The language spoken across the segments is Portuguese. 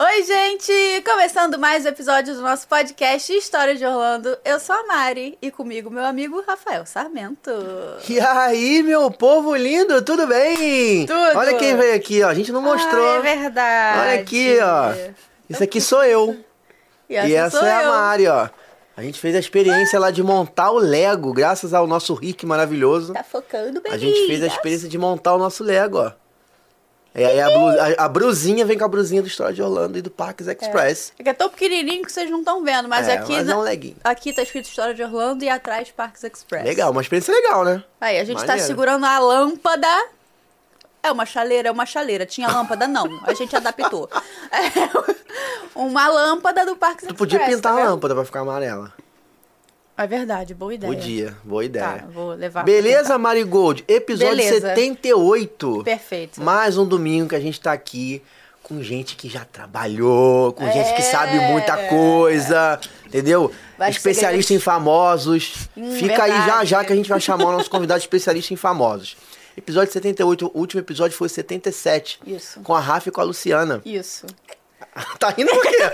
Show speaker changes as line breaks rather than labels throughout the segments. Oi, gente! Começando mais um episódio do nosso podcast História de Orlando. Eu sou a Mari e comigo meu amigo Rafael Sarmento.
E aí, meu povo lindo, tudo bem?
Tudo.
Olha quem veio aqui, ó. A gente não mostrou.
Ah, é verdade.
Olha aqui, ó. Isso aqui sou eu.
E
E,
essa,
essa
sou
é
eu.
a Mari, ó. A gente fez a experiência lá de montar o Lego, graças ao nosso Rick maravilhoso.
Tá focando bem.
A gente fez a experiência de montar o nosso Lego, ó. E aí a, blu- a- a brusinha vem com a brusinha do História de Orlando e do Parques Express.
É que é tão pequenininho que vocês não estão vendo, mas
É,
aqui
mas é um leguinho.
aqui tá escrito História de Orlando e atrás Parques Express.
Legal, uma experiência legal, né?
Aí, a gente tá
Maneiro.
segurando a lâmpada. É uma chaleira, é uma chaleira. Tinha lâmpada? Não. A gente adaptou. É uma lâmpada do Parque
Tu
Express.
podia pintar
tá
a
vendo?
lâmpada pra ficar amarela.
É verdade, boa ideia.
Podia, boa
Tá,
ideia.
vou levar. pra
Beleza,
pintar.
Marigold? Episódio
Beleza.
78.
Perfeito.
Mais um domingo que a gente tá aqui com gente que já trabalhou, com gente que
É.
sabe muita coisa, entendeu?
Vai
especialista
segredo.
em famosos.
Hum,
Fica aí já
verdade.
já que a gente vai chamar o nosso convidado especialista em famosos. Episódio 78, o último episódio foi o 77.
Isso.
Com a Rafa e com a Luciana.
Isso.
Tá rindo por quê?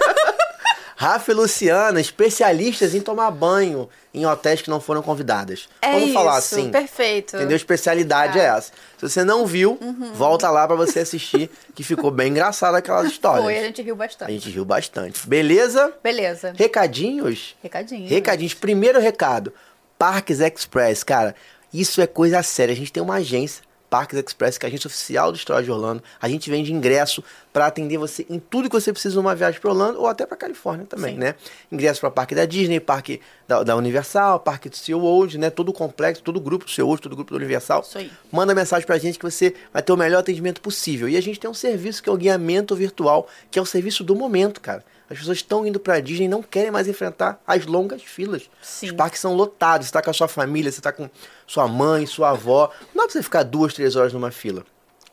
Rafa e Luciana, especialistas em tomar banho em hotéis que não foram convidadas.
É
Vamos
isso.
falar assim.
Perfeito.
Entendeu? A especialidade
Tá. Uhum.
é essa. Se você não viu, volta lá pra você assistir, que ficou bem engraçada aquelas histórias.
Foi, a gente riu
A
bastante.
gente riu bastante. Beleza?
Beleza.
Recadinhos?
Recadinho.
Recadinhos. Primeiro recado: Parques Express, cara, isso é coisa séria. A gente tem uma agência, Parques Express, que é a agência oficial do História de Orlando. A gente vende ingresso pra atender você em tudo que você precisa numa viagem pra Orlando ou até pra Califórnia também,
Sim.
né? Ingresso pra parque da Disney, parque da, da Universal, parque do SeaWorld, né? Todo o complexo, todo o grupo do SeaWorld, todo o grupo do Universal.
Isso aí.
Manda mensagem pra gente que você vai ter o melhor atendimento possível. E a gente tem um serviço que é o guiamento virtual, que é o serviço do momento, cara. As pessoas estão indo pra Disney e não querem mais enfrentar as longas filas.
Sim.
Os parques são lotados. Você tá com a sua família, você tá com sua mãe, sua avó. Não dá pra você ficar duas, três horas numa fila.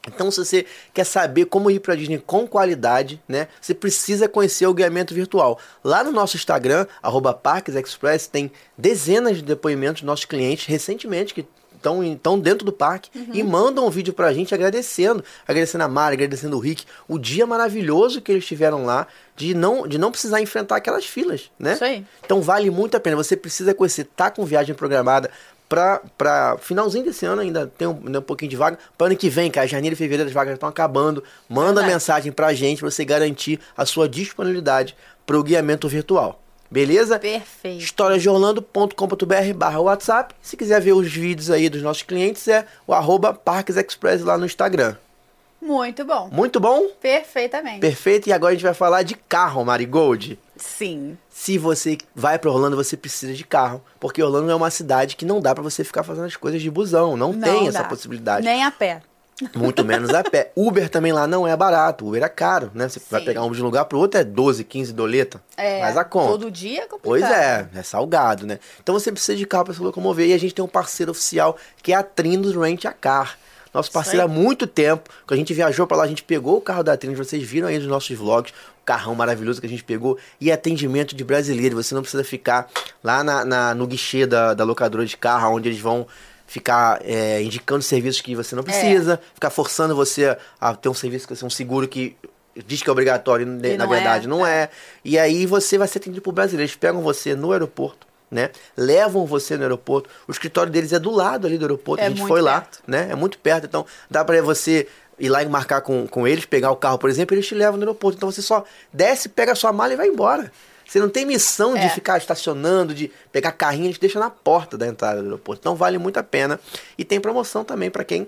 Então, se você quer saber como ir pra Disney com qualidade, né? Você precisa conhecer o guiamento virtual. Lá no nosso Instagram, arroba Parques Express, tem dezenas de depoimentos de nossos clientes recentemente que estão então dentro do parque
Uhum.
e mandam um vídeo pra gente agradecendo, agradecendo a Mari, agradecendo o Rick, o dia maravilhoso que eles tiveram lá de não de não precisar enfrentar aquelas filas, né?
Isso aí.
Então vale muito a pena. Você precisa conhecer, tá com viagem programada pra, pra finalzinho desse ano, ainda tem um, ainda um pouquinho de vaga. Pra ano que vem, cara, janeiro e fevereiro as vagas estão acabando. Manda
Verdade.
mensagem pra gente pra você garantir a sua disponibilidade pro guiamento virtual. Beleza?
Perfeito.
historiasdeorlando.com.br barra WhatsApp. Se quiser ver os vídeos aí dos nossos clientes, é o arroba Parques Express lá no Instagram.
Muito bom.
Muito bom?
Perfeitamente.
Perfeito. E agora a gente vai falar de carro, Marigold.
Sim.
Se você vai pra Orlando, você precisa de carro, porque Orlando é uma cidade que não dá pra você ficar fazendo as coisas de busão, não,
Não
tem
dá. Né?
essa possibilidade,
Nem a pé.
muito menos a pé. Uber também lá não é barato, Uber é caro, né? Você vai
Sim.
pegar um de um lugar pro outro é 12, 15 doleta,
É,
mas a conta.
Todo dia é complicado.
Pois é, é salgado, né? Então você precisa de carro para se locomover e a gente tem um parceiro oficial que é a Trinos Rent a Car. Nosso parceiro há muito tempo, que a gente viajou para lá, a gente pegou o carro da Trinos, vocês viram aí nos nossos vlogs, o carrão maravilhoso que a gente pegou e atendimento de brasileiro, você não precisa ficar lá na, na- no guichê da, da locadora de carro, onde eles vão ficar é, indicando serviços que você não precisa, ficar forçando você a ter um serviço, que um seguro que diz que é obrigatório e
E
na
não é,
verdade não
tá.
é. E aí você vai ser atendido por brasileiros. Pegam você no aeroporto, né? Levam você no aeroporto. O escritório deles é do lado ali do aeroporto.
É
a gente
muito
foi lá,
perto.
né? É muito perto. Então dá pra você ir lá e marcar com, com eles, pegar o carro, por exemplo, eles te levam no aeroporto. Então você só desce, pega a sua mala e vai embora. Você não tem missão de
É.
ficar estacionando, de pegar carrinho, eles deixam na porta da entrada do aeroporto. Então vale muito a pena. E tem promoção também pra quem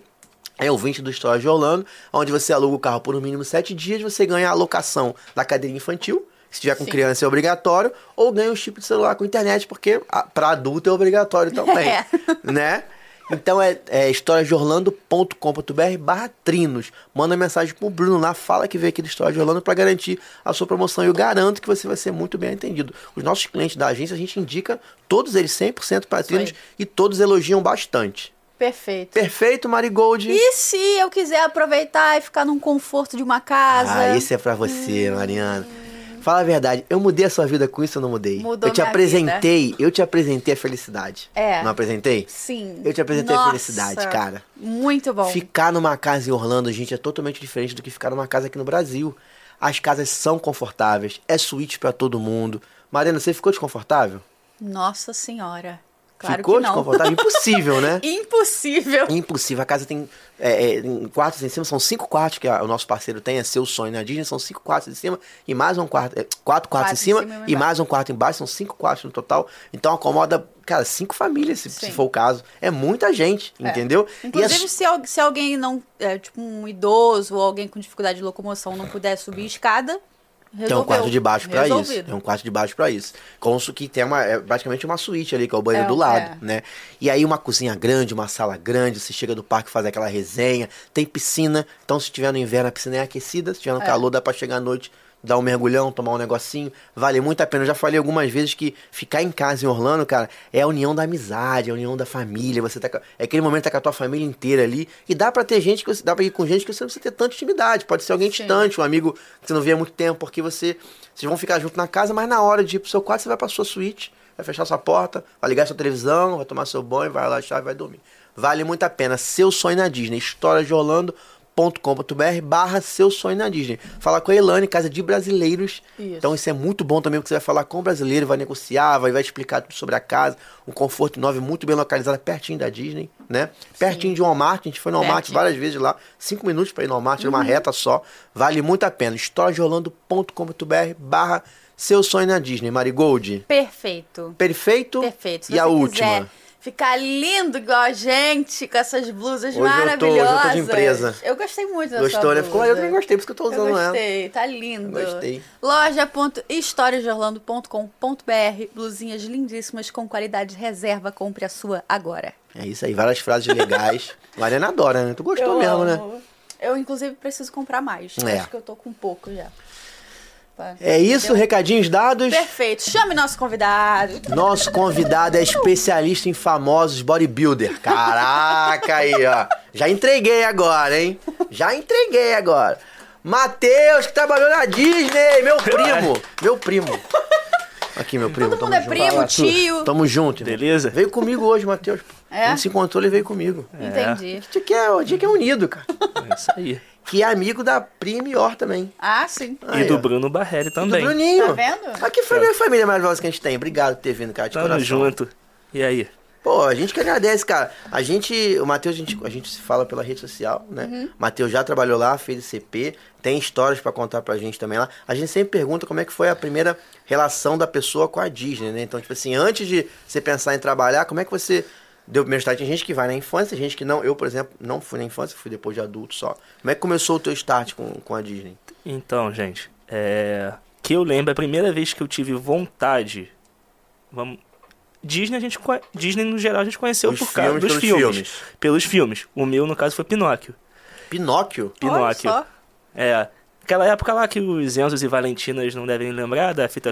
é ouvinte do História de Orlando, onde você aluga o carro por no mínimo sete dias, você ganha a alocação da cadeira infantil, se tiver com
Sim.
criança é obrigatório, ou ganha um chip de celular com internet, porque a- pra adulto é obrigatório também,
É.
né? Então é, é historiasdeorlando.com.br barra trinos. Manda mensagem pro Bruno lá, fala que veio aqui do História de Orlando pra garantir a sua promoção. E eu garanto que você vai ser muito bem atendido. Os nossos clientes da agência, a gente indica todos eles 100% para
aí.
trinos e todos elogiam bastante.
Perfeito.
Perfeito, Marigold?
E se eu quiser aproveitar e ficar num conforto de uma casa?
Ah, esse é pra você, Mariana. Fala a verdade, eu mudei a sua vida com isso ou não mudei?
Mudou
eu te
minha
apresentei, eu te apresentei a felicidade.
É.
Não apresentei?
Sim.
Eu te apresentei
Nossa,
a felicidade, cara.
Muito bom.
Ficar numa casa em Orlando, gente, é totalmente diferente do que ficar numa casa aqui no Brasil. As casas são confortáveis, é suíte pra todo mundo. Marina, você ficou desconfortável?
Nossa senhora. Claro
ficou
que não.
desconfortável? Impossível, né?
Impossível.
Impossível. A casa tem é, é, em quartos em cima, são cinco quartos que a- o nosso parceiro tem, é seu sonho na Disney, são cinco quartos em cima e mais um quarto, é, quatro quartos em cima, e mais um quarto embaixo, são cinco quartos no total. Então acomoda, cara, cinco famílias, se, se
Sim.
for o caso. É muita gente, entendeu?
Inclusive,
e é,
se, al- se alguém não. é, tipo, um idoso ou alguém com dificuldade de locomoção não puder subir escada, resolveu.
tem um quarto de baixo pra isso.
Resolvido.
É um quarto de baixo pra isso. Com isso que tem uma, é praticamente uma suíte ali, que é o banheiro
É,
do lado,
é.
né? E aí uma cozinha grande, uma sala grande, você chega do parque faz aquela resenha, tem piscina, então se tiver no inverno a piscina é aquecida, se tiver no calor dá pra chegar à noite, dar um mergulhão, tomar um negocinho, vale muito a pena. Eu já falei algumas vezes que ficar em casa em Orlando, cara, é a união da amizade, é a união da família, você tá com- é aquele momento que tá com a tua família inteira ali e dá pra ter gente que você dá para ir com gente que você não precisa ter tanta intimidade, pode ser alguém
Sim.
distante, um amigo que você não vê há muito tempo, porque você vocês vão ficar junto na casa, mas na hora de ir pro seu quarto você vai pra sua suíte vai fechar sua porta, vai ligar sua televisão, vai tomar seu banho, vai relaxar e vai dormir. Vale muito a pena. Seu sonho na Disney. historiasdeorlando.com.br barra seu sonho na Disney. Falar com a Elane, casa de brasileiros.
Isso.
Então isso é muito bom também, porque você vai falar com o brasileiro, vai negociar, vai, vai explicar tudo sobre a casa. Um conforto nove muito bem localizado, pertinho da Disney, né? Pertinho de um Walmart, a gente foi no Walmart
Pertinho.
várias vezes lá. Cinco minutos para ir no Walmart,
Uhum.
numa reta só. Vale muito a pena. historiasdeorlando.com.br barra seu sonho na Disney. Marigold.
Perfeito.
Perfeito?
Perfeito. Se
um e
você
a última.
quiser ficar lindo igual a gente, com essas blusas
Hoje eu tô- hoje eu tô de
maravilhosas.
empresa.
Eu gostei muito dessa
Gostou,
blusa.
né? Ficou maneiro, eu também gostei, por isso que eu tô usando
eu
ela.
gostei, tá lindo.
Eu gostei.
Loja.historiasdeorlando.com.br Blusinhas lindíssimas com qualidade reserva. Compre a sua agora.
É isso aí, várias frases legais. Mariana adora, né? Tu gostou
eu
mesmo, né?
amo. Eu, inclusive, preciso comprar mais.
É.
Acho que eu tô com pouco já. Tá.
É isso, recadinhos dados.
Perfeito. Chame nosso convidado.
Nosso convidado é especialista em famosos bodybuilder. Caraca aí, ó. Já entreguei agora, hein? Já entreguei agora. Matheus, que trabalhou na Disney, meu primo. Meu primo. Aqui, meu primo.
Todo
tamo
mundo é
junto.
primo,
Fala, Arthur.
tio.
Tamo junto. irmão.
Beleza?
Veio comigo hoje, Matheus.
É?
A gente se encontrou, ele veio comigo.
Entendi.
O dia que é, o dia que é unido, cara.
É isso aí.
Que é amigo da Prima e Or também.
Ah, sim.
Aí,
e do
ó.
Bruno Barreri
E do
também.
Bruninho.
Tá vendo?
Aqui foi a família maravilhosa que a gente tem. Obrigado por ter vindo, cara, de
Tamo
coração.
junto. E aí?
Pô, a gente que agradece, cara. A gente, o Matheus, a gente, a gente se fala pela rede social, né? O Matheus já trabalhou lá, fez CP, tem histórias pra contar pra gente também lá. A gente sempre pergunta como é que foi a primeira relação da pessoa com a Disney, né? Então, tipo assim, antes de você pensar em trabalhar, como é que você deu o primeiro start? Tem gente que vai na infância, tem gente que não. Eu, por exemplo, não fui na infância, fui depois de adulto só. Como é que começou o teu start com, com a Disney?
Então, gente, é... que eu lembro, a primeira vez que eu tive vontade. Vamos. Disney, a gente conhe- Disney, no geral, a gente conheceu
Os
por causa
filmes,
dos
pelos
filmes.
filmes.
Pelos filmes. O meu, no caso, foi Pinóquio.
Pinóquio?
Pinóquio.
Olha só.
É. Aquela época lá que os Enzos e Valentinas não devem lembrar da fita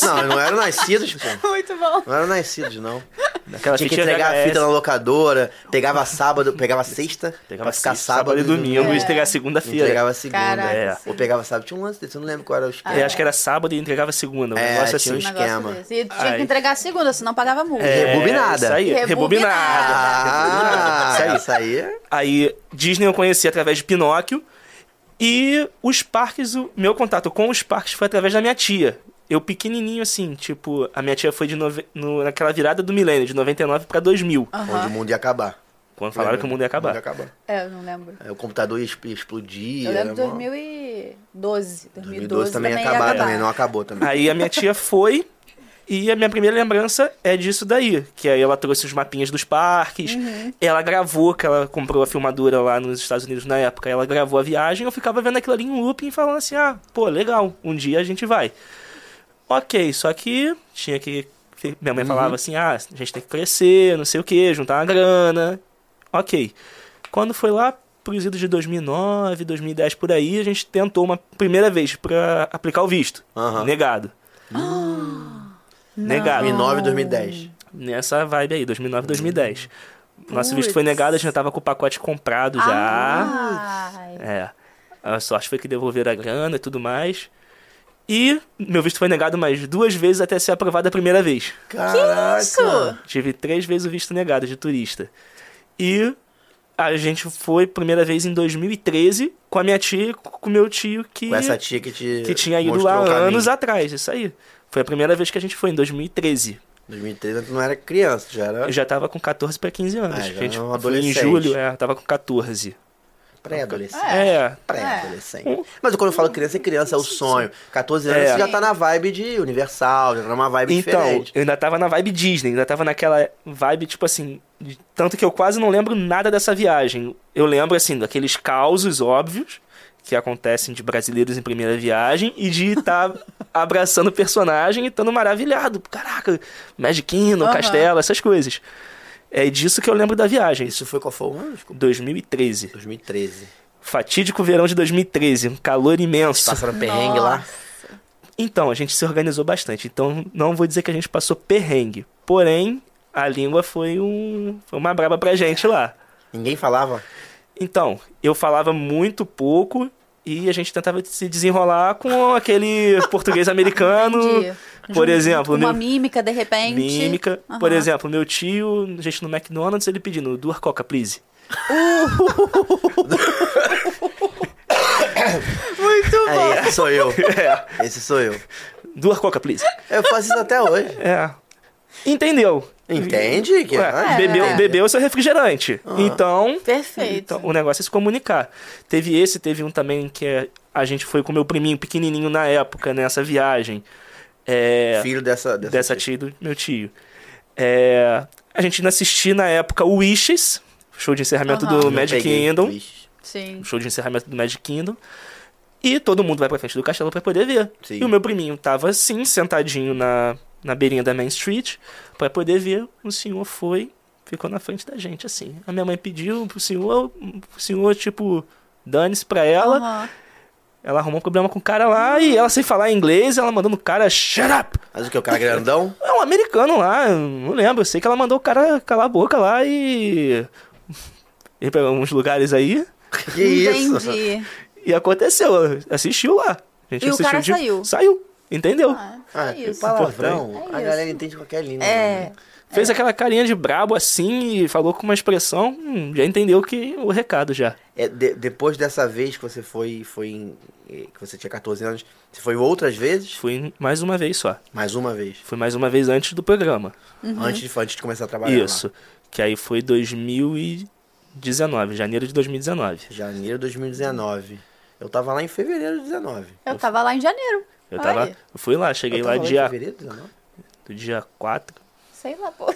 Não, não eram nascidos, pô.
Muito bom.
Não eram nascidos, não.
Aquela
Tinha que
fita
entregar a
VHS.
fita na locadora, pegava sábado, pegava sexta,
Pegava
pra ficar
sexta, sábado e domingo
É.
e entregava segunda-feira.
É. Entregava segunda.
Caraca,
É.
sim.
Ou pegava sábado, tinha um lance desse, eu não lembro qual era o esquema.
É, acho que era sábado e entregava segunda. Um
É,
negócio
tinha
assim.
uns-
Um negócio
esquema.
desse. E tinha
Ai.
que entregar a segunda, senão pagava multa.
É,
Rebobinada.
Isso aí,
Rebobinada.
rebobinada.
Ah,
Isso aí.
isso aí. é-
Aí, Disney eu conheci através de Pinóquio. E os parques, o meu contato com os parques foi através da minha tia. Eu pequenininho, assim, tipo, a minha tia foi de nove- no- naquela virada do milênio, de 99 pra 2000,
Onde o mundo ia acabar.
quando falaram
Lembra?
que o mundo ia acabar.
É, eu não lembro.
Aí o computador ia es- ia explodir.
Eu lembro de
era mó-
2012. 2012,
2012 também ia
ia
acabar, também não acabou também.
Aí a minha tia foi e a minha primeira lembrança é disso daí. Que aí ela trouxe os mapinhas dos parques, ela gravou, que ela comprou a filmadora lá nos Estados Unidos na época, ela gravou a viagem, eu ficava vendo aquilo ali em looping e falando assim, ah, pô, legal, um dia a gente vai. Ok, só que tinha que... Minha mãe falava assim, ah, a gente tem que crescer, não sei o que, juntar uma grana. Ok. Quando foi lá pros idos de 2009, 2010 por aí, a gente tentou uma primeira vez pra aplicar o visto.
Aham.
Negado. Negado.
2009, 2010.
Nessa vibe aí, 2009, 2010. Nosso visto foi negado, a gente já tava com o pacote comprado
Ah!
já.
Ai.
É. A sorte foi que devolveram a grana e tudo mais. E meu visto foi negado mais duas vezes até ser aprovado a primeira vez.
Caraca.
isso?
Tive três vezes o visto negado de turista. E a gente foi primeira vez em 2013 com a minha tia e com o meu tio que,
Com essa tia que te.
que tinha ido lá
mostrou o caminho.
anos atrás. Isso aí. Foi a primeira vez que a gente foi, em 2013.
2013 tu não era criança, já era
Eu já tava com 14 pra 15 anos.
Ah,
a
já
gente
era um
foi em
adolescente.
julho, é, tava com 14.
pré-adolescente.
É.
Pré-adolescente. Mas quando eu falo criança, é criança, é o sonho. 14 anos
É.
você já tá na vibe de Universal, já tá numa vibe
Então,
diferente.
eu ainda tava na vibe Disney, ainda tava naquela vibe, tipo assim. de- Tanto que eu quase não lembro nada dessa viagem. Eu lembro, assim, daqueles causos óbvios que acontecem de brasileiros em primeira viagem e de estar abraçando o personagem e estando maravilhado. Caraca, Magic Kingdom,
Aham.
Castelo, essas coisas. É disso que eu lembro da viagem.
Isso foi qual foi o ano? Desculpa.
2013.
2013.
Fatídico verão de 2013, um calor imenso.
Passaram perrengue lá.
Então, a gente se organizou bastante. Então, não vou dizer que a gente passou perrengue. Porém, a língua foi, um, foi uma braba pra gente lá.
Ninguém falava.
Então, eu falava muito pouco e a gente tentava se desenrolar com aquele português americano.
Entendi.
Por
Junto com
exemplo,
Uma
meu,
né?
mímica, de repente.
mímica. Por
Aham.
exemplo, meu tio, a gente no McDonald's, ele pedindo duas coca, please.
Muito bom.
É, esse sou eu.
É,
Esse sou eu.
duas coca, please.
Eu faço isso até hoje.
É. Entendeu?
Entende? Que,
Ué,
ah,
bebeu,
É.
entende.
bebeu seu refrigerante. Então,
Perfeito.
Então, o negócio é se comunicar. Teve esse, teve um também que é- a gente foi com meu priminho pequenininho na época, nessa viagem. É,
Filho dessa. Dessa,
dessa tia do meu tio. É, a gente ainda assistia na época o Wishes, show de encerramento
Aham.
do
Eu
tipo, Magic
peguei,
Kingdom.
vixe.
Sim.
Show de encerramento do Magic Kingdom. E todo mundo vai pra frente do castelo pra poder ver.
Sim.
E o meu priminho tava assim, sentadinho na, na beirinha da Main Street, pra poder ver. O senhor foi, ficou na frente da gente, assim. A minha mãe pediu pro senhor, o senhor, tipo, dane-se pra ela.
Aham.
Ela arrumou um problema com o cara lá e ela sem falar inglês, ela mandando o cara, shut up!
Mas o que? O cara grandão?
É um americano lá, eu não lembro. Eu sei que ela mandou o cara calar a boca lá e. ir pra alguns lugares aí.
Que isso?
É
Entendi.
E aconteceu, assistiu lá. A gente
E o
assistiu
cara
de-
saiu.
Saiu, entendeu?
Ah,
Ah,
é isso.
palavrão.
É
a
isso.
galera entende qualquer língua.
É.
né?
Fez aquela carinha de brabo assim e falou com uma expressão, hum, já entendeu que o recado já.
É, de- depois dessa vez que você foi, foi em, eh, que você tinha 14 anos, você foi outras vezes?
Fui mais uma vez só.
Mais uma vez.
Fui mais uma vez antes do programa.
Antes, de, antes de começar a trabalhar lá.
Uhum. Isso. Que aí foi 2019, janeiro de 2019.
Janeiro de 2019. Eu tava lá em fevereiro de 19.
Eu tava lá em janeiro.
Eu
Olha
tava,
aí.
eu fui lá, cheguei
Eu
lá
tava em
dia,
fevereiro de 19?
do dia 4.
Sei lá, pô.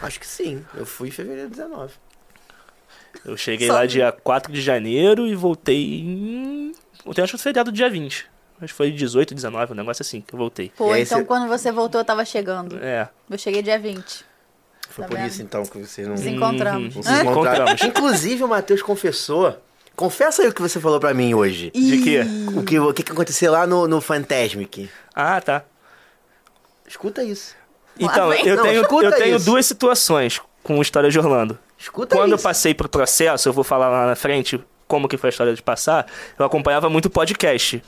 Acho que sim. Eu fui em fevereiro de 19.
Eu cheguei
Só- um
lá dia 4 de janeiro e voltei em. Voltei, acho que foi feriado dia 20. Acho que foi 18, 19, um negócio assim que eu voltei.
Pô,
E aí
então
cê-
quando você voltou, eu tava chegando.
É.
Eu cheguei dia 20.
Foi
Tá
por
vendo?
isso então que você não,
Nos
não
encontramos.
se
Hã?
encontraram.
Uhum. Encontramos.
Inclusive, o Matheus confessou. Confessa aí o que você falou pra mim hoje.
De quê?
O que, o que que aconteceu lá no, no Fantasmic.
Ah, tá.
Escuta isso.
Então,
vem.
eu
Não,
tenho,
escuta
eu tenho
isso.
duas situações com História de Orlando.
Escuta
Quando eu
isso.
passei pro processo, eu vou falar lá na frente como que foi a história de passar, eu acompanhava muito podcast.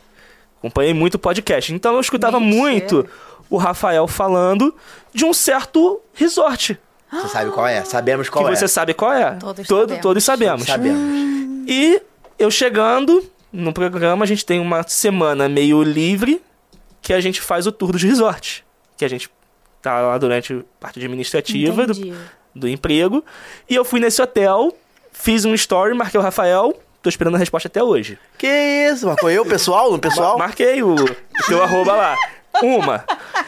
Acompanhei muito podcast. Então eu escutava
Mentira.
muito o Rafael falando de um certo resort.
Você sabe qual é? Sabemos qual
que
é.
você sabe qual é.
Todos
Todo-
sabemos.
Todos sabemos.
Sabemos.
E eu chegando no programa, a gente tem uma semana meio livre que a gente faz o tour dos resorts. Que a gente tá lá durante a parte administrativa do,
Entendi.
do emprego. E eu fui nesse hotel, fiz um story, marquei o Rafael. Tô esperando a resposta até hoje.
Que isso, mas foi eu, pessoal? No pessoal?
Marquei o o teu arroba lá. Uma.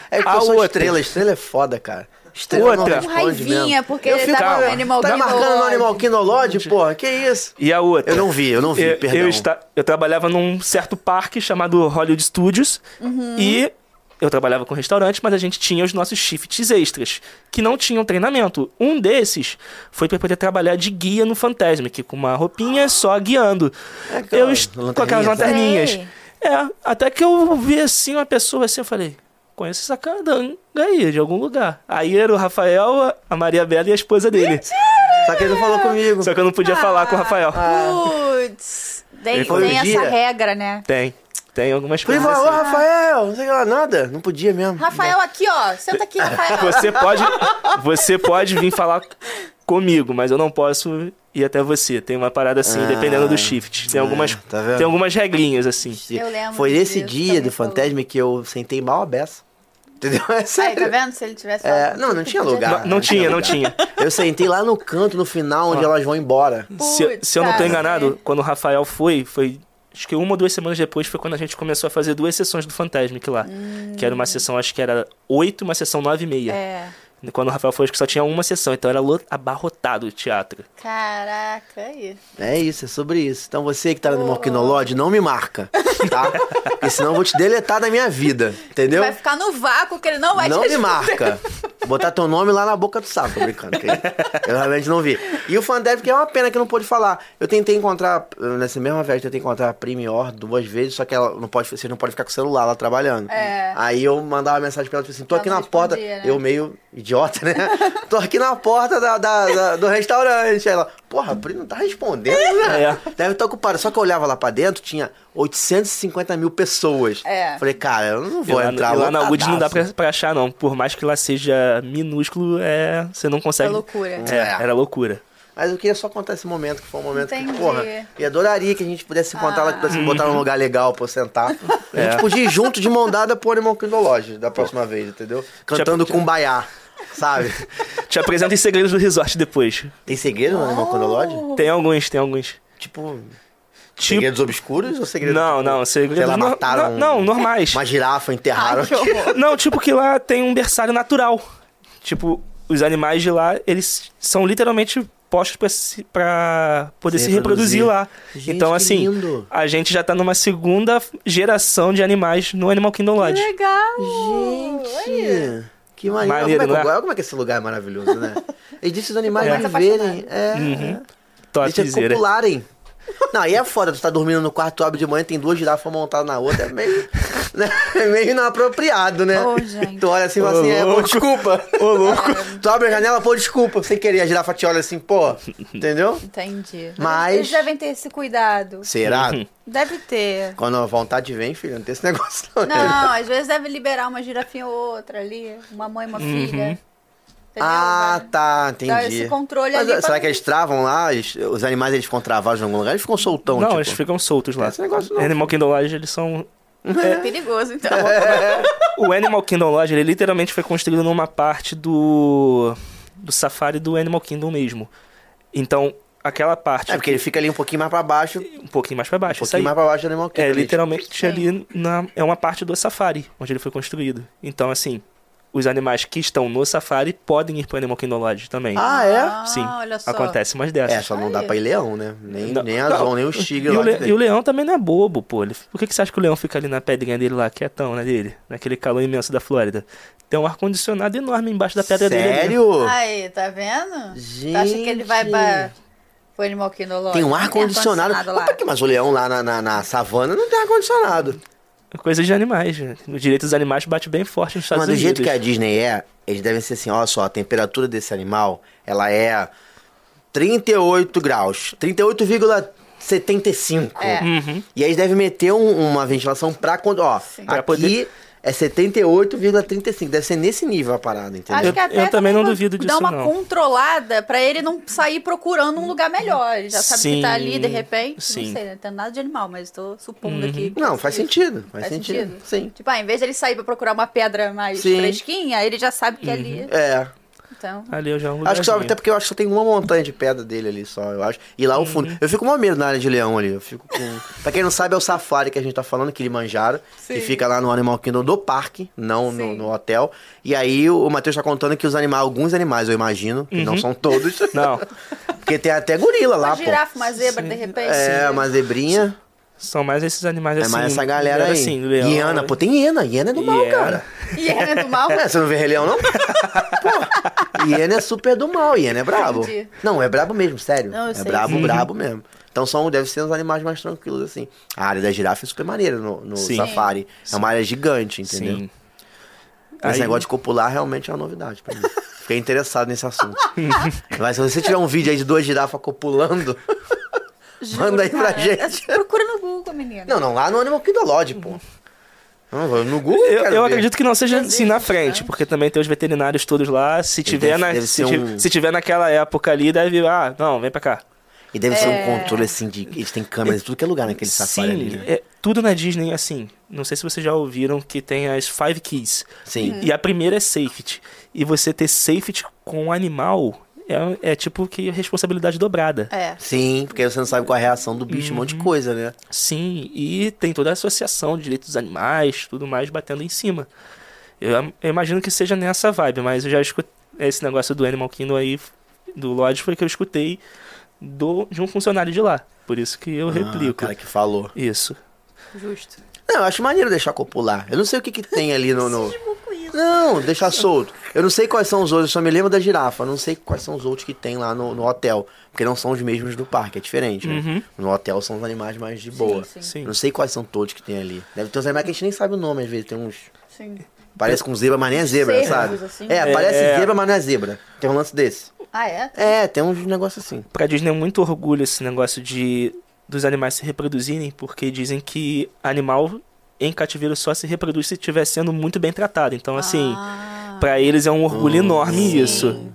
É que
A
eu sou
outra.
estrela, estrela é foda, cara. Estrela não
Outra.
Com
responde
raivinha,
mesmo.
porque
eu
ele
fico,
tava
calma.
no Animal
tá
Kingdom
marcando no
Lodge.
Animal Kingdom Lodge, porra, que isso?
E a outra.
Eu não vi, eu não vi,
eu,
perdão.
eu esta- eu trabalhava num certo parque chamado Hollywood Studios e eu trabalhava com restaurante, mas a gente tinha os nossos shifts extras, que não tinham treinamento. Um desses foi pra poder trabalhar de guia no Fantasmic, com uma roupinha só guiando.
É né? aquela
eu est- com aquelas
lanterninha, sabe?
lanterninhas.
Sei.
É, até que eu vi assim uma pessoa assim, eu falei, conheço essa candanga aí, de algum lugar. Aí era o Rafael, a- a Maria Bela e a esposa dele.
Só que ele não falou comigo.
Só que eu não podia falar com o Rafael.
Ah.
Putz. Tem,
Ele foi
tem
um
essa
dia.
regra, né?
Tem. Tem algumas
Falei,
coisas.
ô
assim.
Rafael, não sei lá, nada. Não podia mesmo.
Rafael, aqui, ó. Senta aqui, Rafael.
Você pode, você pode vir falar comigo, mas eu não posso ir até você. Tem uma parada assim, dependendo do shift. Tem
Ah, é,
algumas,
tá vendo?
tem algumas regrinhas, assim.
Eu lembro
Foi esse
disso,
dia do
também falou.
Fantasma que eu sentei mal a beça. Entendeu? É
Aí,
sério.
tá vendo? Se ele tivesse.
É, não, não tinha lugar. né?
Não, não tinha, não tinha. Ah.
Eu sentei lá no canto, no final, onde elas vão embora.
Se, se eu não tô
Puta
enganado,
merda.
quando o Rafael foi, foi. Acho que uma ou duas semanas depois foi quando a gente começou a fazer duas sessões do Fantasmic lá. Que era uma sessão, acho que era oito, uma sessão nove e meia.
Hum. É.
Quando o Rafael foi, acho que só tinha uma sessão, então era lo- abarrotado o teatro.
Caraca, aí.
É isso, é sobre isso. Então você que tá no Morquinolod, não me marca, tá? Porque senão eu vou te deletar da minha vida, entendeu?
Vai ficar no vácuo que ele não vai
Não
te
me marca. Vou Botar teu nome lá na boca do sapo, tô brincando. que eu realmente não vi. E o Fandev, que é uma pena que não pôde falar. Eu tentei encontrar, eh, nessa mesma viagem, tentei encontrar a Primior duas vezes, só que ela não pode, você não pode ficar com o celular lá trabalhando.
É.
Aí eu mandava mensagem pra ela, tipo assim, tô
Ela
aqui
não
na porta,
respondia, né?
eu meio idiota, né? tô aqui na porta da- da- da- do restaurante. Aí ela, porra, a Pri não tá respondendo,
Ah.
né?
É.
Deve estar ocupada. Só que eu olhava lá pra dentro, tinha 850 mil pessoas.
É.
Falei, cara, eu não
E
vou
lá,
entrar
e lá na UD não dá
lotadaço.
pra, pra achar, não. Por mais que lá seja minúsculo, é, você não consegue.
É loucura.
É, era loucura.
Mas eu queria só contar esse momento, que foi um momento
Entendi. Ah.
que, porra, e adoraria que a gente pudesse se encontrar lá, que pudesse botar num lugar legal pra eu sentar. A gente
É.
podia ir junto de mão dada pro Animal Kingdom Lodge da próxima vez, entendeu? Cantando
Já-
Kumbaya, sabe?
Te apresento os segredos do resort depois.
Tem segredo no Animal Kingdom
Oh.
Lodge?
Tem alguns, tem alguns.
Tipo,
Tipo.
segredos obscuros ou segredos...
Não,
tipo,
não, segredos.
Sei lá,
no-
mataram
no- não, normais.
uma girafa, enterraram...
Ai, que horror.
Não, tipo que lá tem um berçário natural. Tipo, os animais de lá, eles são literalmente postos pra, se- pra poder
Se
se, reproduzir,
reproduzir.
lá.
Gente,
então,
que
assim,
lindo.
a gente já tá numa segunda geração de animais no Animal Kingdom Lodge.
Legal.
Gente... Que maneiro.
Maneiro,
como, é que,
né?
olha como é que esse lugar é maravilhoso, né? E disse os animais
É.
viverem. É.
Uhum.
Deixa eles
Topzera.
copularem. Não, aí é foda, tu tá dormindo no quarto, tu abre de manhã, tem duas girafas montadas na outra, é meio, né? é meio inapropriado, né?
Ô, gente.
Tu olha assim e fala
Ô,
assim, é, pô,
louco.
desculpa. Ô, louco. Tu abre a janela, pô, desculpa, sem querer, a girafa te olha assim, pô, entendeu?
Entendi.
Mas-
Eles devem ter esse cuidado.
Será?
Uhum.
Deve ter.
Quando a vontade vem, filho, não tem esse negócio não. né?
Não, às vezes deve liberar uma girafinha ou outra ali. Uma mãe e uma filha. Entendeu? Então,
Ah,
Vai-
tá, entendi.
Dá esse controle
Mas,
ali
é,
pra-
será que eles travam lá? Eles- os animais eles ficam travados em algum lugar? Eles ficam soltão,
Não,
tipo.
eles ficam soltos lá.
Esse negócio não.
Animal Kingdom Lodge, eles são.
É perigoso, então.
É,
O Animal Kingdom Lodge, ele literalmente foi construído numa parte do. do safari do Animal Kingdom mesmo. Então, aquela parte.
É, porque ele fica ali um pouquinho mais pra baixo, um
Um pouquinho mais pra baixo. isso
pouquinho
aí.
mais pra baixo do animal
É,
Kingdom.
literalmente ali na, é uma parte do safari, onde ele foi construído. Então, assim, os animais que estão no safari podem ir pro Animal Kingdom Lodge também.
Ah, é?
Sim,
olha só.
acontece umas
É,
dessas.
só não dá pra ir leão, né? Nem,
Não,
nem
não.
azul, nem os
E
tigres
o,
lá. que
le-
tem.
e o leão também não é bobo, pô. Ele, por que, que você acha que o leão fica ali na pedrinha dele lá, quietão, né, dele? Naquele calor imenso da Flórida. Tem um ar-condicionado enorme embaixo da pedra dele. ali. né?
Sério?
Aí, tá vendo?
Gente.
Tu acha que ele vai pra... pro animal quinológico?
Tem um ar-condicionado.
lá.
Opa, que- Mas o leão lá na, na, na savana não tem ar-condicionado.
Coisa de animais, gente. O direito dos animais bate bem forte nos Estados
Mas do
Unidos.
jeito que a Disney é, eles devem ser assim, olha só, a temperatura desse animal, ela é 38 graus. 38,75.
É.
Uhum.
E aí eles devem meter um- uma ventilação pra... quando- Ó,
Pra
aqui
poder-
é 78,35. Deve ser nesse nível a parada, entendeu?
Acho que
Eu-
até
eu também não
dá-
duvido
Dá
disso,
uma
não.
controlada pra ele não sair procurando um lugar melhor. Ele já sabe que tá
Sim,
ali, de repente. Não
sim. Uhum.
sei, né? não tem nada de animal, mas tô supondo aqui.
Não, faz sentido. Faz,
é Faz
sentido.
sentido?
Sim.
Tipo, ah, em vez de ele sair pra procurar uma pedra mais
Sim.
fresquinha, ele já sabe que é
Uhum.
ali.
É,
Então,
Ali eu já é um
Acho que só,
lugarzinho.
até porque eu acho que só tem uma montanha de pedra dele ali só, eu acho. E lá o fundo.
Uhum.
Eu fico com uma medo na área de leão ali. Eu fico com. pra quem não sabe, é o safari que a gente tá falando, que ele manjaram.
Sim.
Que fica lá no Animal Kingdom do parque, não
Sim.
no, no hotel. E aí o Matheus tá contando que os animais, alguns animais, eu imagino, que
Uhum.
não são todos.
Não,
Porque tem até gorila lá,
uma
pô.
girafa, né? uma zebra, de repente.
É,
né?
uma zebrinha.
são mais esses animais assim.
é mais essa galera aí.
Assim, leão,
hiena, pô, tem hiena. Hiena é do mal,
Hiena.
cara.
E é do mal?
É, você não vê Rei Leão, não? Pô, Iena é super do mal, Iena é brabo.
Entendi.
Não, é brabo mesmo, sério.
Não, eu
é
sei.
brabo, brabo mesmo. Então são, deve ser os animais mais tranquilos, assim. A área da girafa é super maneira no, no
Sim.
safari. É uma área gigante, entendeu?
Sim.
Esse
Aí-
negócio de copular realmente é uma novidade pra mim. Fiquei interessado nesse assunto. Mas se você tiver um vídeo aí de duas girafas copulando...
Juro,
Manda aí pra
cara.
gente.
né? Procura no Google, menina.
Não, não, lá no Animal Kingdom Lodge, pô. Não, vou no Google
Eu,
quero
eu
ver.
acredito que não seja assim na frente,
né?
porque também tem os veterinários todos lá. Se tiver,
deve-
na,
deve
se,
ser
ti-
um-
se tiver naquela época ali, deve. Ah, não, vem pra cá.
E deve
É.
ser um controle assim de. Eles têm câmeras em tudo que é lugar naquele safari
Sim,
ali, né?
é, tudo na Disney é assim. Não sei se vocês já ouviram que tem as Five Keys.
Sim.
Uhum.
E, e a primeira é safety. E você ter safety com o animal é, é tipo que responsabilidade dobrada.
É.
Sim, porque aí você não sabe qual é a reação do bicho, um monte
Uhum.
de coisa, né?
Sim, e tem toda a associação de direitos dos animais, tudo mais, batendo em cima. Eu, am- eu imagino que seja nessa vibe, mas eu já escutei esse negócio do Animal Kingdom aí, do Lodge, foi que eu escutei do, de um funcionário de lá. Por isso que eu
Ah, o
replico.
cara que falou.
Isso.
Justo.
Não, eu acho maneiro deixar copular. Eu não sei o que, que tem ali no. no- Não, deixar solto. Eu não sei quais são os outros, eu só me lembro da girafa. Eu não sei quais são os outros que tem lá no, no hotel. Porque não são os mesmos do parque, é diferente, né? No hotel são os animais mais de boa.
sim.
Uhum. Sim.
Eu não sei quais são todos que tem ali. Deve ter uns animais que a gente nem sabe o nome, às vezes. Tem uns.
Sim.
Parece com zebra, mas nem é zebra,
Cervos,
sabe?
assim.
É,
É.
parece zebra, mas não é zebra. Tem um lance desse.
Ah, é?
É, tem uns negócios assim.
Pra Disney é muito orgulho esse negócio de dos animais se reproduzirem, porque dizem que animal em cativeiro só se reproduz se estiver sendo muito bem tratado. Então, assim,
Ah.
pra eles é um orgulho enorme
sim.
isso.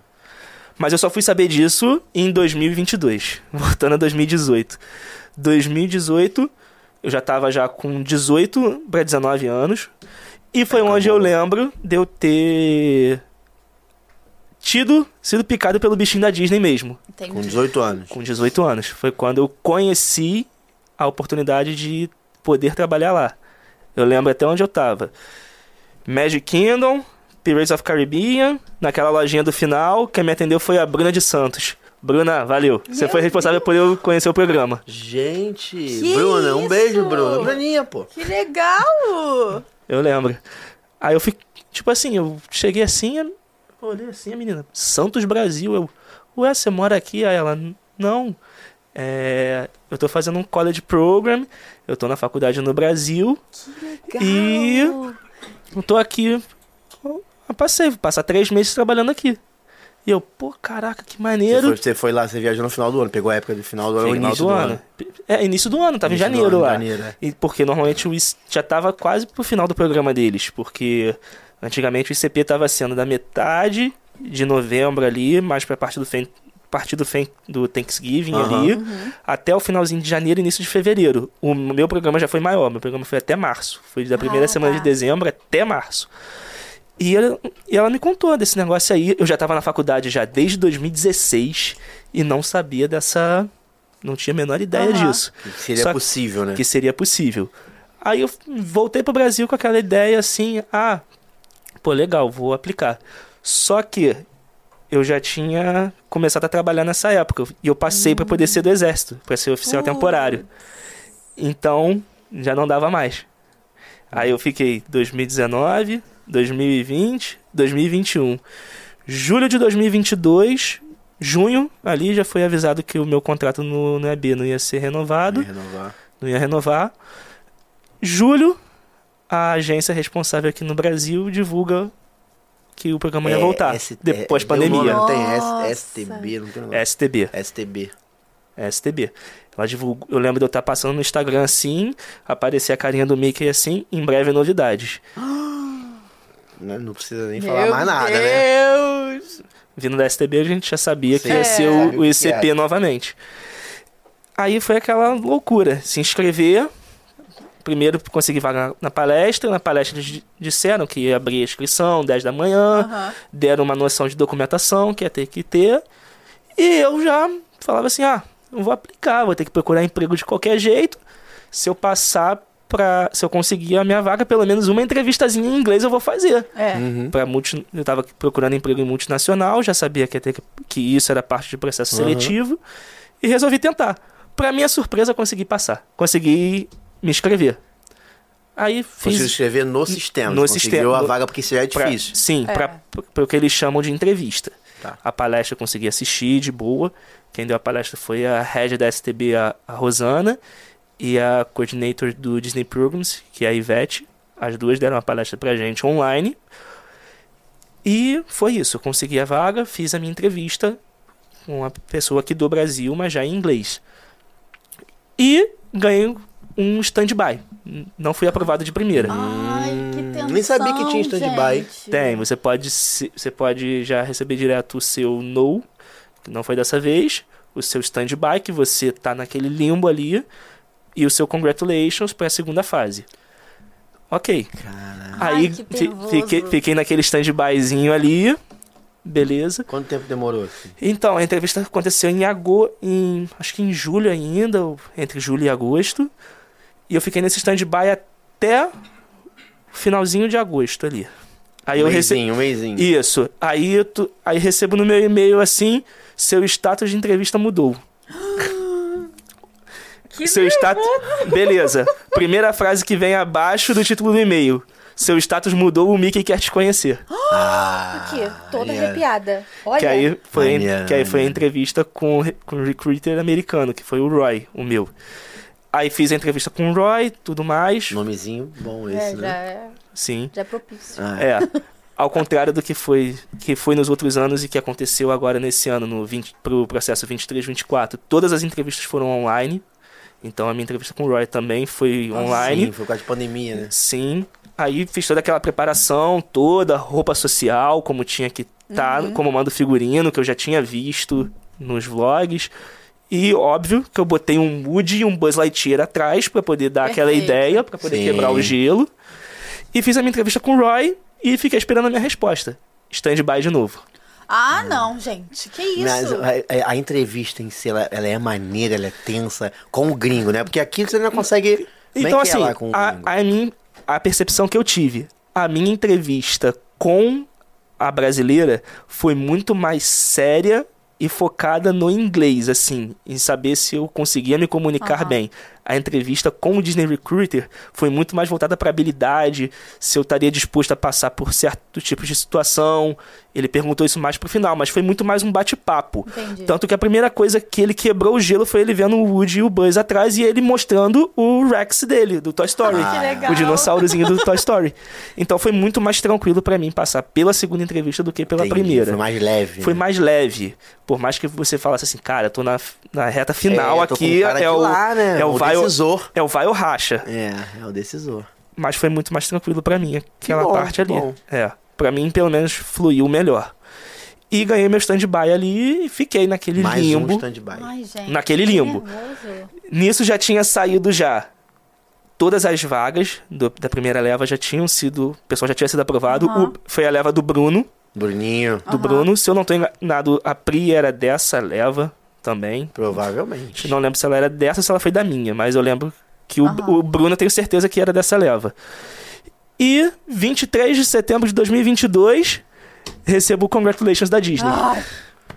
Mas eu só fui saber disso em 2022, voltando a 2018. 2018, eu já tava já com 18 pra 19 anos, e foi onde eu lembro de eu ter tido sido picado pelo bichinho da Disney mesmo
Entendi.
Com 18 anos.
com 18 anos. Foi quando eu conheci a oportunidade de poder trabalhar lá. Eu lembro até onde eu tava. Magic Kingdom, Pirates of Caribbean, naquela lojinha do final, quem me atendeu foi a Bruna de Santos. Bruna, valeu. Você
Meu
foi responsável por eu conhecer o programa.
Gente,
Que
Bruna, um
isso?
beijo, Bruna. Bruninha, pô.
Que legal!
Eu lembro. Aí eu fui, tipo assim, eu cheguei assim, eu olhei assim, a menina, Santos Brasil. Eu, ué, você mora aqui? Aí ela, não. É, eu tô fazendo um college program, eu tô na faculdade no Brasil,
legal.
E- eu tô aqui. Eu passei, vou passar três meses trabalhando aqui. E eu, pô, caraca, que
Você
maneiro.
foi, você foi lá, você viajou no final do ano, pegou a época do final do ano,
Final
o início do, ano.
É, início do ano, tava
Início
em
do
janeiro
ano,
lá.
janeiro, é.
E porque normalmente o IC já tava quase pro final do programa deles, porque antigamente o ICP tava sendo da metade de novembro ali, mais pra parte do fen- parte do, fen- do Thanksgiving
Aham.
ali,
Uhum.
até o finalzinho de janeiro e início de fevereiro. O meu programa já foi maior, meu programa foi até março. Foi da primeira
Ah,
semana
tá.
de dezembro até março. E ela, e ela me contou desse negócio aí. Eu já tava na faculdade já desde 2016 e não sabia dessa. Não tinha a menor ideia
Aham.
disso
é. Que Seria
Só-
possível, né?
que seria possível. Aí eu voltei pro Brasil com aquela ideia assim, ah, pô, legal, vou aplicar. Só que eu já tinha começado a trabalhar nessa época e eu passei pra poder ser do exército, pra ser oficial
Putz.
temporário. Então, já não dava mais. Aí eu fiquei 2019, 2020, 2021. Julho de 2022, junho, ali já foi avisado que o meu contrato no, no EB não ia ser renovado
Ia Renovar.
não ia renovar. Julho, a agência responsável aqui no Brasil divulga que o programa ia voltar
S-
depois
é,
da
deu nome, né?
pandemia. É.
Não tem
Nossa.
S, STB, não tem negócio.
STB,
STB.
STB. Ela divulga, eu lembro de eu estar passando no Instagram assim, aparecer a carinha do Mickey assim, em breve novidades.
Né? Não precisa nem falar mais nada, né?
Deus!
Vindo da STB, a gente já sabia
Sim,
que ia ser
sabe
o,
o
o
que é.
ICP
era.
novamente. Aí foi aquela loucura. Se inscrever, primeiro consegui vaga na palestra. Na palestra eles disseram que ia abrir a inscrição 10 da manhã,
Aham.
deram uma noção de documentação que ia ter que ter. E eu já falava assim: ah, eu vou aplicar, vou ter que procurar emprego de qualquer jeito. Se eu passar pra. Se eu conseguir a minha vaga, pelo menos uma entrevistazinha em inglês eu vou fazer
É.
Uhum.
para multi... eu estava procurando emprego em multinacional, já sabia que, ia ter que... que isso era parte de processo
Aham.
seletivo e resolvi tentar. Para minha surpresa, consegui passar, consegui me inscrever. Aí
Conseguiu
fiz
escrever no sistema.
no
você conseguiu
sistema,
a
no-
vaga, porque isso já é
pra-
difícil.
sim,
É.
para o que eles chamam de entrevista.
Tá.
A palestra eu consegui assistir de boa. Quem deu a palestra foi a head da STB, a, a Rosana, e a coordinator do Disney Programs, que é a Ivete. As duas deram a palestra pra gente online. E foi isso. Eu consegui a vaga, fiz a minha entrevista com uma pessoa aqui do Brasil, mas já em inglês. E ganhei um stand-by. Não fui aprovado de primeira.
Ah, Ai, que tensão,
nem sabia que tinha stand-by.
gente.
Tem, você pode, se- você pode já receber direto o seu no, que não foi dessa vez, o seu stand-by, que você tá naquele limbo ali, e o seu congratulations para a segunda fase. Ok.
Ai,
Aí
que
fi-
nervoso.
fiquei, fiquei naquele stand-byzinho ali, beleza.
Quanto tempo demorou? assim? filho?
Então, a entrevista aconteceu em agosto, em, acho que em julho ainda, ou entre julho e agosto. E eu fiquei nesse stand-by até o finalzinho de agosto ali. Aí
um
eu recebi.
mêsinho, um mêsinho.
Isso. Aí, eu tu- aí recebo no meu e-mail assim: seu status de entrevista mudou.
Que
seu status. Beleza. Primeira frase que vem abaixo do título do e-mail. Seu status mudou, o Mickey quer te conhecer.
Ah,
Aqui, toda
yeah.
arrepiada. Olha. É,
Que
é
aí, foi,
Maneiro,
que aí foi a
maneiro.
entrevista com, o re- com o recruiter americano, que foi o Roy, o meu. Aí fiz a entrevista com o Roy, tudo mais.
Nomezinho bom
É,
esse,
já,
né?
é,
Sim.
já é propício.
Ah,
É. Ao contrário do que foi, que foi nos outros anos e que aconteceu agora nesse ano, no 20, pro processo 23-24, todas as entrevistas foram online. Então a minha entrevista com o Roy também foi online.
Sim, foi por causa de pandemia, né?
Sim. Aí fiz toda aquela preparação toda, roupa social, como tinha que estar, como manda o figurino, que eu já tinha visto nos vlogs. E óbvio que eu botei um Moody e um Buzz Lightyear atrás pra poder dar aquela
Perfeito.
ideia, pra poder
Sim.
quebrar o gelo. E fiz a minha entrevista com o Roy e fiquei esperando a minha resposta. Stand-by de novo.
Ah, não, gente. Que
Hum. Mas é,
isso?
a, a- a entrevista em si, ela, ela é maneira, ela é tensa com o gringo, né? Porque aqui você não consegue. como é
Então,
que é
assim,
lá com o
a,
gringo?
a, mim, a percepção que eu tive, a minha entrevista com a brasileira foi muito mais séria e focada no inglês, assim, em saber se eu conseguia me comunicar
Aham.
bem. A entrevista com o Disney Recruiter foi muito mais voltada para habilidade, se eu estaria disposto a passar por certo tipo de situação. Ele perguntou isso mais pro final, mas foi muito mais um bate-papo.
Entendi.
Tanto que a primeira coisa que ele quebrou o gelo foi ele vendo o Woody e o Buzz atrás e ele mostrando o Rex dele, do Toy Story.
Ah, que
legal.
O dinossaurozinho do Toy Story. Então foi muito mais tranquilo pra mim passar pela segunda entrevista do que pela
Entendi,
primeira.
Foi mais leve.
Foi
né?
mais leve. Por mais que você falasse assim, cara, eu tô na, na reta final
É, tô com
aqui.
o cara
é,
de
o,
lá, né?
é o
O
vai ou-
decisor.
é o vai ou racha.
É, é o decisor.
Mas foi muito mais tranquilo pra mim aquela
Que bom,
parte
que
ali.
bom.
É. Pra mim, pelo menos, fluiu melhor. E ganhei meu stand-by ali e fiquei naquele
mais
limbo.
um stand-by.
Ai, gente.
naquele
que
limbo.
nervoso.
Nisso já tinha saído já. Todas as vagas do- da primeira leva já tinham sido. O pessoal já tinha sido aprovado.
Aham.
O- foi a leva do Bruno.
Bruninho,
Do Bruno. Se eu não tô enganado, a Pri era dessa leva também.
provavelmente.
Eu não lembro se ela era dessa ou se ela foi da minha, mas eu lembro que o,
Aham.
o Bruno eu tenho certeza que era dessa leva. E 23 de setembro de 2022, recebo o Congratulations da Disney.
Ai,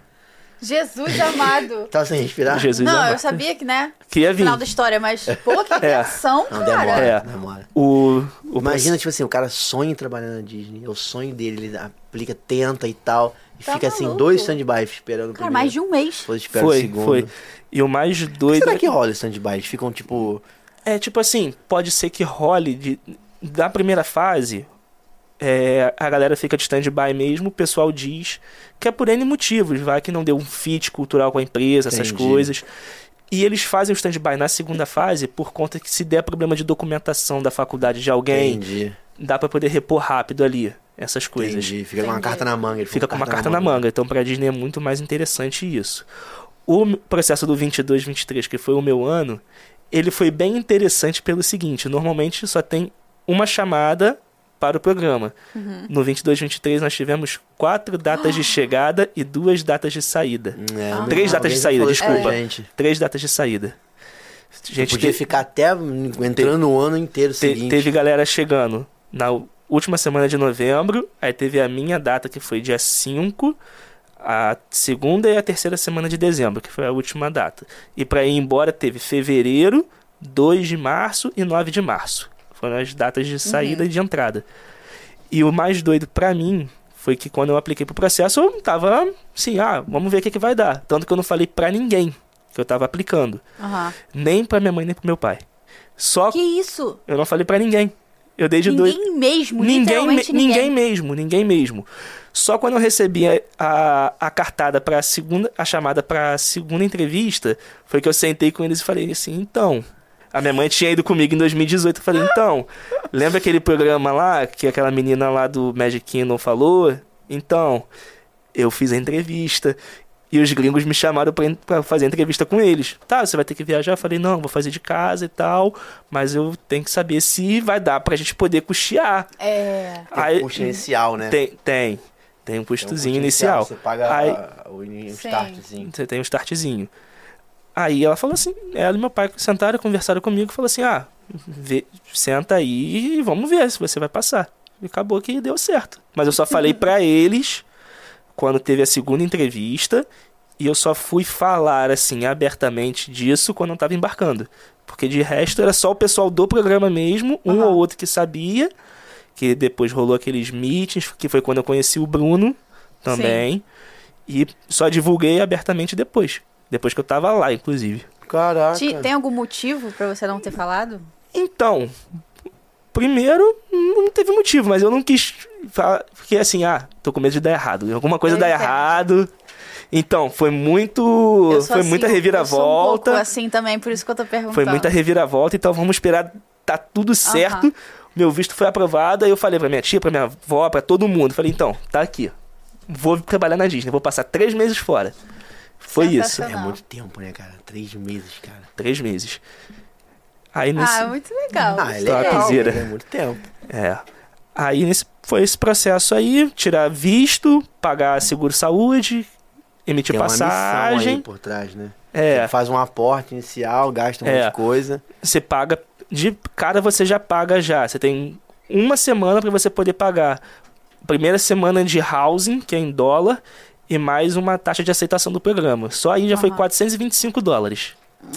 Jesus amado.
Tá sem respirar?
Jesus
não,
amado.
eu sabia que, né?
Queria vir.
Final da história, mas, pô, que atenção,
Não,
cara.
demora,
É.
demora.
O, o
Imagina, tipo assim, o cara sonha em trabalhar na Disney. É o sonho dele, ele aplica, tenta e tal. E
Tá
fica assim,
maluco.
dois stand-by esperando o
Cara,
primeiro.
mais de um mês.
Depois espera o
Foi,
segundo.
foi. E o mais
O que
doido.
será que rola esse stand-by? Eles ficam, tipo...
É tipo assim, pode ser que role de- da primeira fase. é, a galera fica de stand-by mesmo, o pessoal diz que é por N motivos, vai que não deu um fit cultural com a empresa, essas
Entendi.
coisas. E eles fazem o stand-by na segunda fase por conta que se der problema de documentação da faculdade de alguém,
Entendi,
dá pra poder repor rápido ali essas coisas
entendi. Fica com uma
Entendi.
carta na manga. ele
fica com uma carta na manga. Então, pra Disney é muito mais interessante isso. O m- processo do 22, 23, que foi o meu ano, ele foi bem interessante pelo seguinte: normalmente só tem uma chamada para o programa. No 22, 23, nós tivemos quatro datas de chegada e duas datas de saída.
É,
Ah.
eu lembro,
Três datas de
alguém
saída,
falou isso pra
desculpa.
Gente.
Três datas de saída. Gente,
Podia
te-
ficar até entrando o ano inteiro
Te-
seguinte.
teve galera chegando na u- última semana de novembro, aí teve a minha data que foi dia 5, a segunda e a terceira semana de dezembro, que foi a última data. E pra ir embora teve fevereiro, 2 de março e 9 de março. Foram as datas de saída e de entrada. E o mais doido pra mim foi que quando eu apliquei pro processo, eu tava assim, ah, vamos ver o que, que vai dar. Tanto que eu não falei pra ninguém que eu tava aplicando.
Aham.
Nem pra minha mãe, nem pro meu pai. Só
Que isso?
eu não falei pra ninguém. Eu dei de dois.
Ninguém mesmo,
Ninguém, me-
literalmente
ninguém. mesmo, ninguém mesmo. Só quando eu recebi a, a, a cartada para segunda, a chamada pra segunda entrevista, foi que eu sentei com eles e falei assim, então. A minha mãe tinha ido comigo em 2018. Eu falei, então, lembra aquele programa lá que aquela menina lá do Magic Kingdom falou? Então, eu fiz a entrevista. E os gringos me chamaram pra, en- pra fazer entrevista com eles. Tá, você vai ter que viajar? Eu falei, não, vou fazer de casa e tal. Mas eu tenho que saber se vai dar pra gente poder custear.
É.
Tem um custo inicial, né?
Tem, tem. Tem um
Tem um
custozinho
custo
inicial.
Você paga
Aí-
a- o in- o
Sim.
startzinho.
Você tem um startzinho. Aí ela falou assim, ela e meu pai sentaram, conversaram comigo, falou assim, ah, vê- senta aí e vamos ver se você vai passar. E acabou que deu certo. Mas eu só falei pra eles quando teve a segunda entrevista e eu só fui falar assim abertamente disso quando eu tava embarcando. Porque de resto era só o pessoal do programa mesmo, um
Aham.
ou outro que sabia, que depois rolou aqueles meetings, que foi quando eu conheci o Bruno também. E só divulguei abertamente depois. Depois que eu tava lá, inclusive.
Caraca.
Ti- tem algum motivo pra você não ter falado?
Então, primeiro, não teve motivo, mas eu não quis. falar- Fiquei assim, ah, tô com medo de dar errado. Alguma coisa
Eu
dá
entendo.
errado. Então, foi muito.
Eu sou
Foi
assim,
muita
Eu sou um pouco
reviravolta.
assim também, por isso que eu tô perguntando.
Foi muita reviravolta, então vamos esperar tá tudo certo. Meu visto foi aprovado, aí eu falei pra minha tia, pra minha avó, pra todo mundo. Falei, então, tá aqui. Vou trabalhar na Disney, vou passar três meses fora. Foi isso.
É
Não.
muito tempo, né, cara? Três meses, cara.
Três meses. Aí nesse.
Ah, muito
Então,
legal.
Ah, é
Tá,
legal.
piseira.
mas É muito tempo.
É. Aí nesse, foi esse processo aí, tirar visto, pagar seguro-saúde, emitir
Tem é uma missão
passagem.
aí por trás, né?
É,
Você Faz um aporte inicial, gasta um
É.
monte de coisa.
você paga de cara você já paga já. Você tem uma semana pra você poder pagar. Primeira semana de housing, que é em dólar, e mais uma taxa de aceitação do programa. Só aí já foi 425 dólares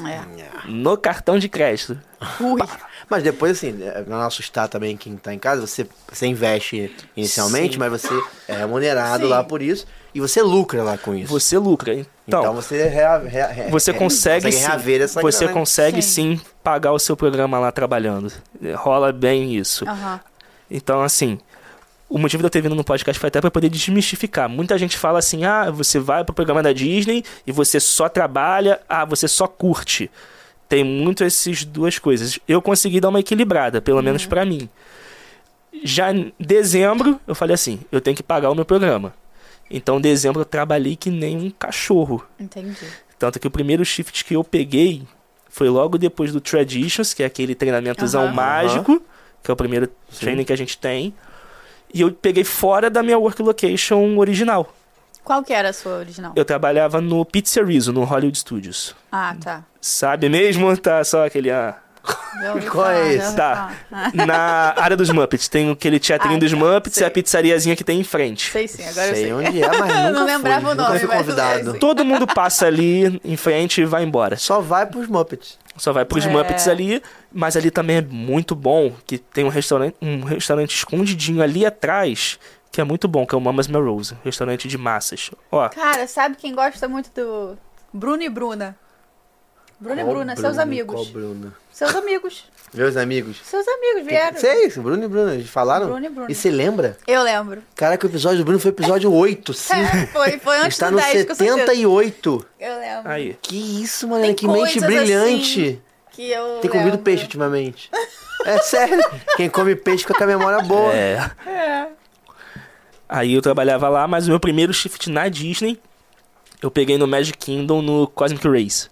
É.
no cartão de crédito.
Ui.
Mas depois, assim, né, não assustar também quem tá em casa, você, você investe inicialmente,
Sim.
mas você é remunerado
Sim.
lá por isso e você lucra lá com isso.
Você lucra. Então,
então, você rea, rea, rea-
Você consegue
consegue
sim,
reaver essa
você
grana. né?
consegue
Sim.
sim. pagar o seu programa lá trabalhando. Eh, Rola bem isso.
Aham.
Então, assim, o motivo de eu ter vindo no podcast foi até para poder desmistificar. Muita gente fala assim: "Ah, você vai pro programa da Disney e você só trabalha, ah, você só curte". Tem muito essas duas coisas. Eu consegui dar uma equilibrada, pelo menos pra mim. Já em dezembro, eu falei assim: "Eu tenho que pagar o meu programa". Então, em dezembro eu trabalhei que nem um cachorro.
Entendi.
Tanto que o primeiro shift que eu peguei foi logo depois do Traditions, que é aquele treinamentozão
Aham.
mágico, que é o primeiro training que a gente tem. E eu peguei fora da minha work location original.
Qual que era a sua original?
Eu trabalhava no Pizzerizo, no Hollywood Studios.
Ah, tá.
Sabe mesmo? Tá só aquele. Ah.
Já ouvi
Qual
falar,
é
já
esse?
ouvi
Tá.
falar.
Na área dos Muppets. Tem aquele teatrinho
Ah,
dos
tá,
Muppets e
sei.
a pizzariazinha que tem em frente.
Sei sim, agora
sei
eu sei.
onde é, mas nunca
não lembrava
fui,
o nome,
nunca fui
mas
convidado.
eu sei.
Todo mundo passa ali em frente e vai embora.
Só vai pros Muppets.
Só vai pros
É.
Muppets ali, mas ali também é muito bom, que tem um restaurante, um restaurante escondidinho ali atrás, que é muito bom, que é o Mamas Melrose, restaurante de massas.
um-
Ó,
Cara, sabe quem gosta muito do Bruno e Bruna? Bruno
Qual
e Bruna, seus
Bruno,
amigos.
qual Bruno?
Seus amigos.
Meus amigos.
Seus amigos vieram.
Sei, é isso, Bruno e Bruno, eles falaram?
Bruno e Bruno.
E você lembra?
Eu lembro.
Caraca, o episódio do Bruno foi o episódio 8, sim.
foi, foi antes
Está
do
no
10, com certeza.
78.
Eu lembro.
aí.
Que isso, Mariana,
Tem
que mente
coisas assim,
brilhante.
Que eu
Tem comido
lembro.
peixe ultimamente. É sério. Quem come peixe fica com a memória boa.
É. Aí eu trabalhava lá, mas o meu primeiro shift na Disney, eu peguei no Magic Kingdom no Cosmic Race.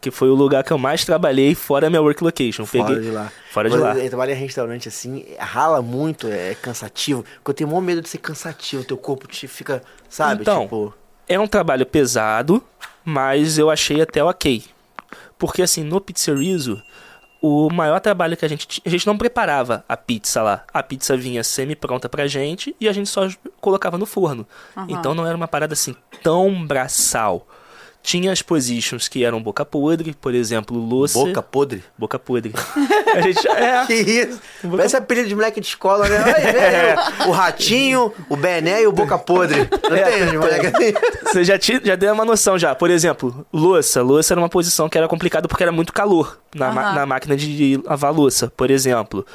Que foi o lugar que eu mais trabalhei fora minha work location.
Fora
Peguei-
de lá.
Fora de lá.
Eu trabalho em restaurante assim, rala muito, é cansativo. Porque eu tenho o maior medo de ser cansativo. Teu corpo te fica, sabe?
Então.
Tipo,
É um trabalho pesado, mas eu achei até ok. Porque assim, no pizzerizo, o maior trabalho que a gente tinha, a gente não preparava a pizza lá. A pizza vinha semi-pronta pra gente e a gente só colocava no forno. Então não era uma parada assim tão braçal. Tinha as positions que eram boca podre, por exemplo, louça.
boca podre.
boca podre. A gente é,
Que isso? Parece apelido de moleque de escola, né? Ai, velho, O ratinho, o Bené e o boca podre. Não
É,
tem, moleque assim.
Você já, te, já deu uma noção já. Por exemplo, louça. Louça era uma posição que era complicada porque era muito calor na, ma-
Aham.
na máquina de lavar louça, por exemplo.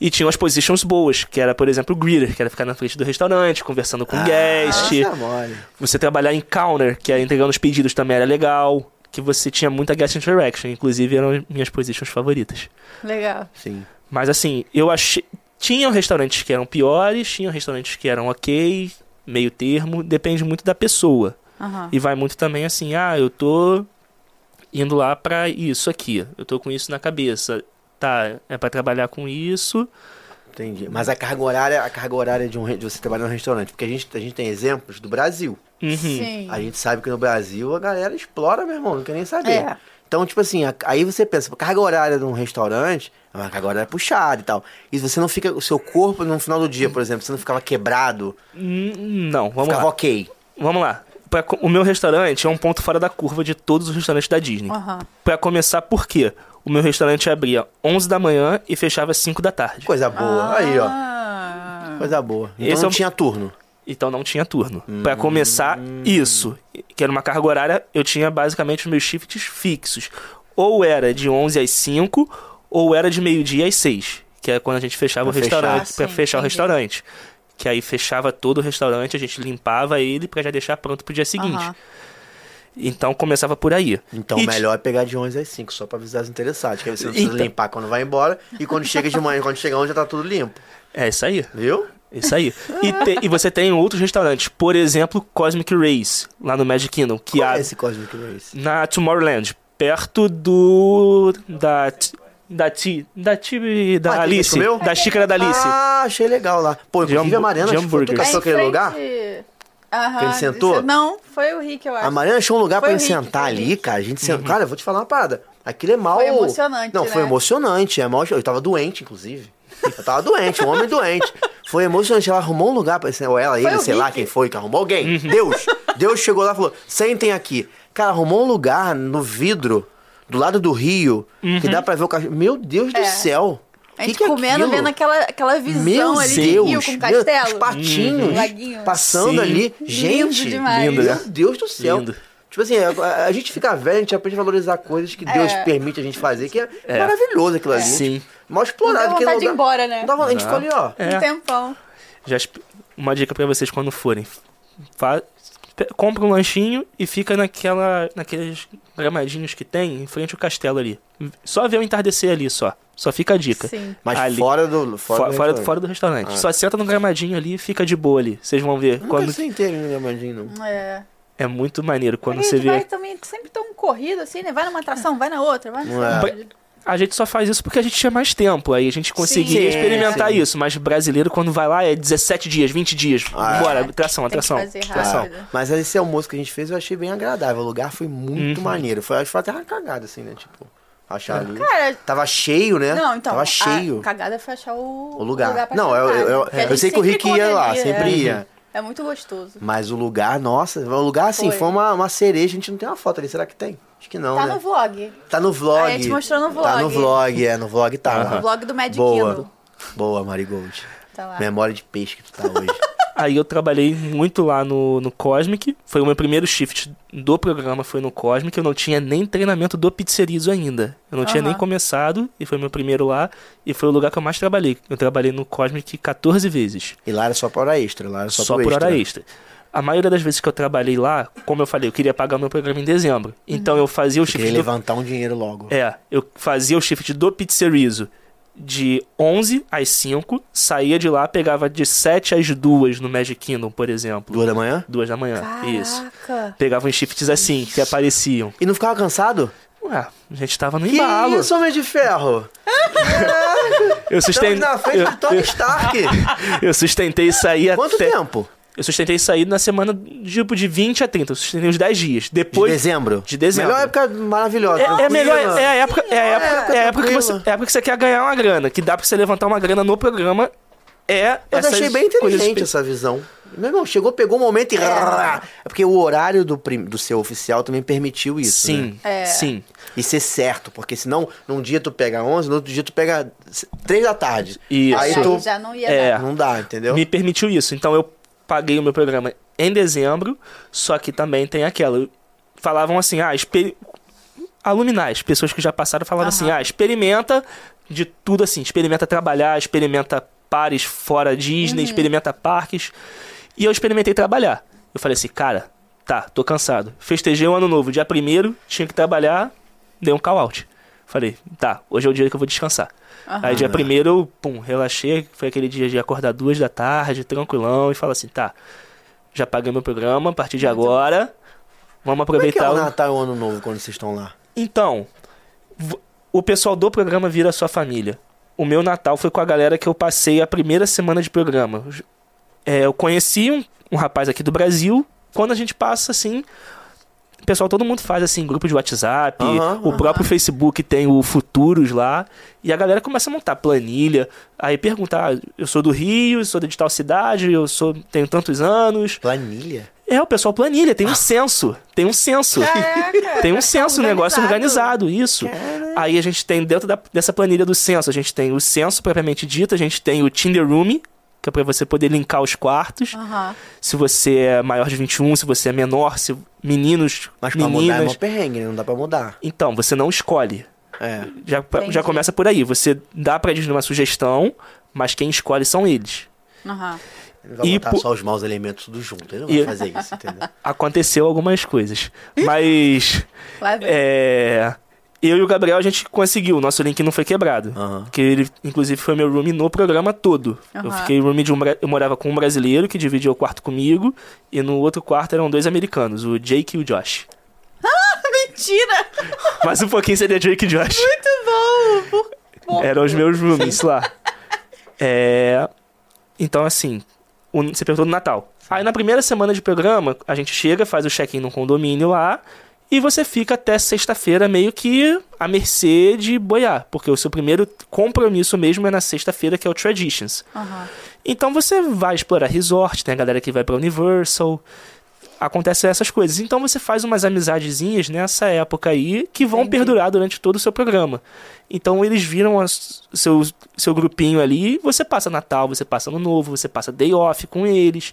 E tinha umas positions boas, que era, por exemplo, o greeter, que era ficar na frente do restaurante, conversando
Ah.
com o guest.
Nossa, é mole.
Você trabalhar em counter, que é entregando os pedidos também era legal. Que você tinha muita guest interaction, inclusive eram as minhas positions favoritas.
Legal.
Sim.
Mas assim, eu achei. Tinham restaurantes que eram piores, tinham restaurantes que eram ok, meio termo, depende muito da pessoa.
Aham.
E vai muito também assim, ah, eu tô indo lá pra isso aqui, eu tô com isso na cabeça. Tá, é pra trabalhar com isso.
Entendi. Mas a carga horária, a carga horária de, um, re- de você trabalhar num restaurante, porque a gente, a gente tem exemplos do Brasil.
Uhum.
Sim.
A gente sabe que no Brasil a galera explora, meu irmão, não quer nem saber.
É.
Então, tipo assim, a- aí você pensa, carga horária de um restaurante é uma carga horária puxada e tal. E você não fica, o seu corpo no final do dia, por exemplo, você não ficava quebrado,
Hum, Não, vamos
ficava
lá.
ok.
Vamos lá. Pra co- o meu restaurante é um ponto fora da curva de todos os restaurantes da Disney.
Aham.
Pra começar, por quê? O meu restaurante abria 11 da manhã e fechava às 5 da tarde.
Coisa boa, aí ó,
Ah.
coisa boa. Então
Esse é
não
um-
tinha turno.
Então não tinha turno. Pra começar,
Hum.
isso. Que era uma carga horária, eu tinha basicamente os meus shifts fixos. Ou era de 11 às 5, ou era de meio-dia às 6. Que é quando a gente fechava
Pra
o restaurante.
fechar.
pra
Sim,
fechar o
Ah, entendi.
restaurante. Que aí fechava todo o restaurante, a gente limpava ele pra já deixar pronto pro dia seguinte.
Aham.
Então começava por aí.
Então
E-
melhor é pegar de 11 às 5, só pra avisar os interessados, que aí você não precisa
Então.
limpar quando vai embora e quando chega de manhã, quando chegar onde já tá tudo limpo,
É isso aí.
viu?
Isso aí. E, te- e você tem outros restaurantes, por exemplo, Cosmic Race, lá no Magic Kingdom, que
Qual é
abre
esse Cosmic Race?
na Tomorrowland, perto do. da. T- da Ti. da Ti.
Ah,
da
que
Alice.
comeu?
Da xícara da Alice.
Ah, achei legal lá. Pô,
De
inclusive a
hambú-
Mariana
de
foi tu
hambúrguer.
que
É
achou
em
aquele
frente-
lugar?
Aham,
Que ele sentou?
isso- Não, foi o Rick, eu acho.
A Mariana achou um lugar
Foi
pra gente
horrível,
sentar
foi
ali,
horrível.
cara. A gente sent... Cara, eu vou te falar uma parada. Aquilo é mal.
Foi emocionante,
Não, foi
né?
emocionante. É mal... Eu tava doente, inclusive. Eu tava doente, um homem doente. Foi emocionante. Ela arrumou um lugar pra Ou ela, ele, sei lá
Rick.
quem foi, que arrumou alguém. Deus. Deus chegou lá e falou: sentem aqui. Cara, arrumou um lugar no vidro, do lado do rio, que dá pra ver o cachorro. Meu Deus do
Uhum. É.
céu.
A
que
gente
que é
comendo,
aquilo?
vendo aquela, aquela visão
Meu
ali
Deus,
de rio com
meu- os
castelo.
patinhos
Laguinho.
passando
Sim.
ali.
Lindo
Gente,
demais.
Lindo,
meu
né?
Deus do céu.
Lindo.
Tipo assim, a, a- a gente fica velho, a gente aprende a valorizar coisas que Deus
É.
permite a gente fazer, que é, maravilhoso aquilo ali.
Sim.
Mal explorado.
Não deu
aquele
vontade de ir
lugar.
embora, né?
Não dá vontade, a gente ficou ali, ó.
É.
Então-
Um tempão.
Já exp- uma dica pra vocês quando forem. Fa... pe- Compra um lanchinho e fica naquela, naqueles gramadinhos que tem em frente ao castelo ali. Só vê o entardecer ali só. Só fica a dica.
Sim.
Mas
Ali.
fora do.
Fora,
Fora, do
fora do,
restaurante. Ah.
fora do restaurante. Só senta no gramadinho ali e fica de boa ali. Vocês vão ver.
Nunca né,
Quando...
sentei ali no gramadinho, não.
É.
É muito maneiro quando
Porque a
você
gente
vê.
vai também sempre tão corrido assim, né? Vai numa atração, vai na outra, vai na
Não é.
outra.
A gente só faz isso porque a gente tinha mais tempo. Aí a gente conseguia
Sim.
experimentar
Sim.
isso. Mas brasileiro, quando vai lá, é 17 dias, 20 dias.
Ah, é.
Bora, atração,
Tem que
atração.
fazer
atração.
rápido.
Mas esse almoço que a gente fez eu achei bem agradável. O lugar foi
Uhum.
muito maneiro. Foi, acho que foi até uma cagada, assim, né? Tipo, achar ali.
Cara,
Tava cheio, né?
Não, então.
Tava cheio.
A cagada foi achar o,
O lugar.
pra
não, eu,
sentar, né?
eu, eu,
porque a
eu
gente
sei que o
sempre
Rick ia
come
lá,
ali,
sempre
é.
ia.
É muito gostoso.
Mas o lugar, nossa, o lugar assim, foi,
Foi.
uma, uma cereja, a gente não tem uma foto ali, será que tem? Acho que não,
Tá
né?
no vlog.
Tá no vlog.
A gente mostrou no
Tá no
vlog.
vlog, é, no vlog tá.
Aham.
né?
O vlog do Magic
Boa.
Kingdom.
Boa, Marigold.
Tá lá.
Memória de peixe que tu tá hoje.
Aí eu trabalhei muito lá no, no Cosmic. Foi o meu primeiro shift do programa, foi no Cosmic. Eu não tinha nem treinamento do pizzerizo ainda. Eu não tinha
Aham.
nem começado, e foi meu primeiro lá. E foi o lugar que eu mais trabalhei. Eu trabalhei no Cosmic 14 vezes.
e lá era só pra hora extra, lá era É só,
só
pro
por hora
extra.
extra. A maioria das vezes que eu trabalhei lá, como eu falei, eu queria pagar meu programa em dezembro.
Uhum.
Então eu fazia o
Eu
shift
Queria
do
levantar um dinheiro logo.
É, eu fazia o shift do pizzerizo de 11 às 5, saía de lá, pegava de 7 às 2 no Magic Kingdom, por exemplo.
Duas da manhã?
2 da manhã, isso.
Caraca.
Pegava uns shifts assim, que apareciam.
E não ficava cansado?
Ué, a gente tava no
Que
embalo.
isso, Homem de Ferro?
Eu
Estamos
sustentei,
na frente de
eu, É
Tony Stark.
eu sustentei sair
Quanto
até...
tempo?
Eu sustentei sair na semana, tipo, de 20 a 30. Eu sustentei uns 10 dias.
De
Depois...
dezembro?
De dezembro.
Melhor época maravilhosa.
É, é a
tranquila.
melhor, é a época, é a época, é a época que
tranquila.
você, é a época que você quer ganhar uma grana, que dá pra você levantar uma grana no programa. É,
Mas eu achei bem inteligente essa visão. Meu irmão, chegou, pegou o momento e... É porque o horário do, prim- do seu oficial também permitiu isso, né?
Sim,
É.
sim.
E ser certo, porque senão, num dia tu pega 11, no outro dia tu pega 3 da tarde.
Isso.
Aí
Aí
tu...
já não ia
É.
dar.
Não dá, entendeu?
Me permitiu isso. Então eu paguei o meu programa em dezembro, só que também tem aquela. Falavam assim, ah, exper... aluminais, pessoas que já passaram falavam assim, ah, experimenta de tudo assim, experimenta trabalhar, experimenta pares fora Disney, experimenta parques. E eu experimentei trabalhar. Eu falei assim, cara, tá, tô cansado. Festejei o ano novo, dia primeiro, tinha que trabalhar, dei um call out. Falei, tá, hoje é o dia que eu vou descansar. Aí dia primeiro eu, pum, relaxei, foi aquele dia de acordar duas da tarde, tranquilão, e falo assim, tá, já paguei meu programa, a partir de agora, Vamos
Como é que é
aproveitar.
o
o-
Natal e o Ano Novo quando vocês estão lá?
Então, v- o pessoal do programa vira sua família. O meu Natal foi com a galera que eu passei a primeira semana de programa. Os- é, eu conheci um, um rapaz aqui do Brasil. Quando a gente passa assim. o Pessoal, todo mundo faz assim, grupo de WhatsApp,
Aham,
o próprio Facebook tem o Futuros lá, e a galera começa a montar planilha, aí perguntar, ah, eu sou do Rio, eu sou de tal cidade, eu sou tenho tantos anos.
Planilha?
É, o pessoal planilha,
Ah.
tem um censo, tem um censo.
É.
Caraca.
Tem um censo, um negócio organizado, isso. Aí a gente tem dentro da- dessa planilha do censo, a gente tem o censo propriamente dito, a gente tem o Tinder Room, que é pra você poder linkar os quartos.
Aham.
Se você é maior de 21, se você é menor, se meninos,
Mas pra mudar é
meninas.
uma perrengue, né? Não dá pra mudar.
Então, você não escolhe.
É.
Já,
Entendi.
já começa por aí. Você dá pra eles uma sugestão, mas quem escolhe são eles.
Aham.
Ele vai
E
botar
por-
só os maus elementos tudo junto. Ele não
E-
vai fazer isso, entendeu?
Aconteceu algumas coisas. Mas.
Lá vem.
É, eu e o Gabriel a gente conseguiu, o nosso link não foi quebrado.
Aham.
Que ele, inclusive, foi meu room no programa todo. Eu
Aham.
fiquei room de um, bra- eu morava com um brasileiro que dividia o quarto comigo, e no outro quarto eram dois americanos, o Jake e o Josh.
Mentira!
Mas um pouquinho seria Jake e Josh.
Muito bom! Por-
Eram os meus roomies lá. É, Então, assim, o- você perguntou do Natal. Aí na primeira semana de programa, a gente chega, faz o check-in no condomínio lá, e você fica até sexta-feira meio que à mercê de boiar, porque o seu primeiro compromisso mesmo é na sexta-feira, que é o Traditions.
Aham.
Então você vai explorar resort, tem a galera que vai pra Universal, acontecem essas coisas. Então você faz umas amizadezinhas nessa época aí que vão
Entendi.
perdurar durante todo o seu programa. Então eles viram as- seu, seu grupinho ali, você passa Natal, você passa Ano Novo, você passa Day Off com eles.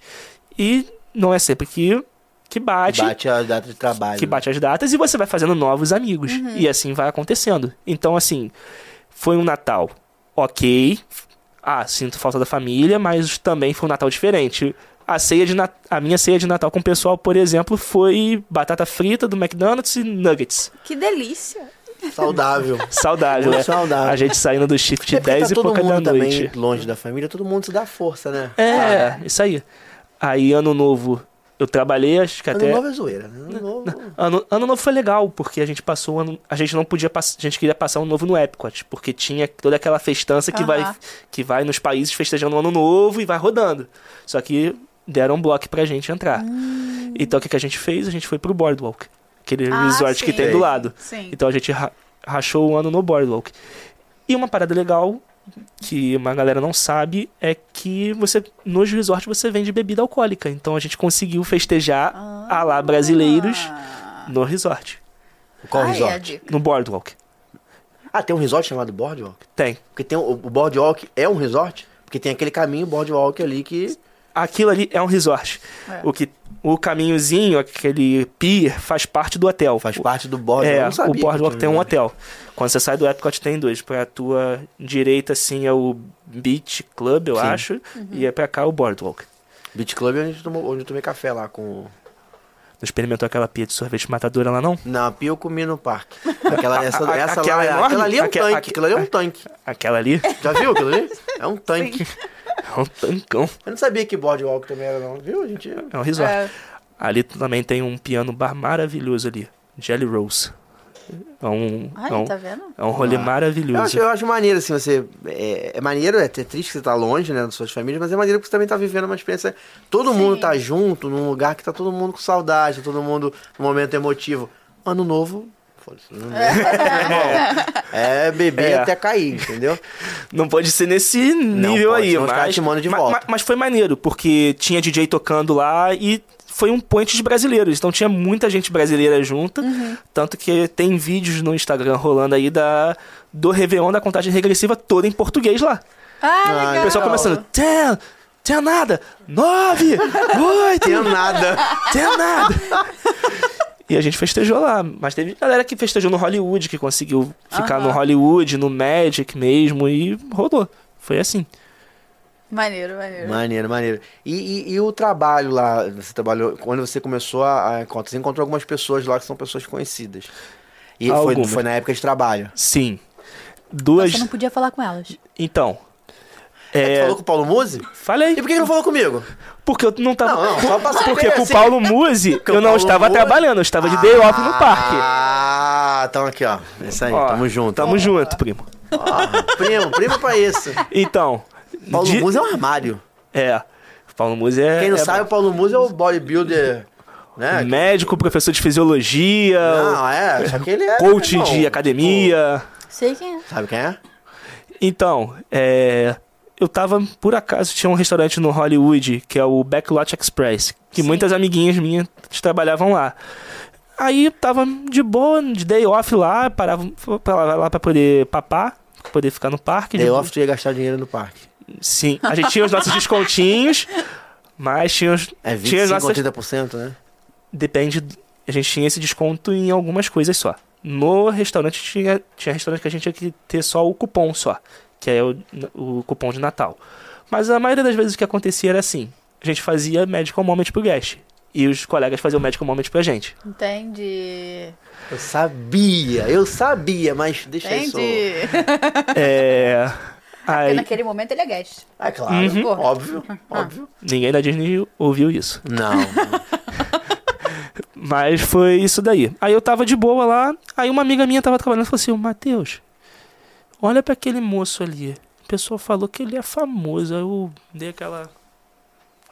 E não é sempre que, que bate,
Bate a data de trabalho.
que bate as datas e você vai fazendo novos amigos. E assim vai acontecendo. Então, assim, foi um Natal ok. Ah, sinto falta da família, mas também foi um Natal diferente. A, ceia de Nat- a minha ceia de Natal com o pessoal, por exemplo, foi batata frita do McDonald's e nuggets.
Que delícia!
né? Saudável.
Saudável,
Muito
né?
saudável.
A gente saindo do shift
É porque
10
tá
e
todo
pouca da
mundo
noite.
também longe da família, todo mundo se dá força, né?
É, isso aí. Aí, ano novo, eu trabalhei, acho que
Ano
até.
novo é zoeira, né? Ano novo...
Ano, ano novo foi legal, porque a gente passou o ano. A gente não podia pass- A gente queria passar um novo no Epcot, porque tinha toda aquela festança que, vai,
Aham.
que vai nos países festejando o ano novo e vai rodando. Só que deram um bloco pra gente entrar. Então o que, que a gente fez? A gente foi pro Boardwalk. Aquele
Hum. Ah,
resort que
sim.
tem do lado.
Sim.
Então a gente ra- rachou o ano no Boardwalk. E uma parada legal que uma galera não sabe é que você nos resorts você vende bebida alcoólica. Então a gente conseguiu festejar a lá brasileiros
Ah.
no resort,
Qual
Ai, é a
resort?
dica.
no Boardwalk.
Ah, tem um resort chamado Boardwalk?
Tem.
Porque tem o, o Boardwalk é um resort? Porque tem aquele caminho Boardwalk ali que...
Aquilo ali é um resort.
É.
O que o caminhozinho, aquele pier faz parte do hotel.
Faz
O-
parte do Boardwalk. Eu
É,
não sabia
o
que
Boardwalk tem
tinha
um hotel. Quando você sai do Epcot tem dois. Pra tua direita assim é o Beach Club, eu
Sim.
acho, e é pra cá o Boardwalk.
Beach Club é onde eu, tomo- onde eu tomei café lá com...
Não experimentou aquela pia de sorvete matadora lá não?
Não, a pia eu comi no parque. Aquela, essa,
A- a-
essa
aquela
lá,
enorme?
aquela ali é um
Aque-
tanque.
aque-
aquilo ali é um tanque.
Aquela ali
Já viu aquilo ali? É um tanque.
é um tancão,
Eu não sabia que Boardwalk também era não, viu? A gente...
é um resort.
É.
Ali também tem um piano bar maravilhoso ali, Jelly Rose. É um,
Ai,
é um,
tá vendo?
é um rolê
Ah. Eu acho,
maravilhoso.
eu acho maneiro, assim, você... É, é maneiro, é até triste que você tá longe, né, das suas famílias, mas é maneiro porque você também tá vivendo uma experiência... Todo mundo tá junto num lugar que tá todo mundo com saudade, todo mundo num momento emotivo. Ano novo... foda-se, ano novo. É, beber
É.
até cair, entendeu?
Não pode ser nesse
Não
nível
pode,
aí,
senão os
mas,
caras te mandam de
ma-
volta.
ma- mas foi maneiro, porque tinha DJ tocando lá e foi um point de brasileiros. Então tinha muita gente brasileira junto. Tanto que tem vídeos no Instagram rolando aí da, do Réveillon da contagem regressiva toda em português lá.
Ah,
Ah,
legal.
O
Legal.
pessoal começando, ten, ten nada, nove, oito,
Tem nada.
Tem nada. E a gente festejou lá. Mas teve galera que festejou no Hollywood, que conseguiu ficar no Hollywood, no Magic mesmo, e rolou. Foi assim.
Maneiro, maneiro.
Maneiro, maneiro. E, e- e o trabalho lá, você trabalhou, quando você começou a, a encontrar, você encontrou algumas pessoas lá que são pessoas conhecidas. E foi,
Algumas.
foi na época de trabalho.
Sim. Duas.
Você não podia falar com elas.
Então.
É, Tu falou com o Paulo Muzi? E
Falei.
por que ele não falou comigo?
Porque eu não tava.
Não, não, só pra saber,
Porque com o
assim.
Paulo Muzi
Porque o
eu não
Paulo
estava
Muzi-
trabalhando, eu estava de day off no parque.
Ah, tamo aqui, ó. É Isso aí,
Ó,
tamo junto.
Tamo junto, primo.
Ó, primo, primo pra isso.
Então.
Paulo
de-
Muzi é um armário.
É. Paulo Muzi é.
Quem não
é
sabe, o Paulo Muzi é o bodybuilder, né?
Médico, professor de fisiologia,
Não, é, só que ele é...
coach
irmão.
de academia.
Sei quem é.
Sabe quem é?
Então, é, eu tava, por acaso, tinha um restaurante no Hollywood, que é o Backlot Express, que muitas amiguinhas minhas trabalhavam lá. Aí eu tava de boa, de day off lá, parava pra lá, lá pra poder papar, pra poder ficar no parque.
Day
de-
off, tu ia gastar dinheiro no parque.
Sim, a gente tinha os nossos descontinhos, mas tinha os...
É
tinha
25,
as nossas...
30%, né?
Depende, a gente tinha esse desconto em algumas coisas só. No restaurante tinha, tinha restaurante que a gente tinha que ter só o cupom só, que é o, o cupom de Natal. Mas a maioria das vezes o que acontecia era assim, a gente fazia medical moment pro guest e os colegas faziam medical moment pra gente.
Entendi.
Eu sabia, eu sabia, mas deixa isso.
Entendi.
É,
Porque
aí,
naquele momento ele é guest.
É claro,
Uhum.
óbvio, óbvio.
ninguém da Disney ouviu isso.
Não,
Mas foi isso daí. Aí eu tava de boa lá, aí uma amiga minha tava trabalhando e falou assim: "Ô, Matheus, olha pra aquele moço ali. O pessoal falou que ele é famoso. Aí eu dei aquela.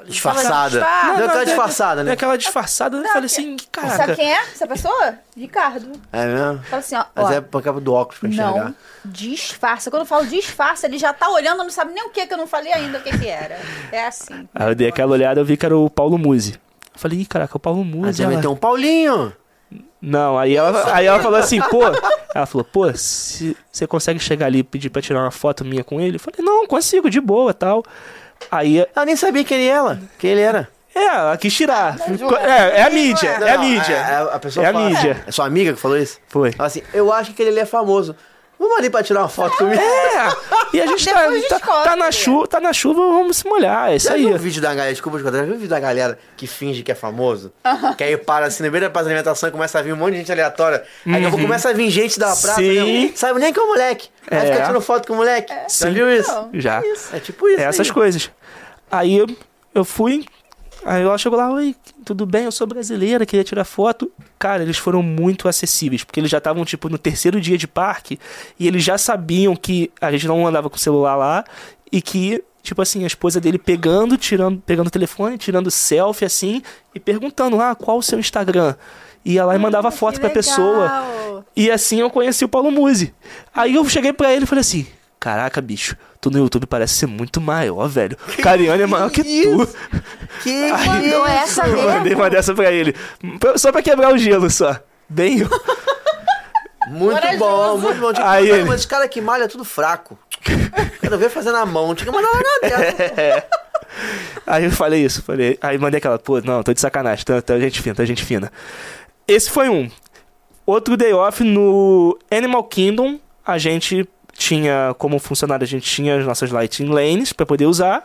disfarçada. Deu aquela disfarçada,
Dei
né?
aquela disfarçada e falei assim:
Sabe
caraca.
quem é essa pessoa? Ricardo.
É mesmo?
Fala assim, ó. ó,
Mas é por causa do óculos pra enxergar. Ah,
não disfarça. Quando eu falo disfarça, ele já tá olhando, não sabe nem o que que eu não falei ainda o que que era. É assim.
Aí Ah, eu dei aquela olhada eu vi que era o Paulo Musi. Eu falei, ih, caraca, é o Paulo
Mas
Musi.
também
ela-
tem um Paulinho.
Não, aí ela, aí ela falou assim, pô. Ela falou, pô, se você consegue chegar ali e pedir pra tirar uma foto minha com ele? Eu falei, não, consigo, de boa tal. Aí
Ela nem sabia quem ele era. Quem ele era.
É, ela quis tirar.
julga.
É, é a mídia,
Não,
é a
não,
mídia.
É, a pessoa
É a
fala-
mídia.
É sua amiga que falou isso?
Foi.
Ela assim, eu acho que ele é famoso. Vamos ali pra tirar uma foto comigo.
É, e a gente tá,
Depois
tá-
descobre.
tá na chuva, tá na chuva, vamos se molhar, é isso
Já
aí.
viu o vídeo da galera, desculpa, desculpa, já viu o vídeo da galera que finge que é famoso? Que aí para assim, no meio da praça de alimentação e começa a vir um monte de gente aleatória. Aí daqui a pouco começa a vir gente da praça,
Uhum. Sim.
né? sabe nem que é o moleque. Aí
É.
fica tirando foto com o moleque. Já
Sim.
viu isso?
Já.
É tipo isso.
É essas
aí.
coisas. Aí eu, eu fui, aí ela chegou lá, oi, tudo bem, eu sou brasileira, queria tirar foto. Cara, eles foram muito acessíveis, porque eles já estavam, tipo, no terceiro dia de parque, e eles já sabiam que a gente não andava com o celular lá, e que, tipo assim, a esposa dele pegando, tirando, pegando o telefone, tirando selfie, assim, e perguntando, ah, qual o seu Instagram? Ia lá e mandava foto
Ah, que
pra pessoa.
legal.
E assim eu conheci o Paulo Musi. Aí eu cheguei pra ele e falei assim: Caraca, bicho, tu no YouTube parece ser muito maior, velho. Cariane é maior que tu.
Que
Mandou
é
essa
Eu
mesmo.
mandei uma dessa pra ele. Pra- Só pra quebrar o gelo, só. Bem.
Muito bom, muito bom. Tinha que
Aí
mandar,
ele-
Mas os caras que malha é tudo fraco. Quero ver fazer na mão. Tinha que mandar lá na tela.
É. Aí eu falei isso, falei. Aí mandei aquela, pô, não, tô de sacanagem, tá, tá gente fina, tá gente fina. Esse foi um. Outro day off no Animal Kingdom, a gente tinha, como funcionário, a gente tinha as nossas lighting lanes pra poder usar.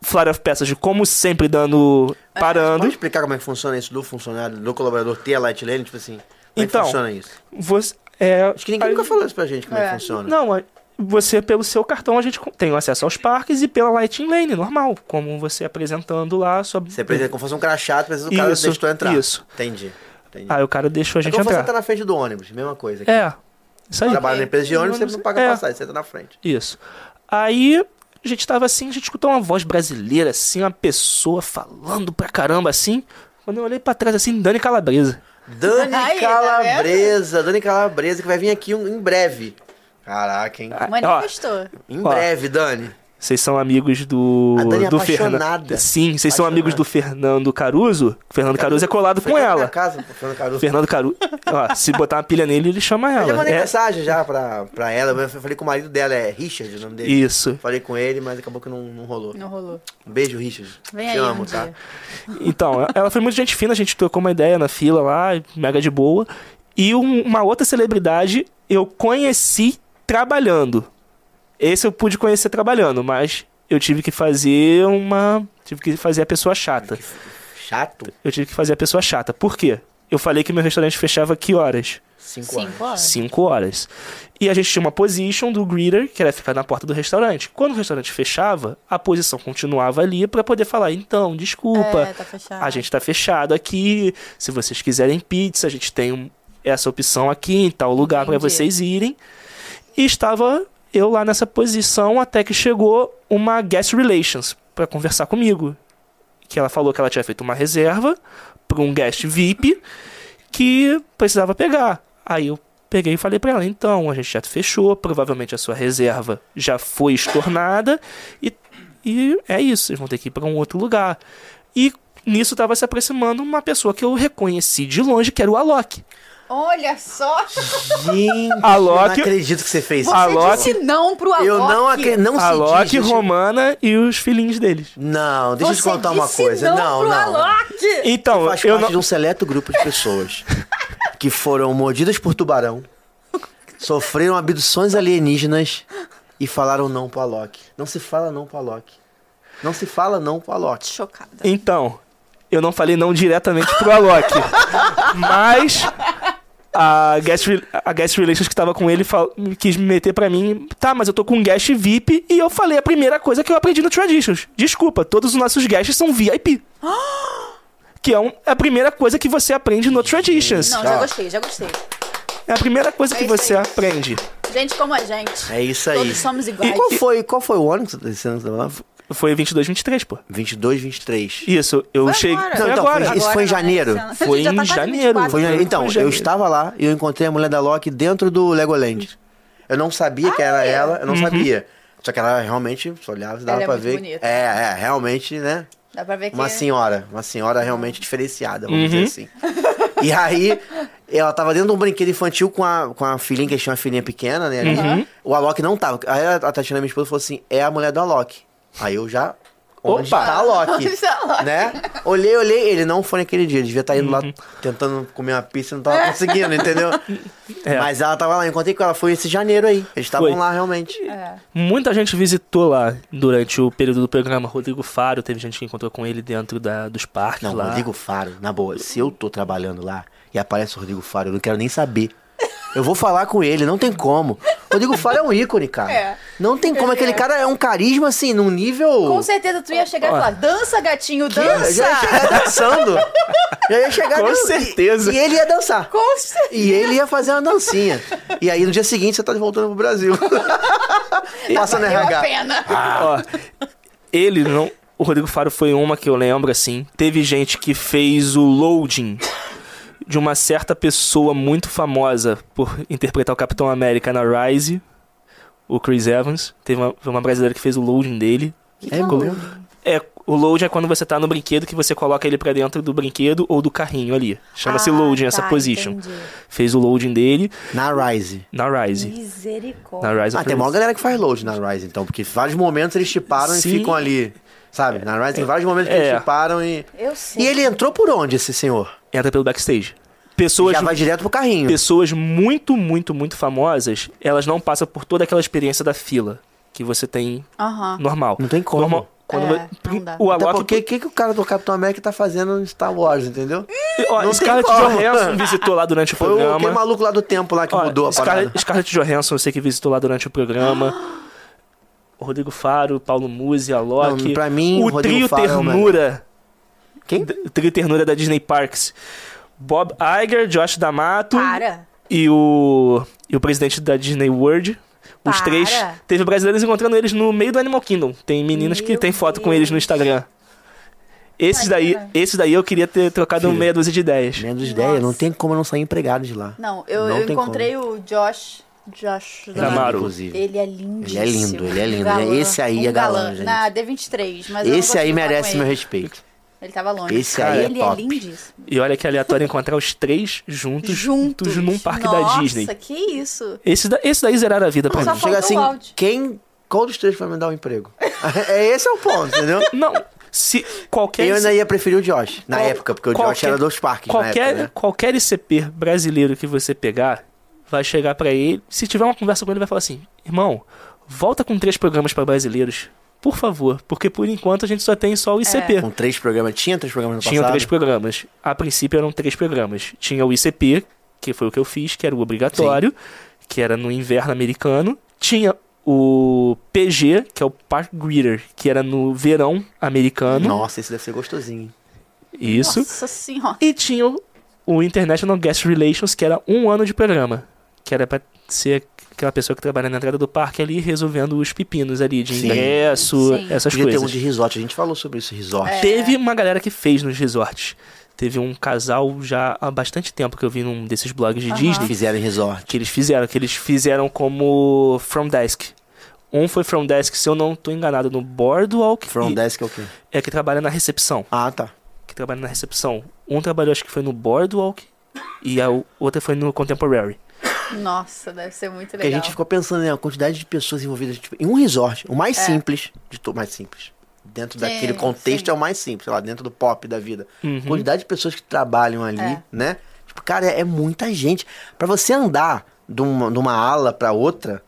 Flare of Passage, como sempre, dando. parando.
Pode explicar como é que funciona isso do funcionário, do colaborador ter a light lane? Tipo assim, como é
Então,
que funciona isso?
Você. É,
Acho que ninguém nunca falou isso pra gente, como é,
É.
que funciona.
Não, a- você, pelo seu cartão, a gente co- tem acesso aos parques e pela Lighting Lane, normal. Como você apresentando lá sobre.
Você precisa, como fosse um crachá, tu precisa do cara
Isso,
deixar tu entrar.
isso.
Entendi. entendi.
Aí o cara deixou a
É
gente
como você
entrar.
tá na frente do ônibus, mesma coisa. aqui.
É. Isso aí.
Trabalha na empresa de ônibus, você não paga
É.
passagem, você tá na frente.
Isso. Aí a gente tava assim, a gente escutou uma voz brasileira, assim, uma pessoa falando pra caramba assim. Quando eu olhei pra trás assim, Dani Calabresa.
Dani
Aí, tá
Calabresa, Dani Calabresa, que vai vir aqui um- em breve. Caraca, hein?
Ah, ó,
Manifestou.
Em
ó.
breve, Dani.
Vocês são amigos do.
A Dani é
do
apaixonada.
Fernando. Sim, vocês são
Apaixonada.
amigos do Fernando Caruso. O Fernando Caruso é colado
Foi
com
na minha
ela.
casa, pô, Fernando Caruso.
Fernando Caruso. Ó, se botar uma pilha nele, ele chama
Eu já
ela.
mandei
É,
mensagem já pra, pra ela, mas eu falei com o marido dela, é Richard o nome dele.
isso.
Falei com ele, mas acabou que não, não rolou.
Não rolou.
Um beijo, Richard.
Vem
Te
aí
amo,
um
tá?
dia.
Então, ela foi muito gente fina, a gente trocou uma ideia na fila lá, mega de boa. E um- uma outra celebridade eu conheci trabalhando. Esse eu pude conhecer trabalhando, mas eu tive que fazer uma. Tive que fazer a pessoa chata.
Chato.
Eu tive que fazer a pessoa chata. Por quê? eu falei que meu restaurante fechava que horas?
Cinco anos.
Cinco horas.
5 horas. E a gente tinha uma position do greeter, que era ficar na porta do restaurante. Quando o restaurante fechava, a posição continuava ali pra poder falar: então, desculpa,
É, tá fechado.
a gente tá fechado aqui. Se vocês quiserem pizza, a gente tem um- essa opção aqui em tal lugar pra
Entendi.
vocês irem. E estava eu lá nessa posição até que chegou uma guest relations pra conversar comigo. Que ela falou que ela tinha feito uma reserva pra um guest VIP que precisava pegar. Aí eu peguei e falei pra ela: então, a gente já fechou, provavelmente a sua reserva já foi estornada e, e é isso, vocês vão ter que ir pra um outro lugar. E nisso tava se aproximando uma pessoa que eu reconheci de longe, que era o Alok.
Olha só.
Gente,
Alok-
eu não acredito que você fez isso.
A
Você
Loki-
disse não pro Alok.
Eu não acredito. Não senti,
Alok,
gente.
Romana e os filhinhos deles.
Não, deixa eu te
Você
contar uma
disse
coisa. Não,
Não, pro
não. não.
Alok.
Então,
Faz
eu
parte
não.
de um seleto grupo de pessoas que foram mordidas por tubarão, sofreram abduções alienígenas e falaram não pro Alok. Não se fala não pro Alok. Não se fala não pro Alok.
Chocada.
Então, eu não falei não diretamente pro Alok. mas a guest, Re- a guest Relations que tava com ele fal- quis me meter pra mim. Tá, mas eu tô com um guest VIP e eu falei a primeira coisa que eu aprendi no Traditions. Desculpa, todos os nossos guests são VIP. que é um- é a primeira coisa que você aprende no Traditions.
Não, já gostei, já gostei.
É a primeira coisa que
isso
você
aí.
aprende.
Gente como a gente.
É isso aí.
Todos somos
E
iguais.
qual foi, qual foi o ano que você esse ano que você tava lá?
Foi 22, 23, pô.
22, 23.
Isso, eu
Foi
cheguei.
agora.
Foi
Não, então,
agora.
Isso foi em
não,
janeiro.
esse ano.
Foi
Já
em
tá quase
janeiro.
24.
Foi em janeiro. Então,
Foi em janeiro.
eu estava lá e eu encontrei a mulher da Loki dentro do Legoland. Eu não sabia que era ela,
Uhum.
eu não sabia. Só que ela realmente só olhava e dava
Ah, é? Ela é
pra
muito
ver.
bonita.
É, é, realmente, né?
Dá pra ver que...
Uma senhora. Uma senhora realmente diferenciada, vamos
Uhum.
dizer assim. E aí, ela tava dentro de um brinquedo infantil com a, com a filhinha, que tinha uma filhinha pequena, né?
Uhum.
O Alok não tava. Aí a Tatiana, minha esposa, falou assim: é a mulher do Alok. Aí eu já. Onde
Opa!
tá Alok?
Onde tá Alok?
né? Olhei, olhei, ele não foi naquele dia. Ele devia estar indo lá
Uhum.
tentando comer uma pizza e não tava conseguindo, entendeu?
É.
Mas ela tava lá, eu encontrei com ela, foi esse janeiro aí. Eles estavam
Foi.
lá realmente.
é.
Muita gente visitou lá durante o período do programa. Rodrigo Faro, teve gente que encontrou com ele dentro da, dos parques
Não,
lá.
Rodrigo Faro, na boa, se eu tô trabalhando lá e aparece o Rodrigo Faro, eu não quero nem saber. Eu vou falar com ele, não tem como. Rodrigo Faro é um ícone, cara.
É.
Não tem como, aquele cara é um carisma, assim, num nível...
Com certeza tu ia chegar e
Ó.
falar, dança, gatinho,
Que- Já é ia
dança!
chegar dançando. Já ia chegar...
Com
dan- e-
certeza.
E, ele ia dançar.
Com certeza.
E ele ia fazer uma dancinha. E aí, no dia seguinte, você tá voltando pro Brasil. Passando
Valeu Tá a
RH.
pena.
Ah,
Ó, ele não. O Rodrigo Faro foi uma que eu lembro, assim. Teve gente que fez o loading de uma certa pessoa muito famosa por interpretar o Capitão América na Rise, o Chris Evans. Teve uma, uma brasileira que fez o loading dele.
É,
Colo- É, o loading é quando você tá no brinquedo que você coloca ele pra dentro do brinquedo ou do carrinho ali. Chama-se
Ah,
loading essa
tá,
position.
entendi.
Fez o loading dele
Na Rise.
na Rise.
Misericórdia.
Na Rise
Ah,
eu
tem
fiz.
uma galera que faz load na Rise, então, porque vários momentos eles chiparam e
Sim.
ficam ali. Sabe? Na Rise tem vários momentos que
É.
eles chiparam e.
Eu sei.
E ele entrou por onde, esse senhor?
Entra pelo backstage. Pessoas,
Já vai direto pro carrinho.
pessoas muito, muito, muito famosas, elas não passam por toda aquela experiência da fila que você tem
Aham.
Hum.
normal.
Não tem como.
Normal, quando
É,
vai-
não dá.
o
Até
Alok...
porque o que, que o cara do Capitão América tá fazendo no Star Wars, entendeu?
Ó,
não
Scarlett
tem como.
Johansson visitou lá durante o
Foi o aquele
Hum. programa.
maluco lá do tempo lá que
Ó,
mudou a
Scarlett-
parada.
Scarlett Johansson, eu sei que visitou lá durante o programa. O Rodrigo Faro, Paulo Musi, Alok.
Não, pra mim,
o
o Rodrigo
trio
Faro é o melhor.
Ternura.
Quem?
O trio Ternura é da Disney Parks. Bob Iger, Josh D'Amato.
Para.
e o, e o presidente da Disney World. Os
Para.
três. Teve brasileiros encontrando eles no meio do Animal Kingdom. Tem meninas que
Meu
têm foto com eles no Instagram. Esses daí, esses daí eu queria ter trocado
Filho.
meia dúzia de ideias.
Menos ideia, não tem como eu não sair empregado de lá.
Não, eu,
Não
eu
tem
encontrei o Josh. Josh
Ele,
Amaro.
inclusive.
Ele é lindo.
Ele é lindo, ele é lindo. Esse aí é galã, gente.
Na D23, mas eu não
Esse
consegui
aí
falar
merece
com
meu
ele.
respeito.
Ele tava longe.
Esse aí é
ele
top.
é lindíssimo.
E olha que aleatório encontrar os três juntos,
Juntos.
num parque
Nossa,
da Disney.
que isso.
Esse, da, esse daí zeraram a vida pra
Só
mim.
Chega
faltou
assim,
o áudio.
quem. Qual dos três vai me dar um emprego? é esse é o ponto, entendeu?
Não, se qualquer.
eu ainda ia preferir o Josh, na
é Qual-
época, porque o Josh
qualquer-
era dos parques na
qualquer,
época, né?
qualquer ICP brasileiro que você pegar, vai chegar pra ele. Se tiver uma conversa com ele, vai falar assim: irmão, volta com três programas pra brasileiros. Por favor, porque por enquanto a gente só tem só o
É.
ICP.
Com três programas. Tinha três programas no
É. Tinha
passado?
três programas. A princípio eram três programas. Tinha o ICP, que foi o que eu fiz, que era o obrigatório, que era no inverno americano. Tinha o PG, que é o Park Greeter, que era no verão americano.
Nossa, esse deve ser gostosinho. hein?
Isso.
Nossa senhora.
E tinha o- o International Guest Relations, que era um ano de programa. Que era pra ser aquela pessoa que trabalha na entrada do parque ali, resolvendo os pepinos ali de
Sim.
ingresso,
Sim.
essas
Podia ter
coisas. É.
um de resort. A gente falou sobre isso, resort.
Teve uma galera que fez nos resorts. Teve um casal já há bastante tempo que eu vi num desses blogs de Disney
Fizeram em resort.
que eles fizeram, que eles fizeram como From Desk. Um foi From Desk, se eu não tô enganado, no Boardwalk.
From
e-
Desk é o quê?
É que trabalha na recepção.
Ah, tá.
Que trabalha na recepção. Um trabalhou, acho que foi no Boardwalk. E a o- outra foi no Contemporary.
Nossa, deve ser muito
Porque a
legal.
gente ficou pensando, né? A quantidade de pessoas envolvidas tipo, em um resort. O mais simples de tudo. mais simples. Dentro
É. Sim,
daquele contexto
sim.
é o mais simples. Sei lá, dentro do pop da vida. A Quantidade de pessoas que trabalham ali,
É.
né? Tipo, cara, é, é muita gente. Pra você andar de uma, de uma ala pra outra,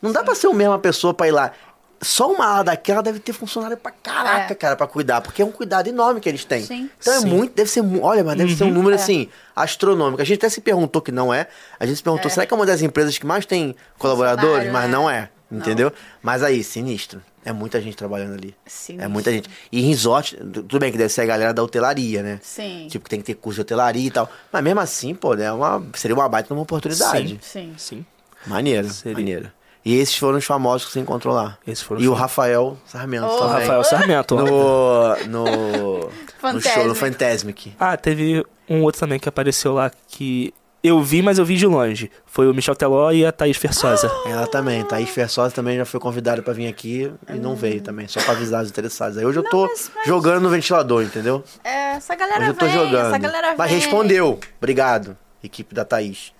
não dá pra ser a mesma pessoa pra ir lá. Só uma ala daquela deve ter funcionário pra caraca,
É.
cara, pra cuidar. Porque é um cuidado enorme que eles têm.
Sim.
Então
Sim. Uhum.
é muito, deve ser, mu- olha, mas deve ser um número assim, astronômico. A gente até se perguntou que não é. A gente se perguntou, será que é uma das empresas que mais tem colaboradores?
Funcionário,
Mas
é.
não é, entendeu? Mas aí, sinistro. É muita gente trabalhando ali.
Sinistro.
É muita gente. E em resort, tu- tudo bem que deve ser a galera da hotelaria, né?
Sim.
Tipo, que tem que ter curso de hotelaria e tal. Mas mesmo assim, pô, né, uma, seria uma baita uma oportunidade.
Sim.
Sim.
Maneiro,
Seria.
maneiro. E esses foram os famosos que você encontrou lá.
Esses foram
e
os
o
fam-
Rafael Sarmento
Oh,
também.
Rafael Sarmento. ó.
No, no, no show,
Fantasmic.
no Fantasmic.
Ah, teve um outro também que apareceu lá que eu vi, mas eu vi de longe. Foi o Michel Teló e a Thaís Fersosa.
Ela também, Thaís Fersosa também já foi convidada pra vir aqui e
Ah.
não veio também, só pra avisar os interessados. Aí hoje eu tô jogando no ventilador, entendeu?
É, essa
Hoje
galera
eu tô
vem,
jogando.
essa galera
Mas
vem.
respondeu. Obrigado, equipe da Thaís.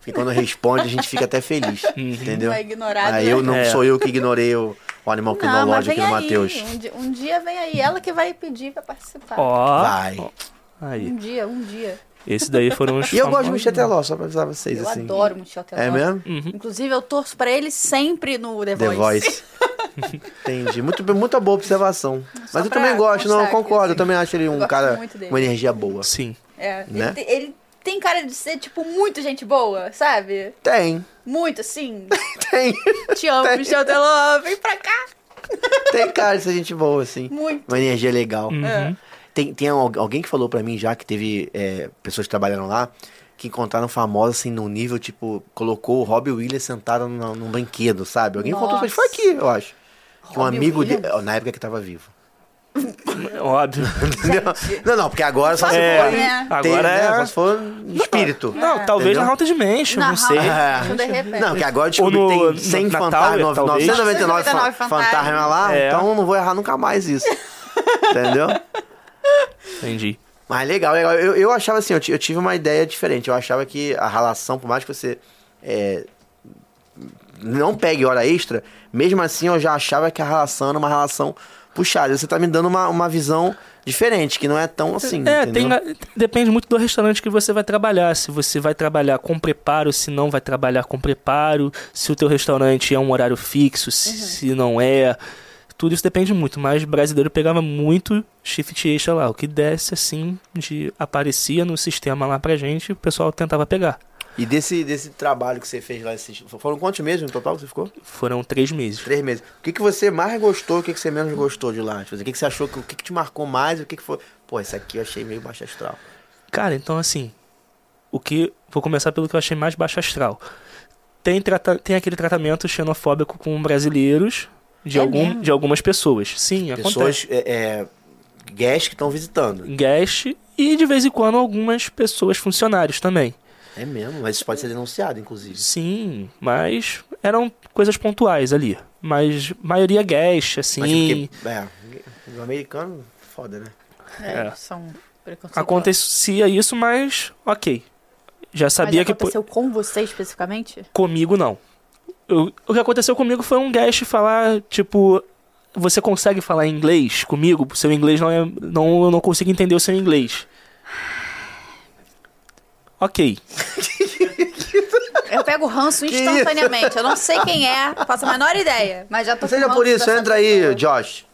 Porque quando responde, a gente fica até feliz,
Uhum.
entendeu?
Vai ignorar,
aí
né?
eu não
É.
sou eu que ignorei o, o animal
Não, mas vem
crinológico do
aí.
Matheus.
Um, di- um dia vem aí. Ela que vai pedir pra
Ah.
participar.
Ó.
Vai.
Aí.
Um dia, um dia.
Esse daí foram os.
E eu gosto de
famosos.
Michel Teló, só pra avisar vocês,
Eu
assim.
adoro o Michel Teló.
É mesmo?
Inclusive, eu torço pra ele sempre no The,
The Voice. Entendi. Muito, bem- muita boa observação. Mas eu
pra
também gosto, não,
constar
eu
aqui,
concordo. Eu
assim.
também acho ele um
gosto
cara
muito dele.
com uma energia boa.
Sim.
É, ele,
Né?
te- ele tem cara de ser, tipo, muito gente boa, sabe?
Tem,
Muito, assim.
tem.
Te amo,
Tem.
Michel Teló, vem pra cá.
Tem cara de ser gente boa, assim.
Muito. É.
Uma energia legal.
Hum. Uhum.
Tem, tem al- alguém que falou pra mim já que teve é, pessoas que trabalharam lá que encontraram famosos assim num nível tipo, colocou o Robbie Williams sentado num, num banquedo, sabe? Alguém contou pra gente, foi
Nossa.
aqui, eu acho. Que um
Robbie
amigo
Williams?
dele. Na época que tava vivo.
É Óbvio.
Entendeu? Não, não, porque agora só se
É,
for.
né?
ter,
Agora
né?
é-
Só se for espírito.
Não, talvez
Entendeu?
na Haunted Mansion,
Na
não sei.
Haunted-
É.
Deixa eu de repente.
Não, que agora eu descobri
Ou
que
no-
tem 100
no- na
fantasmas,
Tower,
nove-
talvez.
999 fa-
999
fantasma lá,
É.
então eu não vou errar nunca mais isso. Entendeu?
Entendi.
Mas legal, legal. Eu, eu achava assim, eu, ti- eu tive uma ideia diferente. Eu achava que a relação, por mais que você é, não pegue hora extra, mesmo assim eu já achava que a relação era uma relação puxada. Você tá me dando uma, uma visão diferente, que não é tão assim.
é, tem,
entendeu?
depende muito do restaurante que você vai trabalhar. Se você vai trabalhar com preparo, se não vai trabalhar com preparo, se o teu restaurante é um horário fixo, se, se não é. Tudo isso depende muito, mas brasileiro pegava muito shift extra lá. O que desse assim, de aparecia no sistema lá pra gente, o pessoal tentava pegar.
E desse, desse trabalho que você fez lá, esses- foram quantos meses no total que você ficou?
Foram três meses.
Três meses. O que, que você mais gostou, o que, que você menos gostou de lá? Tipo assim, O que, que você achou, que- o que, que te marcou mais, o que, que foi... Pô, isso aqui eu achei meio baixo astral.
Cara, então assim, o que vou começar pelo que eu achei mais baixo astral. Tem, trata- tem aquele tratamento xenofóbico com brasileiros de,
É
algum,
mesmo?
de algumas pessoas. Sim, acontece.
Pessoas, é, é, guests que estão visitando.
Guest e de vez em quando algumas pessoas funcionários também.
É mesmo, mas isso pode ser denunciado, inclusive.
Sim, mas eram coisas pontuais ali. Mas maioria guest,
Mas
assim.
porque, é, o americano, foda, né?
É.
São
tá-
preconceituosos.
Acontecia isso, mas ok. Já
Mas
sabia
é
que. po-
aconteceu com você especificamente?
Comigo, não. Eu- o que aconteceu comigo foi um guest falar, tipo, você consegue falar inglês comigo? Seu inglês não é. Não, eu não consigo entender o seu inglês. Ok.
Eu pego ranço
isso?
instantaneamente. Eu não sei quem é, faço a menor ideia. Mas já tô com
Seja por
ranço
isso,
dessa
entra aí, tipo
pessoa.
Josh.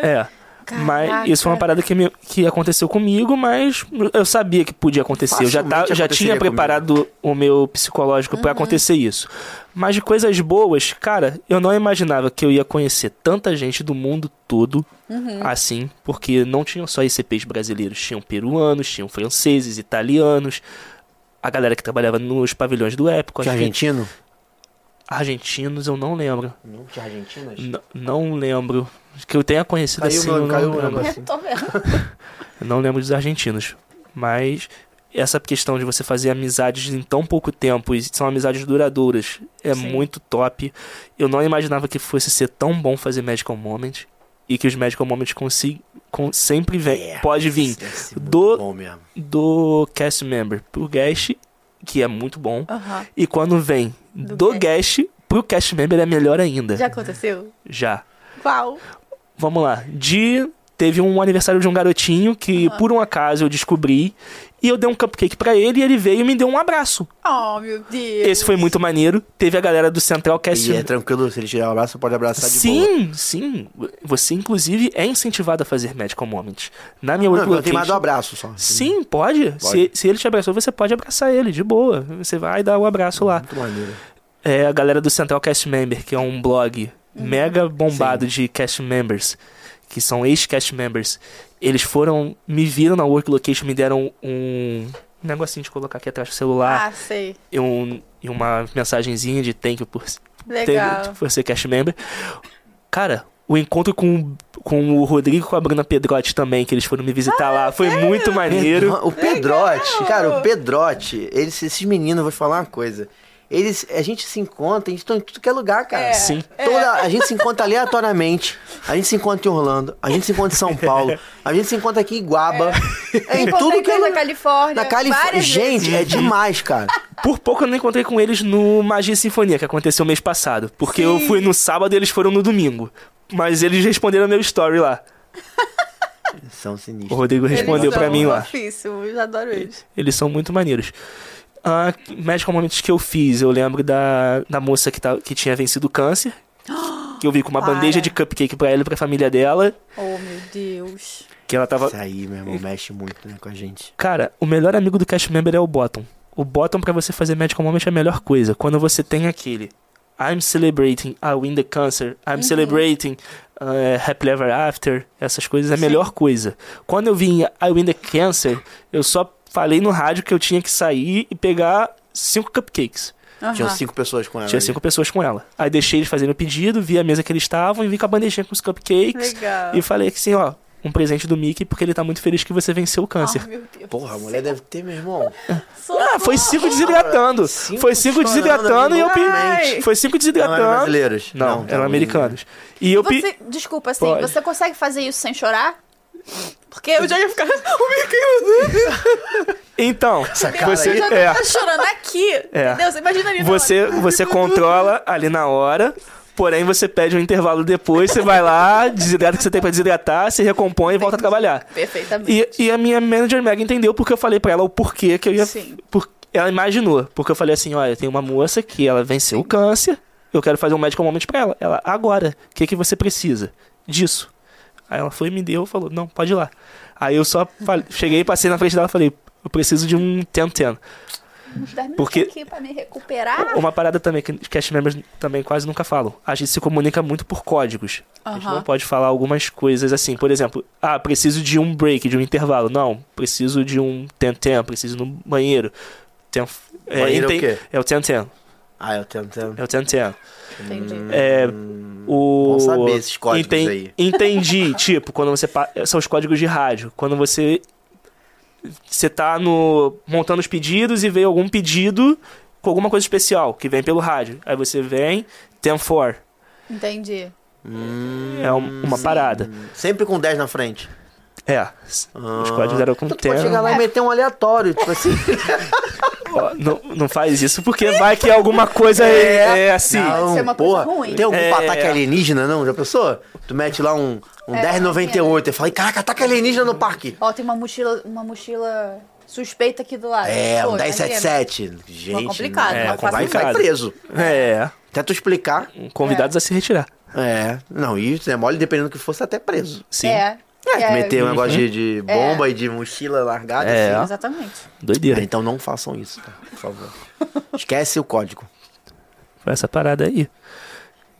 É. Mas isso foi uma parada que, me- que aconteceu comigo, mas eu sabia que podia acontecer. Eu já, tá,
Facilmente
já tinha
aconteceria
preparado o meu psicológico pra acontecer isso. Mas de coisas boas, cara, eu não imaginava que eu ia conhecer tanta gente do mundo todo assim, porque não tinham só ICPs brasileiros, tinham peruanos, tinham franceses, italianos, a galera que trabalhava nos pavilhões do Épico,
Tinha
acho que-
argentino?
argentinos, eu não lembro.
Não, tinha argentinas.
N- não lembro. Que eu tenha conhecido
Caiu
assim,
meu-
eu não
caiu meu
lembro.
negócio.
Eu tô vendo.
Eu não lembro dos argentinos. Mas essa questão de você fazer amizades em tão pouco tempo, e são amizades duradouras, é muito top. Eu não imaginava que fosse ser tão bom fazer Magical Moment. E que os Magical Moments consi- com- sempre vem, pode vir
Esse é muito
Do-
bom mesmo.
do cast member pro guest, que é muito bom.
Aham.
E quando vem do, guest. pro cast member é melhor ainda.
Já aconteceu?
Já.
Qual?
Vamos lá. De. Teve um aniversário de um garotinho que, por um acaso, eu descobri. E eu dei um cupcake pra ele e ele veio e me deu um abraço.
Oh, meu Deus.
Esse foi muito maneiro. Teve a galera do Central Cast.
E é tranquilo, se ele tirar o abraço, pode abraçar de boa.
sim, sim. Você, inclusive, é incentivado a fazer Medical Moments. Na minha
Não,
outra
eu tenho mais do
location-
abraço só.
é Sim, pode. Se, se ele te abraçou, você pode abraçar ele, de boa. Você vai dar o abraço lá.
Muito maneiro.
É a galera do Central Cast Member, que é um blog
Uhum.
mega bombado de cast members, que são ex-cast members. Eles foram, me viram na work location, me deram um negocinho de colocar aqui atrás do celular
Ah, sei.
e, um- e uma mensagenzinha de thank you por, thank
Legal.
you por ser cast member. Cara, o encontro com, com o Rodrigo e com a Bruna Pedrotti também, que eles foram me visitar
Ah,
lá, foi muito maneiro.
O Pedrote, cara, o Pedrote, eles, esses meninos, eu vou te falar uma coisa. Eles, a gente se encontra, a gente tá em tudo que é lugar, cara.
É.
Sim.
Toda, a gente se encontra aleatoriamente. A gente se encontra em Orlando, a gente se encontra em São Paulo, a gente se encontra aqui em Iguaba. É. em tudo
Encontrei
que é
coisa
lugar.
na Califórnia.
Na Califórnia.
várias vezes.
Gente, é demais, cara.
Por pouco eu não encontrei com eles no Magia e Sinfonia, que aconteceu mês passado. Porque eu fui no sábado e eles foram no domingo. Mas eles responderam meu story lá.
São
O
sinistros.
Rodrigo respondeu
Eles
pra
são
mim lá.
fofíssimos, eu adoro eles.
Eles são muito maneiros. Ah, Magical Moments que eu fiz, eu lembro da, da moça que, tá, que tinha vencido o câncer. Que eu vi com uma
Para.
bandeja de cupcake pra ela e pra família dela.
Oh, meu Deus.
Que ela tava.
Isso aí, meu irmão, mexe muito né, com a gente.
Cara, o melhor amigo do cast member é o Bottom. O Bottom pra você fazer Magical Moment é a melhor coisa. Quando você tem aquele I'm celebrating, I win the cancer, I'm celebrating, eh, happy ever after, essas coisas é a melhor coisa. Quando eu vinha I win the cancer, eu só falei no rádio que eu tinha que sair e pegar cinco cupcakes.
Tinham
Aham.
cinco pessoas com ela.
Tinha um
ali.
cinco pessoas com ela. Aí deixei eles fazerem o pedido, vi a mesa que eles estavam e vim com a bandejinha com os cupcakes.
Legal.
E falei que assim, ó, um presente do Mickey porque ele tá muito feliz que você venceu o câncer.
Oh, meu Deus.
Porra, a mulher deve ter, meu irmão.
Ah, foi cinco desidratando.
Cinco
foi cinco
chorando,
desidratando e eu
amigo.
pedi. Foi
Não,
cinco
eram
desidratando.
brasileiros.
Não, eram
tá,
americanos. E eu pedi.
Você, desculpa, assim,
Pode.
você consegue fazer isso sem chorar?
Porque eu já ia ficar.
Então,
cara
você,
aí.
Eu já
é,
tava chorando aqui.
É.
Entendeu? Você imagina ali.
você, você controla ali na hora. Porém, você pede um intervalo depois, você vai lá, desidrata o que você tem pra desidratar, se recompõe e volta a trabalhar.
Perfeitamente.
E, e a minha manager Meg entendeu porque eu falei pra ela o porquê que eu ia.
Sim.
por- ela imaginou. Porque eu falei assim: olha, tem uma moça que ela venceu o câncer, eu quero fazer um medical moment pra ela. Ela, agora, o que, que você precisa disso? Aí ela foi, me deu, falou: não, pode ir lá. Aí eu só falei- cheguei, passei na frente dela e falei: eu preciso de um 10-10.
Uns 10 minutos
Porque-
aqui pra me
Ah!
recuperar.
Uma parada também que os cast members também quase nunca falam. A gente se comunica muito por códigos. A gente
Aham.
não pode falar algumas coisas assim. Por exemplo, ah, preciso de um break, de um intervalo. Não, preciso de um tentem, preciso ir no banheiro. Tem, é,
Banheiro é o
enten-
quê?
é o tentem,
Ah, eu tento.
é o tentem.
Entendi.
É, o...
bom saber esses códigos
Enten-
aí.
Entendi, tipo, quando você... pa- São os códigos de rádio. Quando você... Você tá no... montando os pedidos e vem algum pedido com alguma coisa especial que vem pelo rádio. Aí você vem, tem for.
Entendi.
É um- uma parada.
Sempre com 10 na frente.
É. Os códigos eram com
Então tu pode chegar
tem.
É.
lá e meter um aleatório, tipo assim.
Ó, Não, não faz isso porque vai que alguma coisa é, é assim.
Não,
ser uma coisa
porra.
ruim.
Tem algum
É.
ataque alienígena, não? Já pensou? Tu mete lá
É,
um, um 10,98 e fala, caraca, ataque alienígena no parque.
Ó, tem uma mochila, uma mochila Suspeita aqui do lado.
É,
Pô, tá
um
imagina.
1077. Gente,
tá complicado, tá
né?
uma coisa
vai, vai
complicada.
preso.
É. um
Até tu explicar.
Convidados a se retirar.
É, não, e isso é mole, dependendo do que fosse, até preso.
Sim. Ah,
É.
É,
é,
meter um negócio de,
Uhum.
de bomba
É.
e de mochila largada.
É.
assim.
Exatamente.
Doideira.
Então não façam isso, tá? por favor. Esquece o código.
Foi essa parada aí.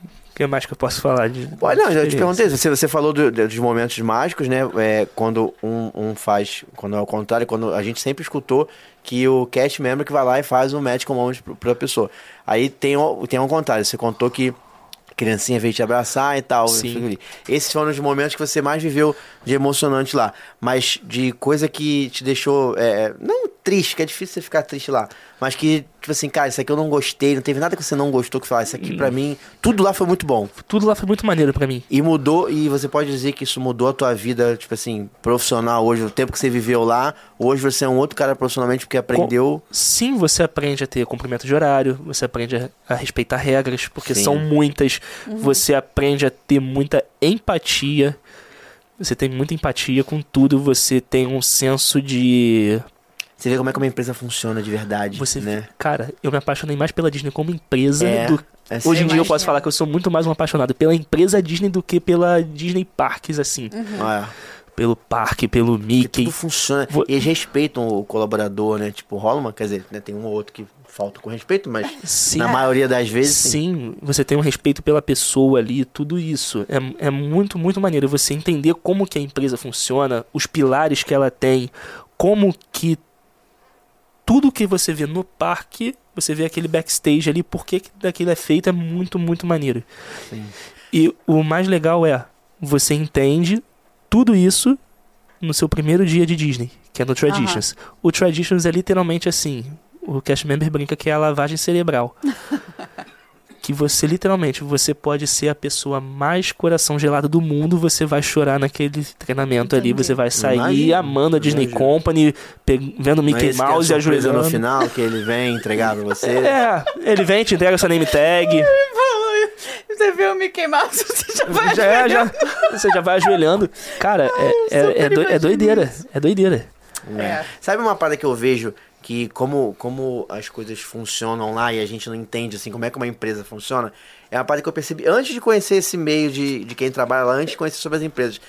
O que mais que eu posso falar de.
Olha, não, eu te
de-
perguntei, você, você falou do- dos momentos mágicos, né? É, quando um, um faz, quando é o contrário, quando a gente sempre escutou que o cast member que vai lá e faz um magical moment pro- pra pessoa. Aí tem o, tem um contrário, você contou que a criancinha veio te abraçar e tal.
Sim.
enfim. Esses foram os momentos que você mais viveu de emocionante lá. Mas de coisa que te deixou, é, não triste, que é difícil você ficar triste lá. Mas que, tipo assim, cara, isso aqui eu não gostei, não teve nada que você não gostou que falar. Isso aqui, pra mim, tudo lá foi muito bom.
Tudo lá foi muito maneiro pra mim.
E mudou, e você pode dizer que isso mudou a tua vida, tipo assim, profissional hoje, o tempo que você viveu lá, hoje você é um outro cara profissionalmente porque aprendeu.
Sim, você aprende a ter cumprimento de horário, você aprende a, a respeitar regras, porque
Sim.
são muitas. Você aprende a ter muita empatia. Você tem muita empatia com tudo, você tem um senso de.
Você vê como é que uma empresa funciona de verdade,
Você.
né?
Cara, eu me apaixonei mais pela Disney como empresa
É,
do
é assim.
Hoje em dia eu
imagina.
posso falar que eu sou muito mais um apaixonado pela empresa Disney do que pela Disney Parques, assim.
Ah,
Pelo parque, pelo
é. E tudo
Mickey.
funciona.
Vo-
E eles respeitam o colaborador, né? Tipo, rola uma, quer dizer, né, tem um ou outro que falta com respeito, mas
Sim,
na maioria das vezes, sim.
sim, você tem um respeito pela pessoa ali, tudo isso. É, é muito, muito maneiro você entender como que a empresa funciona, os pilares que ela tem, como que tudo que você vê no parque, você vê aquele backstage ali, por que que daquilo é feito, é muito, muito maneiro.
Sim.
E o mais legal é, você entende tudo isso no seu primeiro dia de Disney, que é no Traditions. O Traditions é literalmente assim, o cast member brinca que é a lavagem cerebral. que você literalmente, você pode ser a pessoa mais coração gelada do mundo, você vai chorar naquele treinamento ali, você vai sair
Imagino,
amando a Disney
imagino.
Company, pe- vendo
Não é
Mickey
esse que é a
Mouse e
surpresa
ajoelhando
no final que ele vem entregar pra você.
É, ele vem, te entrega sua name tag.
Você viu o Mickey Mouse? Você já vai
já, é, já, você já vai ajoelhando. Cara, é, é, é, do- é doideira. É doideira.
É. Sabe uma parada que eu vejo que como, como as coisas funcionam lá e a gente não entende assim como é que uma empresa funciona? É uma parada que eu percebi antes de conhecer esse meio de, de quem trabalha lá, antes de conhecer sobre as empresas.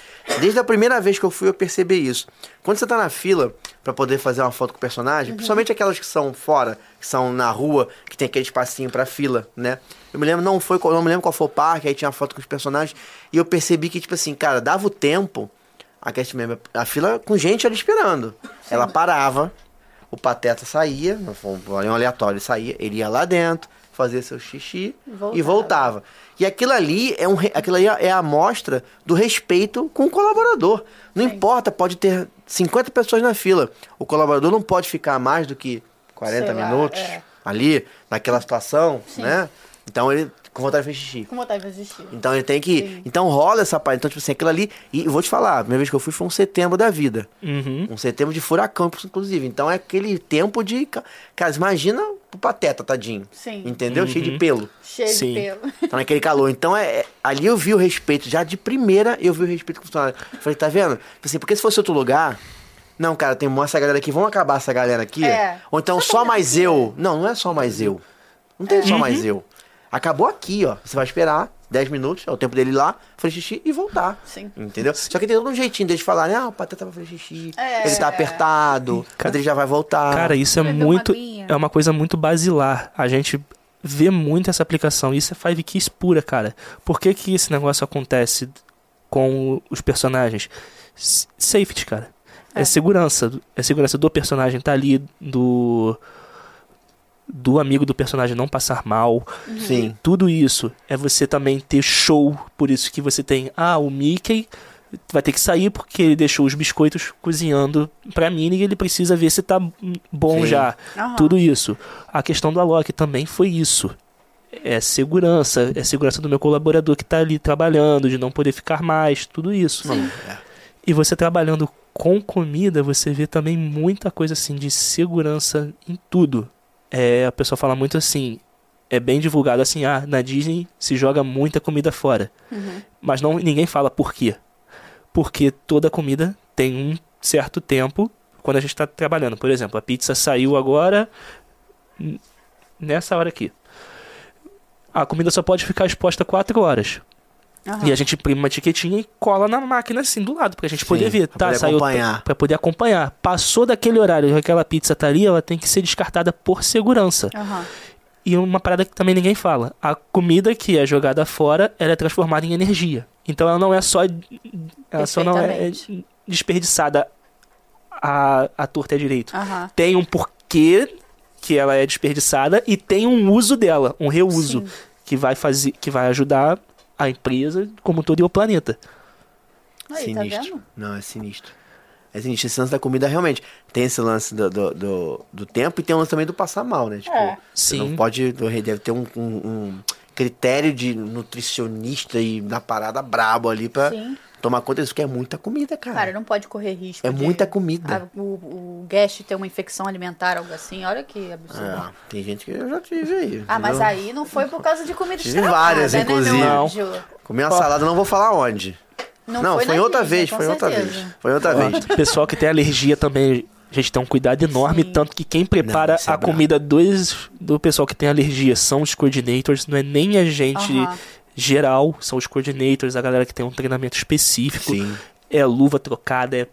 Desde a primeira vez que eu fui, eu percebi isso. Quando você tá na fila pra poder fazer uma foto com o personagem, principalmente aquelas que são fora, que são na rua, que tem aquele espacinho pra fila, né? Eu me lembro, não foi, qual- não me lembro qual foi o parque, aí tinha uma foto com os personagens, e eu percebi que, tipo assim, cara, dava o tempo, a cast member, a fila com gente ali esperando. Ela parava, o pateta saía, um aleatório ele saía, ele ia lá dentro, fazia seu xixi
Voltava.
e voltava. E aquilo ali é um, re- aquilo ali é a amostra do respeito com o colaborador. Não importa, pode ter 50 pessoas na fila. O colaborador não pode ficar mais do que 40
Sei lá,
minutos
é.
ali, naquela situação, né? Então ele com vontade de fazer xixi.
Com vontade de existir.
Então ele tem que. Então rola essa parte. Então, tipo assim, aquilo ali. E eu vou te falar, a primeira vez que eu fui foi um setembro da vida.
Uhum.
Um setembro de furacão, inclusive. Então é aquele tempo de. ca- Cara, imagina o pateta, tadinho.
Sim.
Entendeu? Cheio de pelo.
Cheio
Sim.
de pelo.
Tá naquele calor. Então, é, é- ali eu vi o respeito. Já de primeira, eu vi o respeito com o funcionário. Falei, tá vendo? Tipo Assim, porque se fosse outro lugar... Não, cara, tem uma essa galera aqui. Vamos acabar essa galera aqui?
É.
Ou então só mais eu. Não, não é só mais eu. Não tem
Uhum.
só mais eu. Acabou aqui, ó. Você vai esperar 10 minutos, é o tempo dele ir lá, fazer xixi e voltar.
Sim.
Entendeu? Só que tem todo um jeitinho deles falarem, ah, o Pateta vai fazer xixi,
É.
ele tá apertado, mas ele já vai voltar.
Cara, isso é
Beber uma
muito.
aguinha.
É uma coisa muito basilar. A gente vê muito essa aplicação. Isso é Five Keys pura, cara. Por que, que esse negócio acontece com o- os personagens? S- Safety, cara. É.
É.
segurança. É segurança do personagem tá ali, do. Do amigo do personagem não passar mal.
Uhum.
Sim.
Tudo isso é você também ter show. Por isso que você tem, ah, o Mickey vai ter que sair porque ele deixou os biscoitos cozinhando pra Minnie e ele precisa ver se tá hum, bom
Sim.
já.
Aham.
Tudo isso. A questão do Alok também foi isso. É segurança, é segurança do meu colaborador que tá ali trabalhando, de não poder ficar mais, tudo isso.
é.
E você trabalhando com comida, você vê também muita coisa assim de segurança em tudo. É, a pessoa fala muito assim, é bem divulgado assim, ah, na Disney se joga muita comida fora.
Uhum.
Mas não ninguém fala por quê. Porque toda comida tem um certo tempo quando a gente está trabalhando. Por exemplo, a pizza saiu agora n- nessa hora aqui. A comida só pode ficar exposta 4 horas.
Aham.
E a gente imprime uma etiquetinha e cola na máquina assim do lado, pra gente poder ver,
pra
tá?
poder
saiu
acompanhar.
Pra poder acompanhar. Passou daquele horário que aquela pizza tá ali, ela tem que ser descartada por segurança.
Aham.
E uma parada que também ninguém fala. A comida que é jogada fora, ela é transformada em energia. Então ela não é só. Ela só não é
Perfeitamente.
desperdiçada a, a torta é direito.
Aham.
Tem um porquê que ela é desperdiçada e tem um uso dela, um reuso, que vai fazer. que vai ajudar a empresa, como um todo, e o planeta.
Aí, tá
sinistro.
vendo?
Não, é sinistro. É sinistro. Esse lance da comida realmente. Tem esse lance do, do, do, do tempo e tem o lance também do passar mal, né? Tipo,
É.
você
Sim.
não pode. Deve ter um, um- um critério de nutricionista e na parada brabo ali pra
Sim.
tomar conta disso, porque é muita comida, cara.
Cara, não Ah, pode correr risco.
é
de-
muita comida.
a- o, o guest ter uma infecção alimentar, algo assim. Olha que absurdo.
Ah, tem gente que eu já tive aí.
Ah, mas
entendeu?
aí não foi por causa de comida
Tive
estragada,
várias,
né,
inclusive.
meu
Não.
anjo?
Comi uma salada, não vou falar onde. Não, foi,
na
outra
Disney,
vez,
com
foi outra
certeza.
vez. Foi outra vez.
Ó, Pessoal que tem alergia também, gente, tem um cuidado enorme, tanto que quem prepara
Não, isso é
a
brabo.
comida dos, do pessoal que tem alergia são os coordinators, não é nem a gente
Aham.
geral, são os coordinators, a galera que tem um treinamento específico,
Sim.
é luva trocada, é,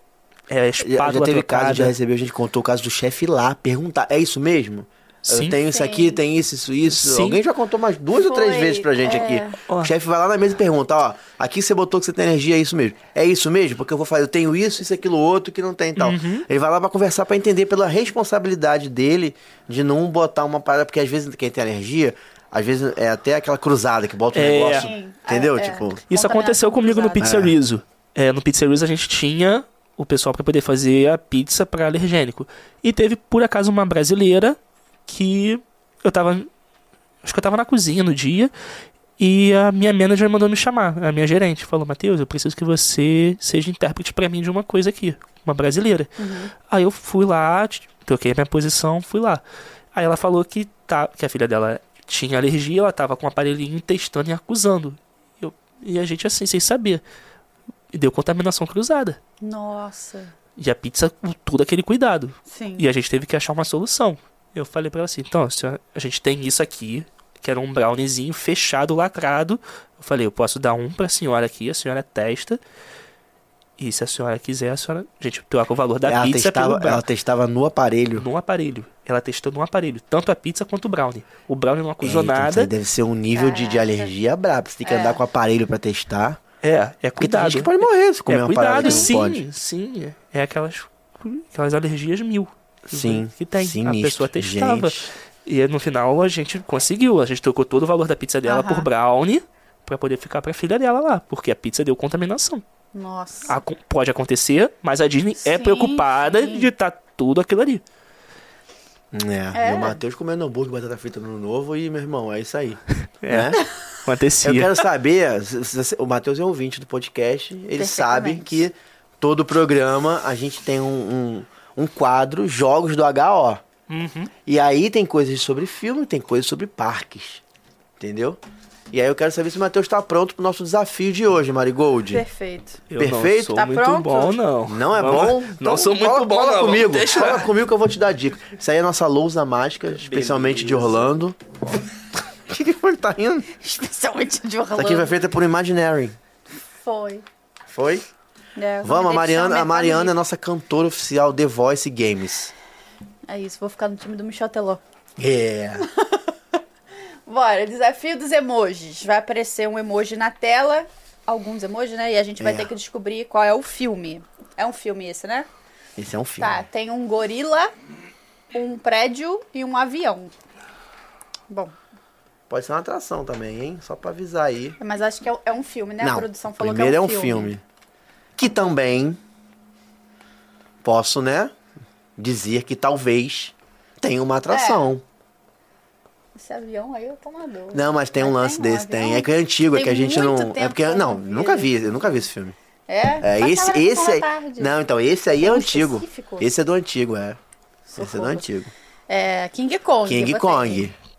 é
Já, já
espátula
teve
trocada. é
caso, já recebeu, a gente contou o caso do chefe lá, perguntar, é isso mesmo?
Sim.
Eu tenho isso
Sim.
aqui, tem isso, isso, isso.
Sim.
Alguém já contou mais duas ou três
Foi,
vezes pra gente
é.
aqui.
Ó.
O chefe vai lá na mesa e pergunta, ó, aqui você botou que você tem energia, é isso mesmo. É isso mesmo? Porque eu vou falar, eu tenho isso, isso, aquilo, outro que não tem e tal.
Uhum.
Ele vai lá pra conversar, pra entender pela responsabilidade dele de não botar uma parada, porque às vezes quem tem alergia, às vezes é até aquela cruzada que bota um
É.
negócio,
Sim.
entendeu?
É, é.
Tipo,
Isso
Contaminação
aconteceu comigo no
cruzada.
Pizzerizo. É, no Pizzerizo a gente tinha o pessoal para poder fazer a pizza para alergênico. E teve, por acaso, uma brasileira que eu tava. Acho que eu tava na cozinha no dia. E a minha manager mandou me chamar, a minha gerente. Falou, Matheus, eu preciso que você seja intérprete para mim de uma coisa aqui. Uma brasileira. Aí eu fui lá, t- troquei a minha posição, fui lá. Aí ela falou que, tá, que a filha dela tinha alergia, ela tava com o aparelhinho testando e acusando. Eu- e a gente assim, sem saber. E deu contaminação cruzada.
Nossa.
E a pizza com todo aquele cuidado.
Sim.
E a gente teve que achar uma solução. Eu falei pra ela assim, então, senhora, a gente tem isso aqui, que era um browniezinho fechado, lacrado. Eu falei, eu posso dar um pra senhora aqui, a senhora testa. E se a senhora quiser, a senhora... A gente troca o valor da
ela,
pizza é pelo
testava,
brownie
ela testava no aparelho.
num aparelho. Ela testou num aparelho, tanto a pizza quanto o brownie. O brownie não acusou
É, então isso aí
nada.
deve ser um nível de, de
É.
alergia brabo. Você tem que andar com o aparelho pra testar.
É, é
Porque tem
cuidado.
gente que pode morrer se comer
é
uma parada
cuidado,
que não
sim,
pode.
sim. É aquelas, aquelas alergias mil. que-
Sim,
Que tem.
sinistro,
a pessoa testava.
gente.
E no final a gente conseguiu. A gente trocou todo o valor da pizza dela
Aham.
por brownie pra poder ficar pra filha dela lá. Porque a pizza deu contaminação.
Nossa.
Acon- pode acontecer, mas a Disney é
Sim,
preocupada
sim.
de estar tudo aquilo ali.
É,
É.
E o Matheus comendo hambúrguer, batata frita no novo e, meu irmão, é isso aí.
É.
Né?
Acontecia.
Eu quero saber, se- se- se- o Matheus é ouvinte do podcast, ele sabe que
Perfeitamente.
todo programa a gente tem um, um, um quadro Jogos do HO.
Uhum.
E aí tem coisas sobre filme, tem coisas sobre parques. Entendeu? E aí eu quero saber se o Matheus tá pronto pro nosso desafio de hoje, Marigold.
Perfeito.
Eu
Perfeito?
não sou
Tá
muito
pronto?
bom, não.
Não é
Vamos-
bom?
Não
Então
sou muito
cola-
bom,
cola
não.
comigo.
Vamos deixar.
Cola comigo que eu vou te dar dica. Isso aí é a nossa lousa mágica, especialmente de
beleza.
Orlando. O que que foi? Tá rindo? Isso
Especialmente de Orlando.
aqui foi feita por Imagineering.
Foi.
Foi?
É,
Vamos, a
deixar
Mariana, a
aumentar
Mariana é
no-
nossa cantora oficial The Voice Games.
É isso, vou ficar no time do Michel Teló.
É.
Bora, desafio dos emojis. Vai aparecer um emoji na tela, alguns emojis, né? E a gente vai
É.
ter que descobrir qual é o filme. É um filme esse, né?
Esse é um filme.
Tá, tem um gorila, um prédio e um avião. Bom,
Pode ser uma atração também, hein? Só pra avisar aí.
mas acho que é, é um filme, né?
Não,
a produção falou
primeiro
que é um,
é um filme. Que também posso, né, dizer que talvez tenha uma atração.
Esse avião aí eu tô na dúvida.
Não, mas tem um
É. Mas
lance
tem um
desse, tem.
avião?
É que é antigo, é
Tem
que a gente não.
muito
é
tempo
porque.
que eu
Não,
não vi.
nunca vi, eu nunca vi esse filme.
É,
É,
Passava
esse,
na
esse
sessão
aí.
da tarde.
Não, então, esse aí é
Algum
antigo.
específico?
Esse é do antigo, é. Esse é do
Socorro.
antigo.
É, King Kong.
King
botei
Kong.
aqui.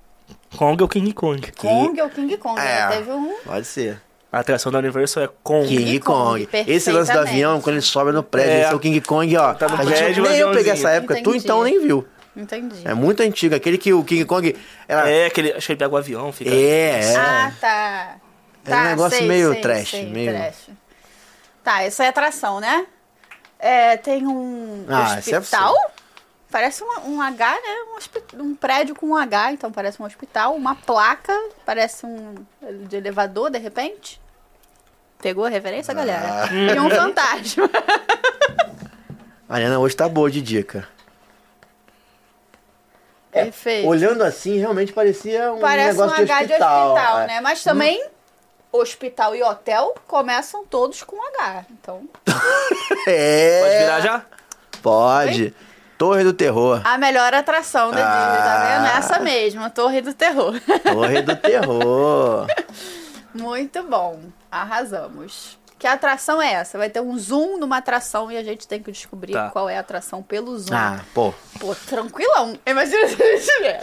Kong é o King Kong.
Kong ou King Kong,
É.
né? Teve um...
Pode ser.
A atração da Universal é com.
King Kong.
Kong,
Esse lance do
perfeitamente.
avião, quando ele sobe no prédio,
É.
esse é o King Kong, ó.
Tá no
a gente
prédio,
nem eu
aviãozinho.
peguei essa época, tu
Entendi.
então nem viu.
Entendi.
É muito antigo, aquele que o King Kong era...
É, aquele, acho que ele pega o avião, fica.
É, é.
Ah, tá.
É
Tá,
um negócio meio trash,
sei,
meio-
trash. Tá, isso é atração, né? É, tem um
Ah, isso é
hospital. Parece um, um H, né? Um, hospi- um prédio com um H, então parece um hospital. Uma placa, parece um de elevador, de repente. Pegou a
Ah.
referência, galera? E um fantasma.
A Ariana hoje tá boa de dica.
Perfeito.
É, Olhando assim, realmente parecia um
É. Parece um
negócio
H
de hospital.
de hospital,
é.
né? Mas também hospital e hotel começam todos com H. Então,
É.
Pode virar já?
Pode. Torre do Terror.
a melhor atração da Disney, tá
Ah.
vendo? Essa mesma, a Torre do Terror.
Torre do Terror.
Muito bom. Arrasamos. Que atração é essa? Vai ter um zoom numa atração e a gente tem que descobrir
Tá.
qual é a atração pelo zoom.
Ah, pô.
Pô, tranquilão. Imagina se a gente tiver.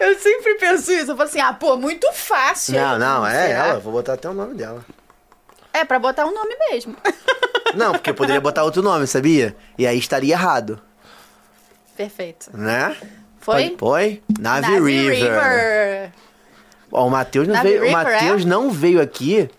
Eu sempre penso isso. Eu falo assim, ah, pô, muito fácil.
Não, não, é
Será?
ela. Vou botar até o nome dela.
É, pra botar um nome mesmo.
Não, porque eu poderia botar outro nome, sabia? E aí estaria errado,
Perfeito.
né?
Foi?
Pode- Foi? Nave,
Nazi
River.
River.
Ó, o Matheus não
Nave
veio, o
River,
Matheus
é?
não veio aqui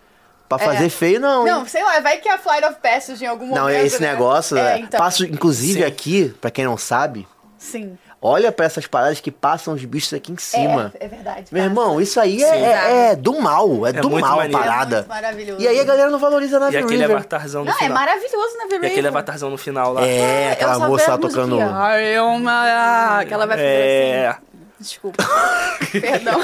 pra fazer feio não. hein?
Não, sei lá, vai que é a Flight of Passage em algum momento.
Não, é esse
né?
negócio,
é.
é,
então,
Passo, inclusive
Sim.
aqui, pra quem não sabe,
Sim.
olha pra essas paradas que passam os bichos aqui em cima.
É, é verdade.
Meu
passa.
irmão, isso aí é, é- é do mal, é, do
muito
mal a
maneiro.
parada.
É muito maravilhoso.
E aí a galera assim, não valoriza a Nave
E aquele
River.
avatarzão no
Não, é
final.
maravilhoso na
e
River.
aquele avatarzão no final lá.
Ah,
É, aquela moça lá tocando.
Ai, uma... Que ela Ah, vai fazer
É.
assim. Desculpa. Perdão.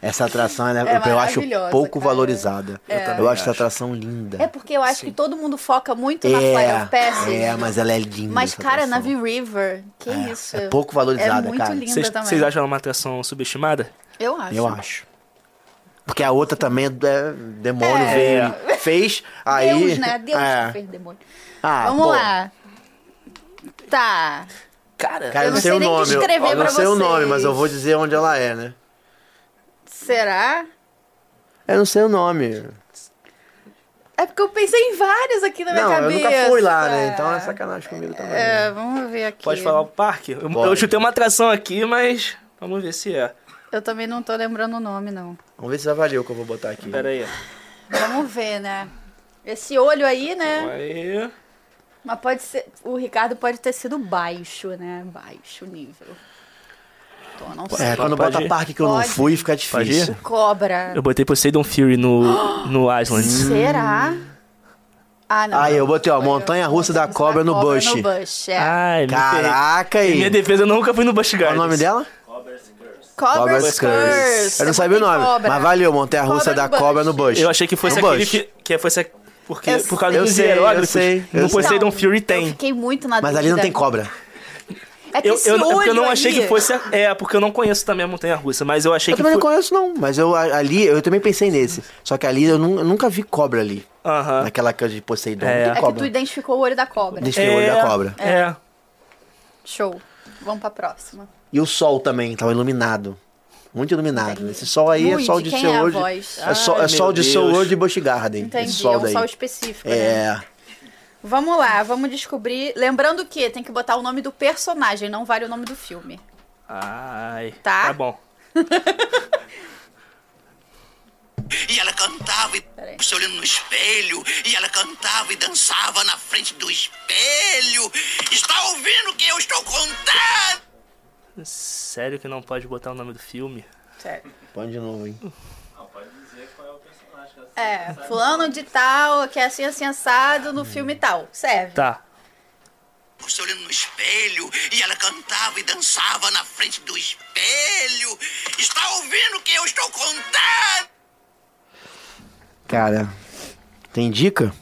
Essa atração ela-
É
eu acho
maravilhosa,
pouco
cara.
valorizada.
Eu também
Eu acho
acho.
essa atração linda.
É porque eu acho que todo mundo foca muito na Flight of Passage.
é, mas ela é linda.
Mas,
essa
cara,
atração.
Nave River, que isso?
é pouco valorizada,
É muito
cara.
linda
Vocês
também.
vocês acham ela uma atração subestimada?
Eu acho.
Eu acho. Porque a outra também é é demônio,
É.
veio, e fez, aí...
Deus, né? Deus
é.
que fez demônio.
Ah,
Vamos
pô,
lá. Tá.
Cara,
Eu
Cara, eu
não
não sei
sei
o
nem
nome. Eu
descrever
eu não
pra
sei o nome,
vocês.
mas eu vou dizer onde ela é, né?
Será?
Eu não sei o nome.
É porque eu pensei em várias aqui na minha
Não,
cabeça.
eu nunca fui lá, né? Então é sacanagem comigo também. né?
É, vamos ver aqui.
pode falar o parque? Eu,
Pode.
eu chutei uma atração aqui, mas vamos ver se é.
Eu também não tô lembrando o nome, não.
Vamos ver se já valeu o que eu vou botar aqui.
Pera aí.
Vamos ver, né? Esse olho aí, né?
Aí.
Mas pode ser. O Ricardo pode ter sido baixo, né? Baixo nível. Então, eu não sei.
É, quando
Pode
bota
ir.
parque que eu não
Pode.
fui, fica difícil.
ir?
Cobra.
Eu botei Poseidon Fury no, no Island.
Será? Ah, não.
Aí
não.
eu botei, ó, montanha russa da cobra no
Cobra
Bush. Ah,
No Bush, é.
Ai, me
Caraca,
ferrei. Em minha
aí.
defesa, eu nunca fui no Bush
Qual o
Gardens.
nome dela?
Cobra's Curse.
Eu não sabia o
botei
nome,
cobra.
mas valeu, montanha russa
Cobra
da
no Bush.
cobra no Bush.
Eu achei que fosse
No
aquele
Bush.
que, que fosse a- porque
Eu-
por causa
É eu
dos
sei, eu
hieróglifos,
sei, eu
no
sei.
Poseidon Fury
Eu
tem.
fiquei muito na
Mas ali não
dúvida.
tem cobra.
É que
Eu,
esse
eu, não- é porque eu
olho
não achei
aí-
que fosse. a- É, porque eu não conheço também a Montanha Russa, mas eu achei
Eu
que.
também não
foi-
conheço, não. Mas eu a- ali, eu também pensei nesse. Só que ali eu, nu- eu nunca vi cobra ali.
Aham.
Naquela canja de Poseidon.
É.
Não
É
tem
que tu
cobra.
identificou o olho da cobra.
Deixa eu ver o olho da cobra.
É.
Show. Vamos pra próxima.
E o sol também, tava iluminado. Muito iluminado. Esse sol aí
Muito,
é sol de
quem
seu
é a
hoje.
voz?
É sol,
Ai,
é sol
meu
de seu
Deus.
hoje e Bush Garden.
Entendi.
Esse sol
é um
daí.
sol específico, né?
é.
Vamos lá, vamos descobrir. Lembrando que tem que botar o nome do personagem, não vale o nome do filme.
Ai.
Tá.
Tá bom.
E ela cantava
Peraí.
e se olhando no espelho. E ela cantava e dançava na frente do espelho. Está ouvindo o que eu estou contando?
Sério que não pode botar o nome do filme?
Certo.
Põe de novo, hein?
É, fulano de tal, que é assim, assim, assado no filme tal. Serve.
Tá.
Se olhando no espelho. E ela cantava e dançava na frente do espelho. Está ouvindo o que eu estou contando?
Cara. Tem dica?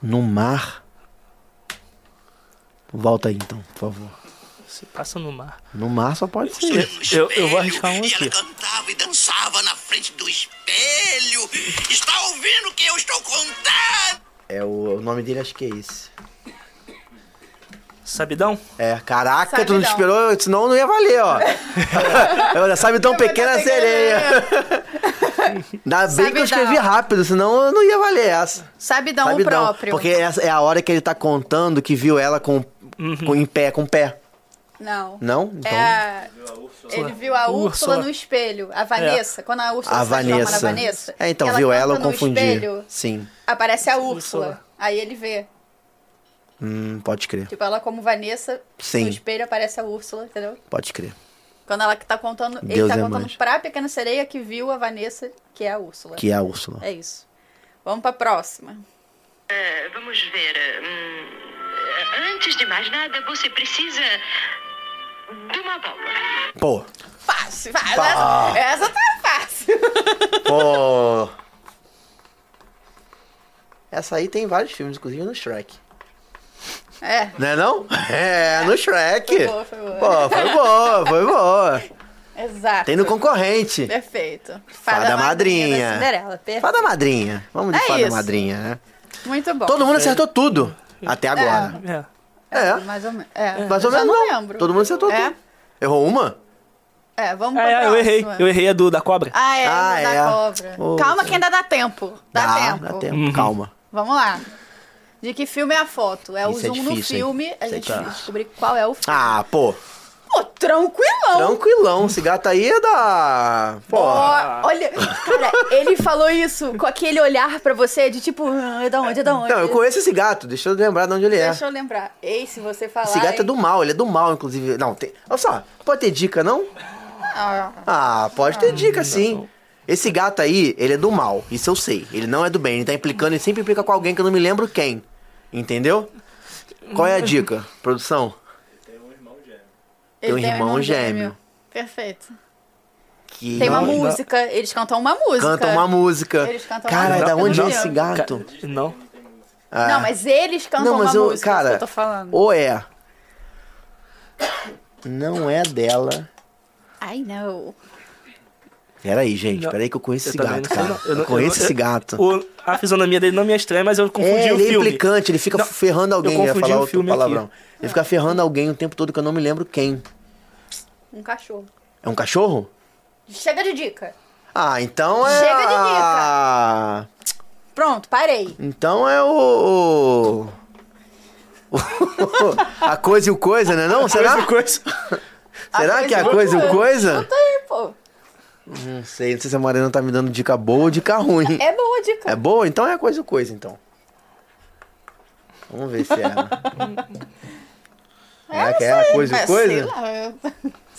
No mar. Volta aí então, por favor.
Se passa no mar.
No mar só pode
Se
ser.
olhando no
Eu- eu vou
espelho,
arriscar um
E ela
aqui.
cantava e dançava na frente do espelho. Está ouvindo o que eu estou contando?
É o, o nome dele acho que é esse.
Sabidão?
É, caraca, tu não
Sabidão.
esperou, senão não ia valer, ó. Olha, sabe tão pequena sereia. Ainda bem que eu
Sabidão.
escrevi rápido, senão eu não ia valer essa.
Sabidão, o
Sabidão,
um próprio.
Porque essa é a hora que ele tá contando que viu ela com, com- em pé, com o pé.
Não.
Não? Então,
É, ele viu a Úrsula
Úrsula.
no espelho. A Vanessa. Quando a Úrsula
É. a
se transforma
Vanessa.
na é Vanessa.
É, então,
ela
viu ela, eu
canta no
confundi.
Espelho,
Sim.
aparece a
Úrsula.
Úrsula. Aí ele vê.
Hum, pode crer,
Tipo, ela como Vanessa,
Sim.
no espelho aparece a Úrsula, entendeu?
pode crer.
Quando ela tá contando, ele
Deus
tá
é
contando
mais.
pra pequena sereia que viu a Vanessa, que é a Úrsula.
Que é a Úrsula.
É isso. Vamos pra próxima.
Eh, Vamos ver. eh, hum, eh, Antes de mais nada, você precisa de uma abóbora.
Pô,
Fácil, fácil. Essa, essa tá fácil.
pô. Essa aí tem vários filmes, inclusive no Shrek.
É.
Não é não? É, no Shrek.
Foi boa, foi boa.
Pô, foi boa, foi boa.
Exato.
Tem no concorrente.
Perfeito.
Fada madrinha.
da Cinderela. Perfeito.
Fada madrinha. Vamos de
É
fada
isso.
madrinha, né?
Muito bom.
Todo mundo acertou tudo. Até agora.
É.
É.
Mais ou menos. É,
Mais
eu já
ou menos
não
não.
lembro.
Todo mundo acertou
É?
tudo. Errou uma?
É, vamos pra
Ah, é, eu
próxima.
errei. Eu errei a do da cobra.
Ah, é,
Ah,
da
é.
cobra.
Pô,
Calma que ainda dá tempo. Dá, tempo.
Dá tempo. Calma.
Vamos lá. De que filme é a foto? É o
Isso é
zoom no
difícil, hein?
filme. A
Isso é
gente
difícil.
descobrir qual é o filme.
Ah, pô.
Pô, tranquilão.
Tranquilão. Esse gato aí é da... Pô.
Ó, olha, cara, ele falou isso com aquele olhar pra você de tipo, ah, é da onde, é da onde?
Não, eu conheço esse gato. Deixa eu lembrar de onde ele é.
Deixa eu lembrar. Ei, se você falar.
Esse gato é
hein?
do mal. Ele é do mal, inclusive. Não, tem... Olha só. Pode ter dica, não?
Ah,
Ah, pode ter dica, sim. Esse gato aí, ele é do mal, isso eu sei. Ele não é do bem, ele tá implicando, ele sempre implica com alguém que eu não me lembro quem. Entendeu? Qual é a dica, produção?
ele
Tem um irmão gêmeo.
Perfeito.
Que
Tem uma
não-
música. Eles cantam uma música.
Cantam uma música.
Eles cantam uma
Cara,
música,
da
eu não
onde é
me
esse
lembro.
gato?
Ca- Não.
Ah.
Não, mas eles cantam
Não, mas
uma
eu,
música. é
cara,
isso que eu tô falando.
ou é. Não é dela.
Ai, não.
Peraí, gente,
Não.
peraí que eu conheço esse
Eu também
gato,
não sei,
cara.
não.
Eu,
não-
conheço
não-
esse gato.
o- a fisionomia dele não me é estranha, mas eu confundi
É,
o
ele é
filme.
implicante, ele fica
Não,
ferrando alguém,
eu
eu ia
confundi
falar
o
outro
filme aqui.
palavrão. Ele fica ferrando alguém o tempo todo que eu não me lembro quem.
Um cachorro.
É um cachorro?
Chega de dica.
Ah, então é.
Chega de dica.
Ah,
Pronto, parei.
Então é o. o- a coisa e o coisa, né? Não, será?
Coisa, coisa.
Será que é a coisa
coisa
e o coisa?
Conta aí, pô.
Não sei, não sei se a Mariana tá me dando dica boa ou dica ruim.
É boa a dica.
É boa? Então é a coisa e o coisa, então. Vamos ver se é. Será que é a coisa e o
Mas, Sei
coisa?
lá, eu-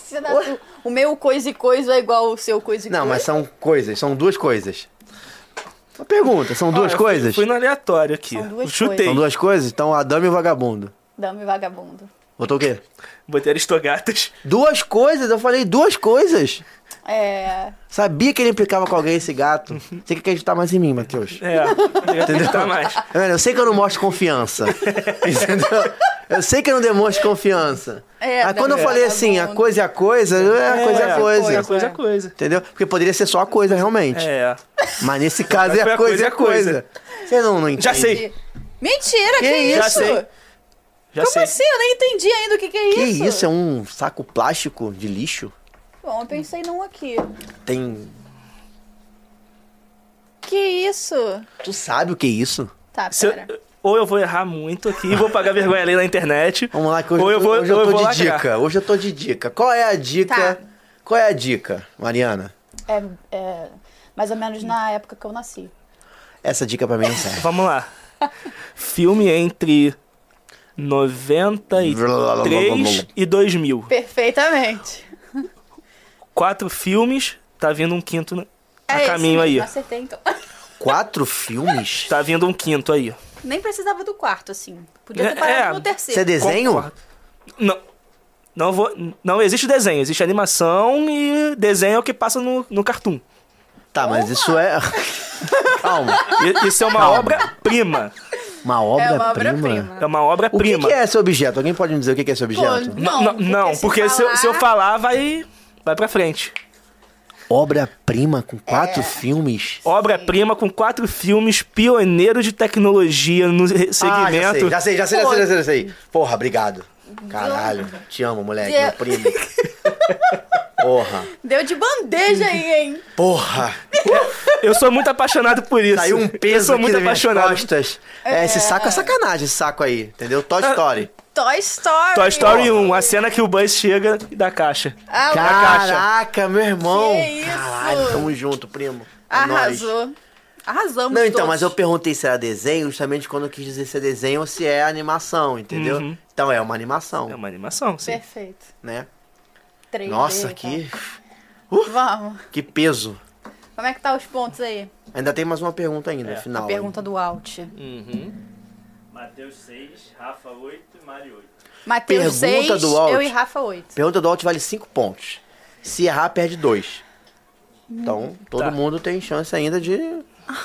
Se dá- o meu coisa e coisa é igual o seu coisa e
Não,
coisa.
mas são coisas, são duas coisas. Uma pergunta, são duas
Ah, eu fui-
coisas?
Fui no aleatório aqui.
São duas
Chutei.
São duas coisas? Então, Adame e o Vagabundo.
Dame vagabundo.
Botou o quê?
Botei Aristogatas.
Duas coisas, eu falei duas coisas.
É.
Sabia que ele implicava com alguém esse gato. Você quer acreditar mais em mim, Matheus.
É, entendeu? Tá mais.
Tá vendo? Eu sei que eu não mostro confiança. Entendeu? Eu sei que eu não demonstro confiança.
É,
Mas quando eu
Adame e o
falei assim, a
Vagabundo.
coisa é a coisa, é a coisa é a
É,
coisa.
coisa, é coisa.
Entendeu? Porque poderia ser só a coisa, realmente.
É.
Mas nesse caso é
Foi
a coisa, é a coisa. Você não, não entende.
Já sei,
Mentira, que,
Que
isso?
já sei. Já
Como
sei.
assim? Eu nem entendi ainda o que, que é
Que
isso.
isso? É um saco plástico de lixo?
Bom, eu pensei num aqui.
Tem.
Que isso?
Tu sabe o que é isso?
Tá,
Se eu-
pera.
ou eu vou errar muito aqui e vou pagar vergonha ali na internet.
Vamos lá, que hoje,
ou
eu,
eu
tô,
vou,
hoje eu
ou
tô de
lacrar.
dica. Hoje eu tô de dica. Qual é a
Tá.
dica? Qual é a dica, Mariana?
É, é mais ou menos na época que eu nasci.
Essa dica pra mim não serve.
Vamos lá. Filme entre 93 e 2000.
Perfeitamente.
Quatro filmes, tá vindo um quinto na- a
É esse
caminho aí.
mesmo, Acertei então.
Quatro filmes?
Tá vindo um quinto aí.
Nem precisava do quarto, assim. Podia ter
É,
parado no
é.
Isso é
terceiro.
desenho?
Concordo. Não. Não, vou, não existe desenho, existe animação e desenho é o que passa no, no cartoon.
Tá, mas isso é. Calma.
I- Isso é uma
Calma.
obra-prima.
Uma obra-prima?
obra-prima.
É uma
o que,
obra-prima.
que é esse objeto? Alguém pode me dizer o que que é esse objeto?
Não, não, não, porque, se, eu, se eu falar, vai, vai pra frente.
Obra-prima com quatro filmes?
Obra-prima com quatro filmes pioneiros de tecnologia no
Ah,
re-
já sei,
segmento.
já sei, já sei, já sei, já sei, já sei. Porra, obrigado. Caralho, te amo, moleque,
Deu-
meu primo. Porra,
Deu de bandeja aí, hein?
porra.
Eu sou muito apaixonado por isso.
Saiu um peso
Eu sou
aqui
muito
das minhas
apaixonado.
costas. É, Ah, esse saco é sacanagem, esse saco aí, entendeu? Toy Story.
Toy Story.
Toy Story 1, a cena que o Buzz chega da caixa.
Ah,
Caraca, meu irmão.
Que isso?
Caralho, tamo junto, primo. É nóis.
Arrasou. Arrasamos
Não, então,
todos.
mas eu perguntei se era desenho justamente quando eu quis dizer se é desenho ou se é animação, entendeu? Então é uma animação,
É uma animação, sim.
Perfeito.
né?
3D,
Nossa,
tá?
que,
Vamos.
que peso.
Como é que tá os pontos aí?
Ainda tem mais uma É. pergunta ainda, final.
A
hein?
pergunta do Alt.
Hum.
Mateus 6, Rafa 8 e Mari 8.
Mateus
Pergunta
6,
do Alt.
eu e Rafa 8.
Pergunta do Alt vale 5 pontos. Se errar, perde 2. Então, todo
Tá.
mundo tem chance ainda de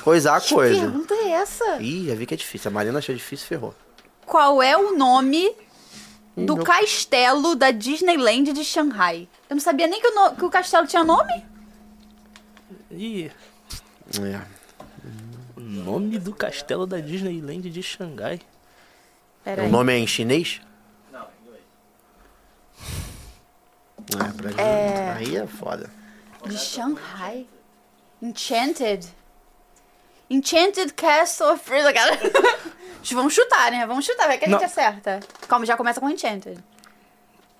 coisar a
Que
coisa.
pergunta é essa?
Ih, já vi que é difícil. A Marina achou difícil, ferrou.
Qual é o nome do
meu-
castelo da Disneyland de Shanghai? Eu não sabia nem que o, no- que o castelo tinha nome.
Ih,
É.
o nome do castelo da Disneyland de Xangai.
Pera
O
aí.
nome é em chinês? Não, em inglês. É, pra gente. Aí é foda.
De Shanghai. Enchanted. Enchanted Castle of Frida, cara. Vamos chutar, né? Vamos chutar, vai que a gente
Não.
acerta. Calma, já começa com Enchanted.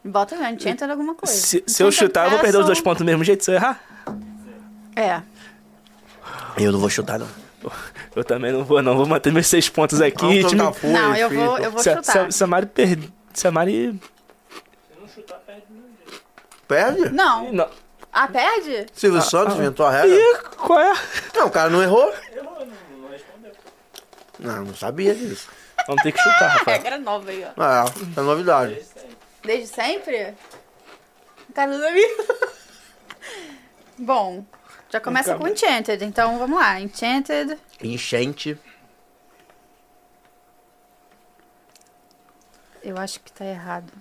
Bota o Enchanted alguma coisa.
Se, se eu
Enchanted
chutar, eu vou perder os dois
Castle-
pontos do mesmo jeito. Se eu errar,
É.
Eu não vou chutar, não.
eu também não vou, não. Vou manter meus seis pontos aqui.
Vamos
time-
trocar folha,
Não, eu
tá filho.
vou, eu vou
se, a-
chutar.
se a- se a Mari per- Se a Mari. é-
Perde?
Não.
Não.
Ah, perde?
Silvio Santos inventou a regra?
Ih, qual é?
Não, o cara não errou. Errou, não, respondeu. Não, não sabia disso.
Vamos ter que chutar, rapaz.
Regra nova aí, ó.
Ah, é novidade.
Desde sempre? Cara do amigo. Bom, já começa com Enchanted, então vamos lá. Enchanted.
Enchente.
Eu acho que tá errado.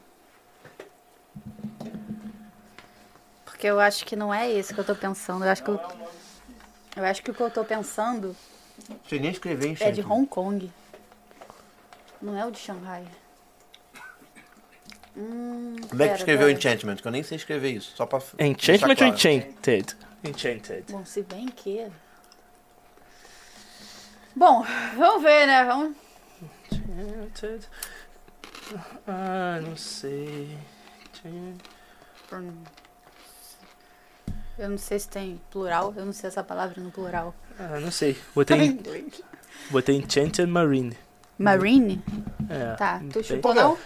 Porque eu acho que não é esse que eu tô pensando. Eu acho que, o- eu acho que o que eu tô pensando
Não sei nem escrever enchente.
é de Hong Kong. Não é o de Shanghai. Hum,
Como é que
Pera,
escreveu
pera.
Enchantment? Que eu nem sei escrever isso. Só pra. deixar
É Enchantment
claro.
ou Enchanted? Enchanted.
Bom, se bem que. Bom, vamos ver, né? Vamos.
Enchanted. Ah, não sei.
Eu não sei se tem plural, eu não sei essa palavra no plural.
Ah, não sei. Botei, botei Enchanted Marine.
Marine?
É,
Tá,
não
tu
sei.
chutou não?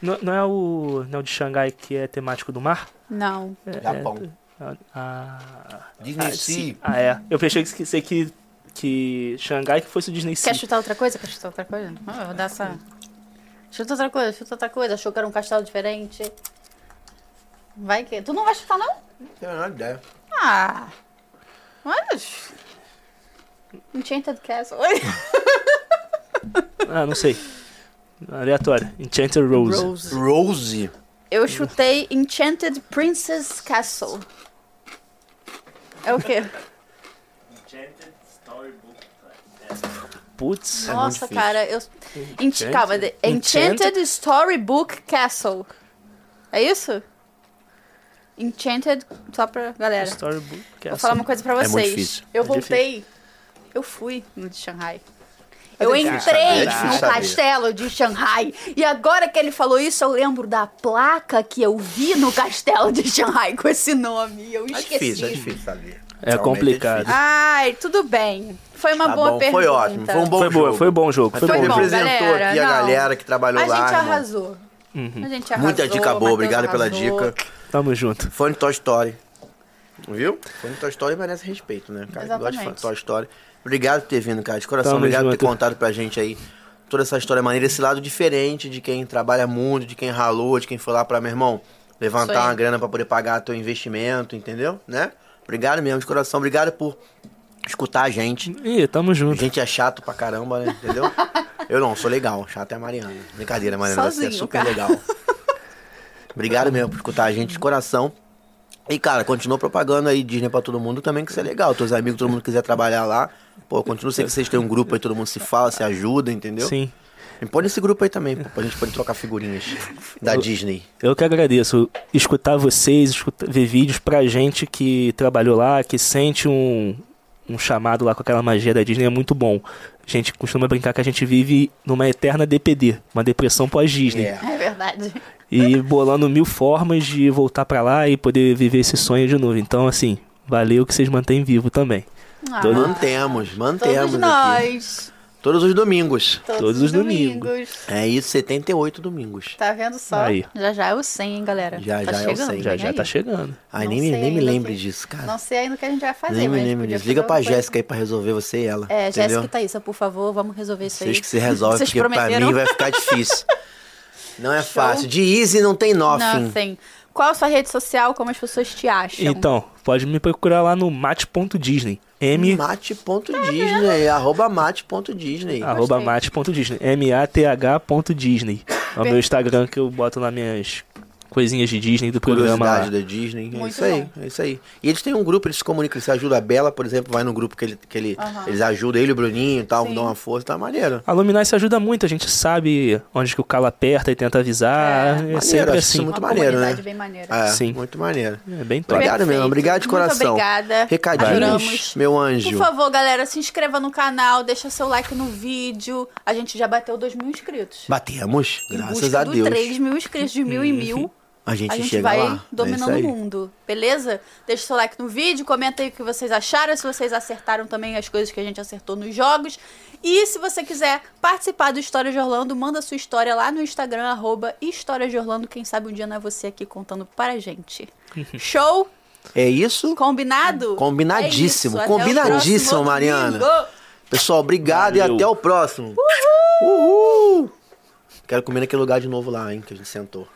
Não, não é o. Não é o de Xangai que é temático do mar?
Não.
É,
Japão.
é- ah.
Disney
ah,
Sea.
sim. Ah, é. Eu pensei que sei que. Que Xangai que fosse o Disney Sea.
Quer chutar outra coisa? Quer chutar outra coisa? Ah, eu vou dar essa. Chuta outra coisa, chuta outra coisa. Achou que era um castelo diferente. Vai que. Tu não vai chutar, não?
Não tenho a menor ideia.
Ah! Mas. Enchanted Castle.
Ah, não sei. Aleatório. Enchanted Rose.
Rose. É
Eu chutei Enchanted Princess Castle. É o quê?
Enchanted Storybook.
Putz.
É muito
Nossa,
difícil.
cara, eu. Ench...
Enchanted?
Calma, de- Enchanted Storybook Castle. É isso? Enchanted, só pra galera.
Storybook. que é
Vou falar
assim.
uma coisa pra
muito
vocês.
difícil.
Eu
É
voltei. Eu fui no de Shanghai. Eu
saber,
entrei
é difícil
no
saber.
castelo de Shanghai. E agora que ele falou isso, eu lembro da placa que eu vi no castelo de Shanghai com esse nome. E Eu
É
esqueci.
difícil, é difícil saber.
É complicado.
É
Ai, tudo bem. Foi uma
Tá
boa
bom,
pergunta.
foi ótimo, foi um bom
Foi boa,
jogo.
foi bom o jogo.
Foi
Foi bom. o
bom.
jogo.
representou
galera,
aqui a
não.
galera que
A
trabalhou
gente
lá. irmão.
arrasou.
Uhum.
A gente arrasou.
Muita dica boa,
Matheus
obrigado pela
arrasou.
dica.
Tamo junto.
Fã de Toy Story. Viu? Fã de Toy Story merece respeito, né? Cara que gosta de fã de
Exatamente.
Toy Story. Obrigado por ter vindo, cara, de coração.
Tamo
Obrigado por ter
junto.
contado pra gente aí toda essa história maneira, esse lado diferente de quem trabalha muito, de quem ralou, de quem foi lá pra, meu irmão, levantar
Isso aí.
uma grana pra poder pagar teu investimento, entendeu? Né? Obrigado mesmo, de coração. Obrigado por escutar a gente.
Ih, tamo
A
junto.
gente é chato pra caramba, né? Entendeu? Eu não, sou legal. Chato é a Mariana. Brincadeira, Mariana. você é
Sozinho,
super
cara.
legal. Obrigado mesmo por escutar a gente de coração. E, cara, continua propagando aí Disney pra todo mundo também, que isso é legal. Teus amigos, todo mundo que quiser trabalhar lá. Pô, continua sei que vocês têm um grupo aí, todo mundo se fala, se ajuda, entendeu?
Sim.
Me põe nesse grupo aí também, pô, pra gente poder trocar figurinhas da Disney.
Eu que agradeço. Escutar vocês, escutar, ver vídeos pra gente que trabalhou lá, que sente um, um chamado lá com aquela magia da Disney é muito bom. A gente costuma brincar que a gente vive numa eterna DPD, uma depressão pós-Disney.
É.
É verdade.
E bolando mil formas de voltar pra lá e poder viver esse sonho de novo. Então, assim, valeu que vocês mantêm vivo também.
Ah,
Todo-
Mantemos,
todos
mantemos aqui.
nós.
Todos os domingos.
Todos os domingos.
É isso, 78 domingos.
Tá vendo só?
Aí.
Já já é o 100, hein, galera?
Já,
tá
já é o
chegando,
100.
Já
vem
já
aí.
tá chegando.
Ai,
Não
nem, me-
sei
nem me
ainda assim. o
lembre
que-
disso, cara.
Não sei ainda o que a gente vai fazer,
nem
mas
me
a gente
lembre
podia
disso. Liga
fazer
pra
alguma coisa.
Jéssica aí pra resolver você e ela.
É,
entendeu?
Jéssica e Thaísa, por favor, vamos resolver isso aí.
Vocês que se resolvem,
Vocês
porque pra
prometeram.
mim vai ficar difícil. Não é fácil. De easy não tem nothing.
Nothing. Qual a sua rede social? Como as pessoas te acham?
Então, pode me procurar lá no mate.disney.
é
M
Mate.disney, arroba mate.disney.
Arroba
Gostei.
mate.disney. M-A-T-H.disney. É o meu Instagram que eu boto lá minhas coisinhas de Disney do programa lá.
Curiosidade da Disney. É
Muito
isso aí, é isso aí. E eles têm um grupo, eles se comunicam, eles ajudam a Bela, por exemplo, vai no grupo que, ele, que ele, eles ajudam, ele e o Bruninho e tal, dão uma força, tá maneiro.
A Luminar se ajuda muito, a gente sabe onde que o calo aperta e tenta avisar. É,
maneiro,
sempre
acho
assim.
isso muito
Uma
maneiro,
comunidade
né?
bem maneira.
É,
Sim.
Muito maneiro.
É bem top.
Obrigado mesmo, obrigado de
Muito
coração.
obrigada.
Recadinhos,
Adoramos.
meu
Por
anjo.
favor, galera, se inscreva no canal, deixa seu like no vídeo. A gente já bateu 2 mil inscritos.
Batemos,
Em
graças
busca
a
do
Deus.
3 mil inscritos, de mil em mil.
A gente
A gente
chega
vai
lá.
dominando
é
o
isso aí.
mundo, beleza? Deixa seu like no vídeo, comenta aí o que vocês acharam, se vocês acertaram também as coisas que a gente acertou nos jogos. E se você quiser participar do História de Orlando, manda sua história lá no Instagram, arroba História de Orlando. Quem sabe um dia não é você aqui contando para a gente. Show?
É isso?
Combinado?
Combinadíssimo,
É isso. Até o
combinadíssimo,
próximo
Mariana.
domingo.
Pessoal, obrigado e
Valeu.
até o próximo. Uhul! Quero comer naquele lugar de novo lá, hein, que a gente sentou.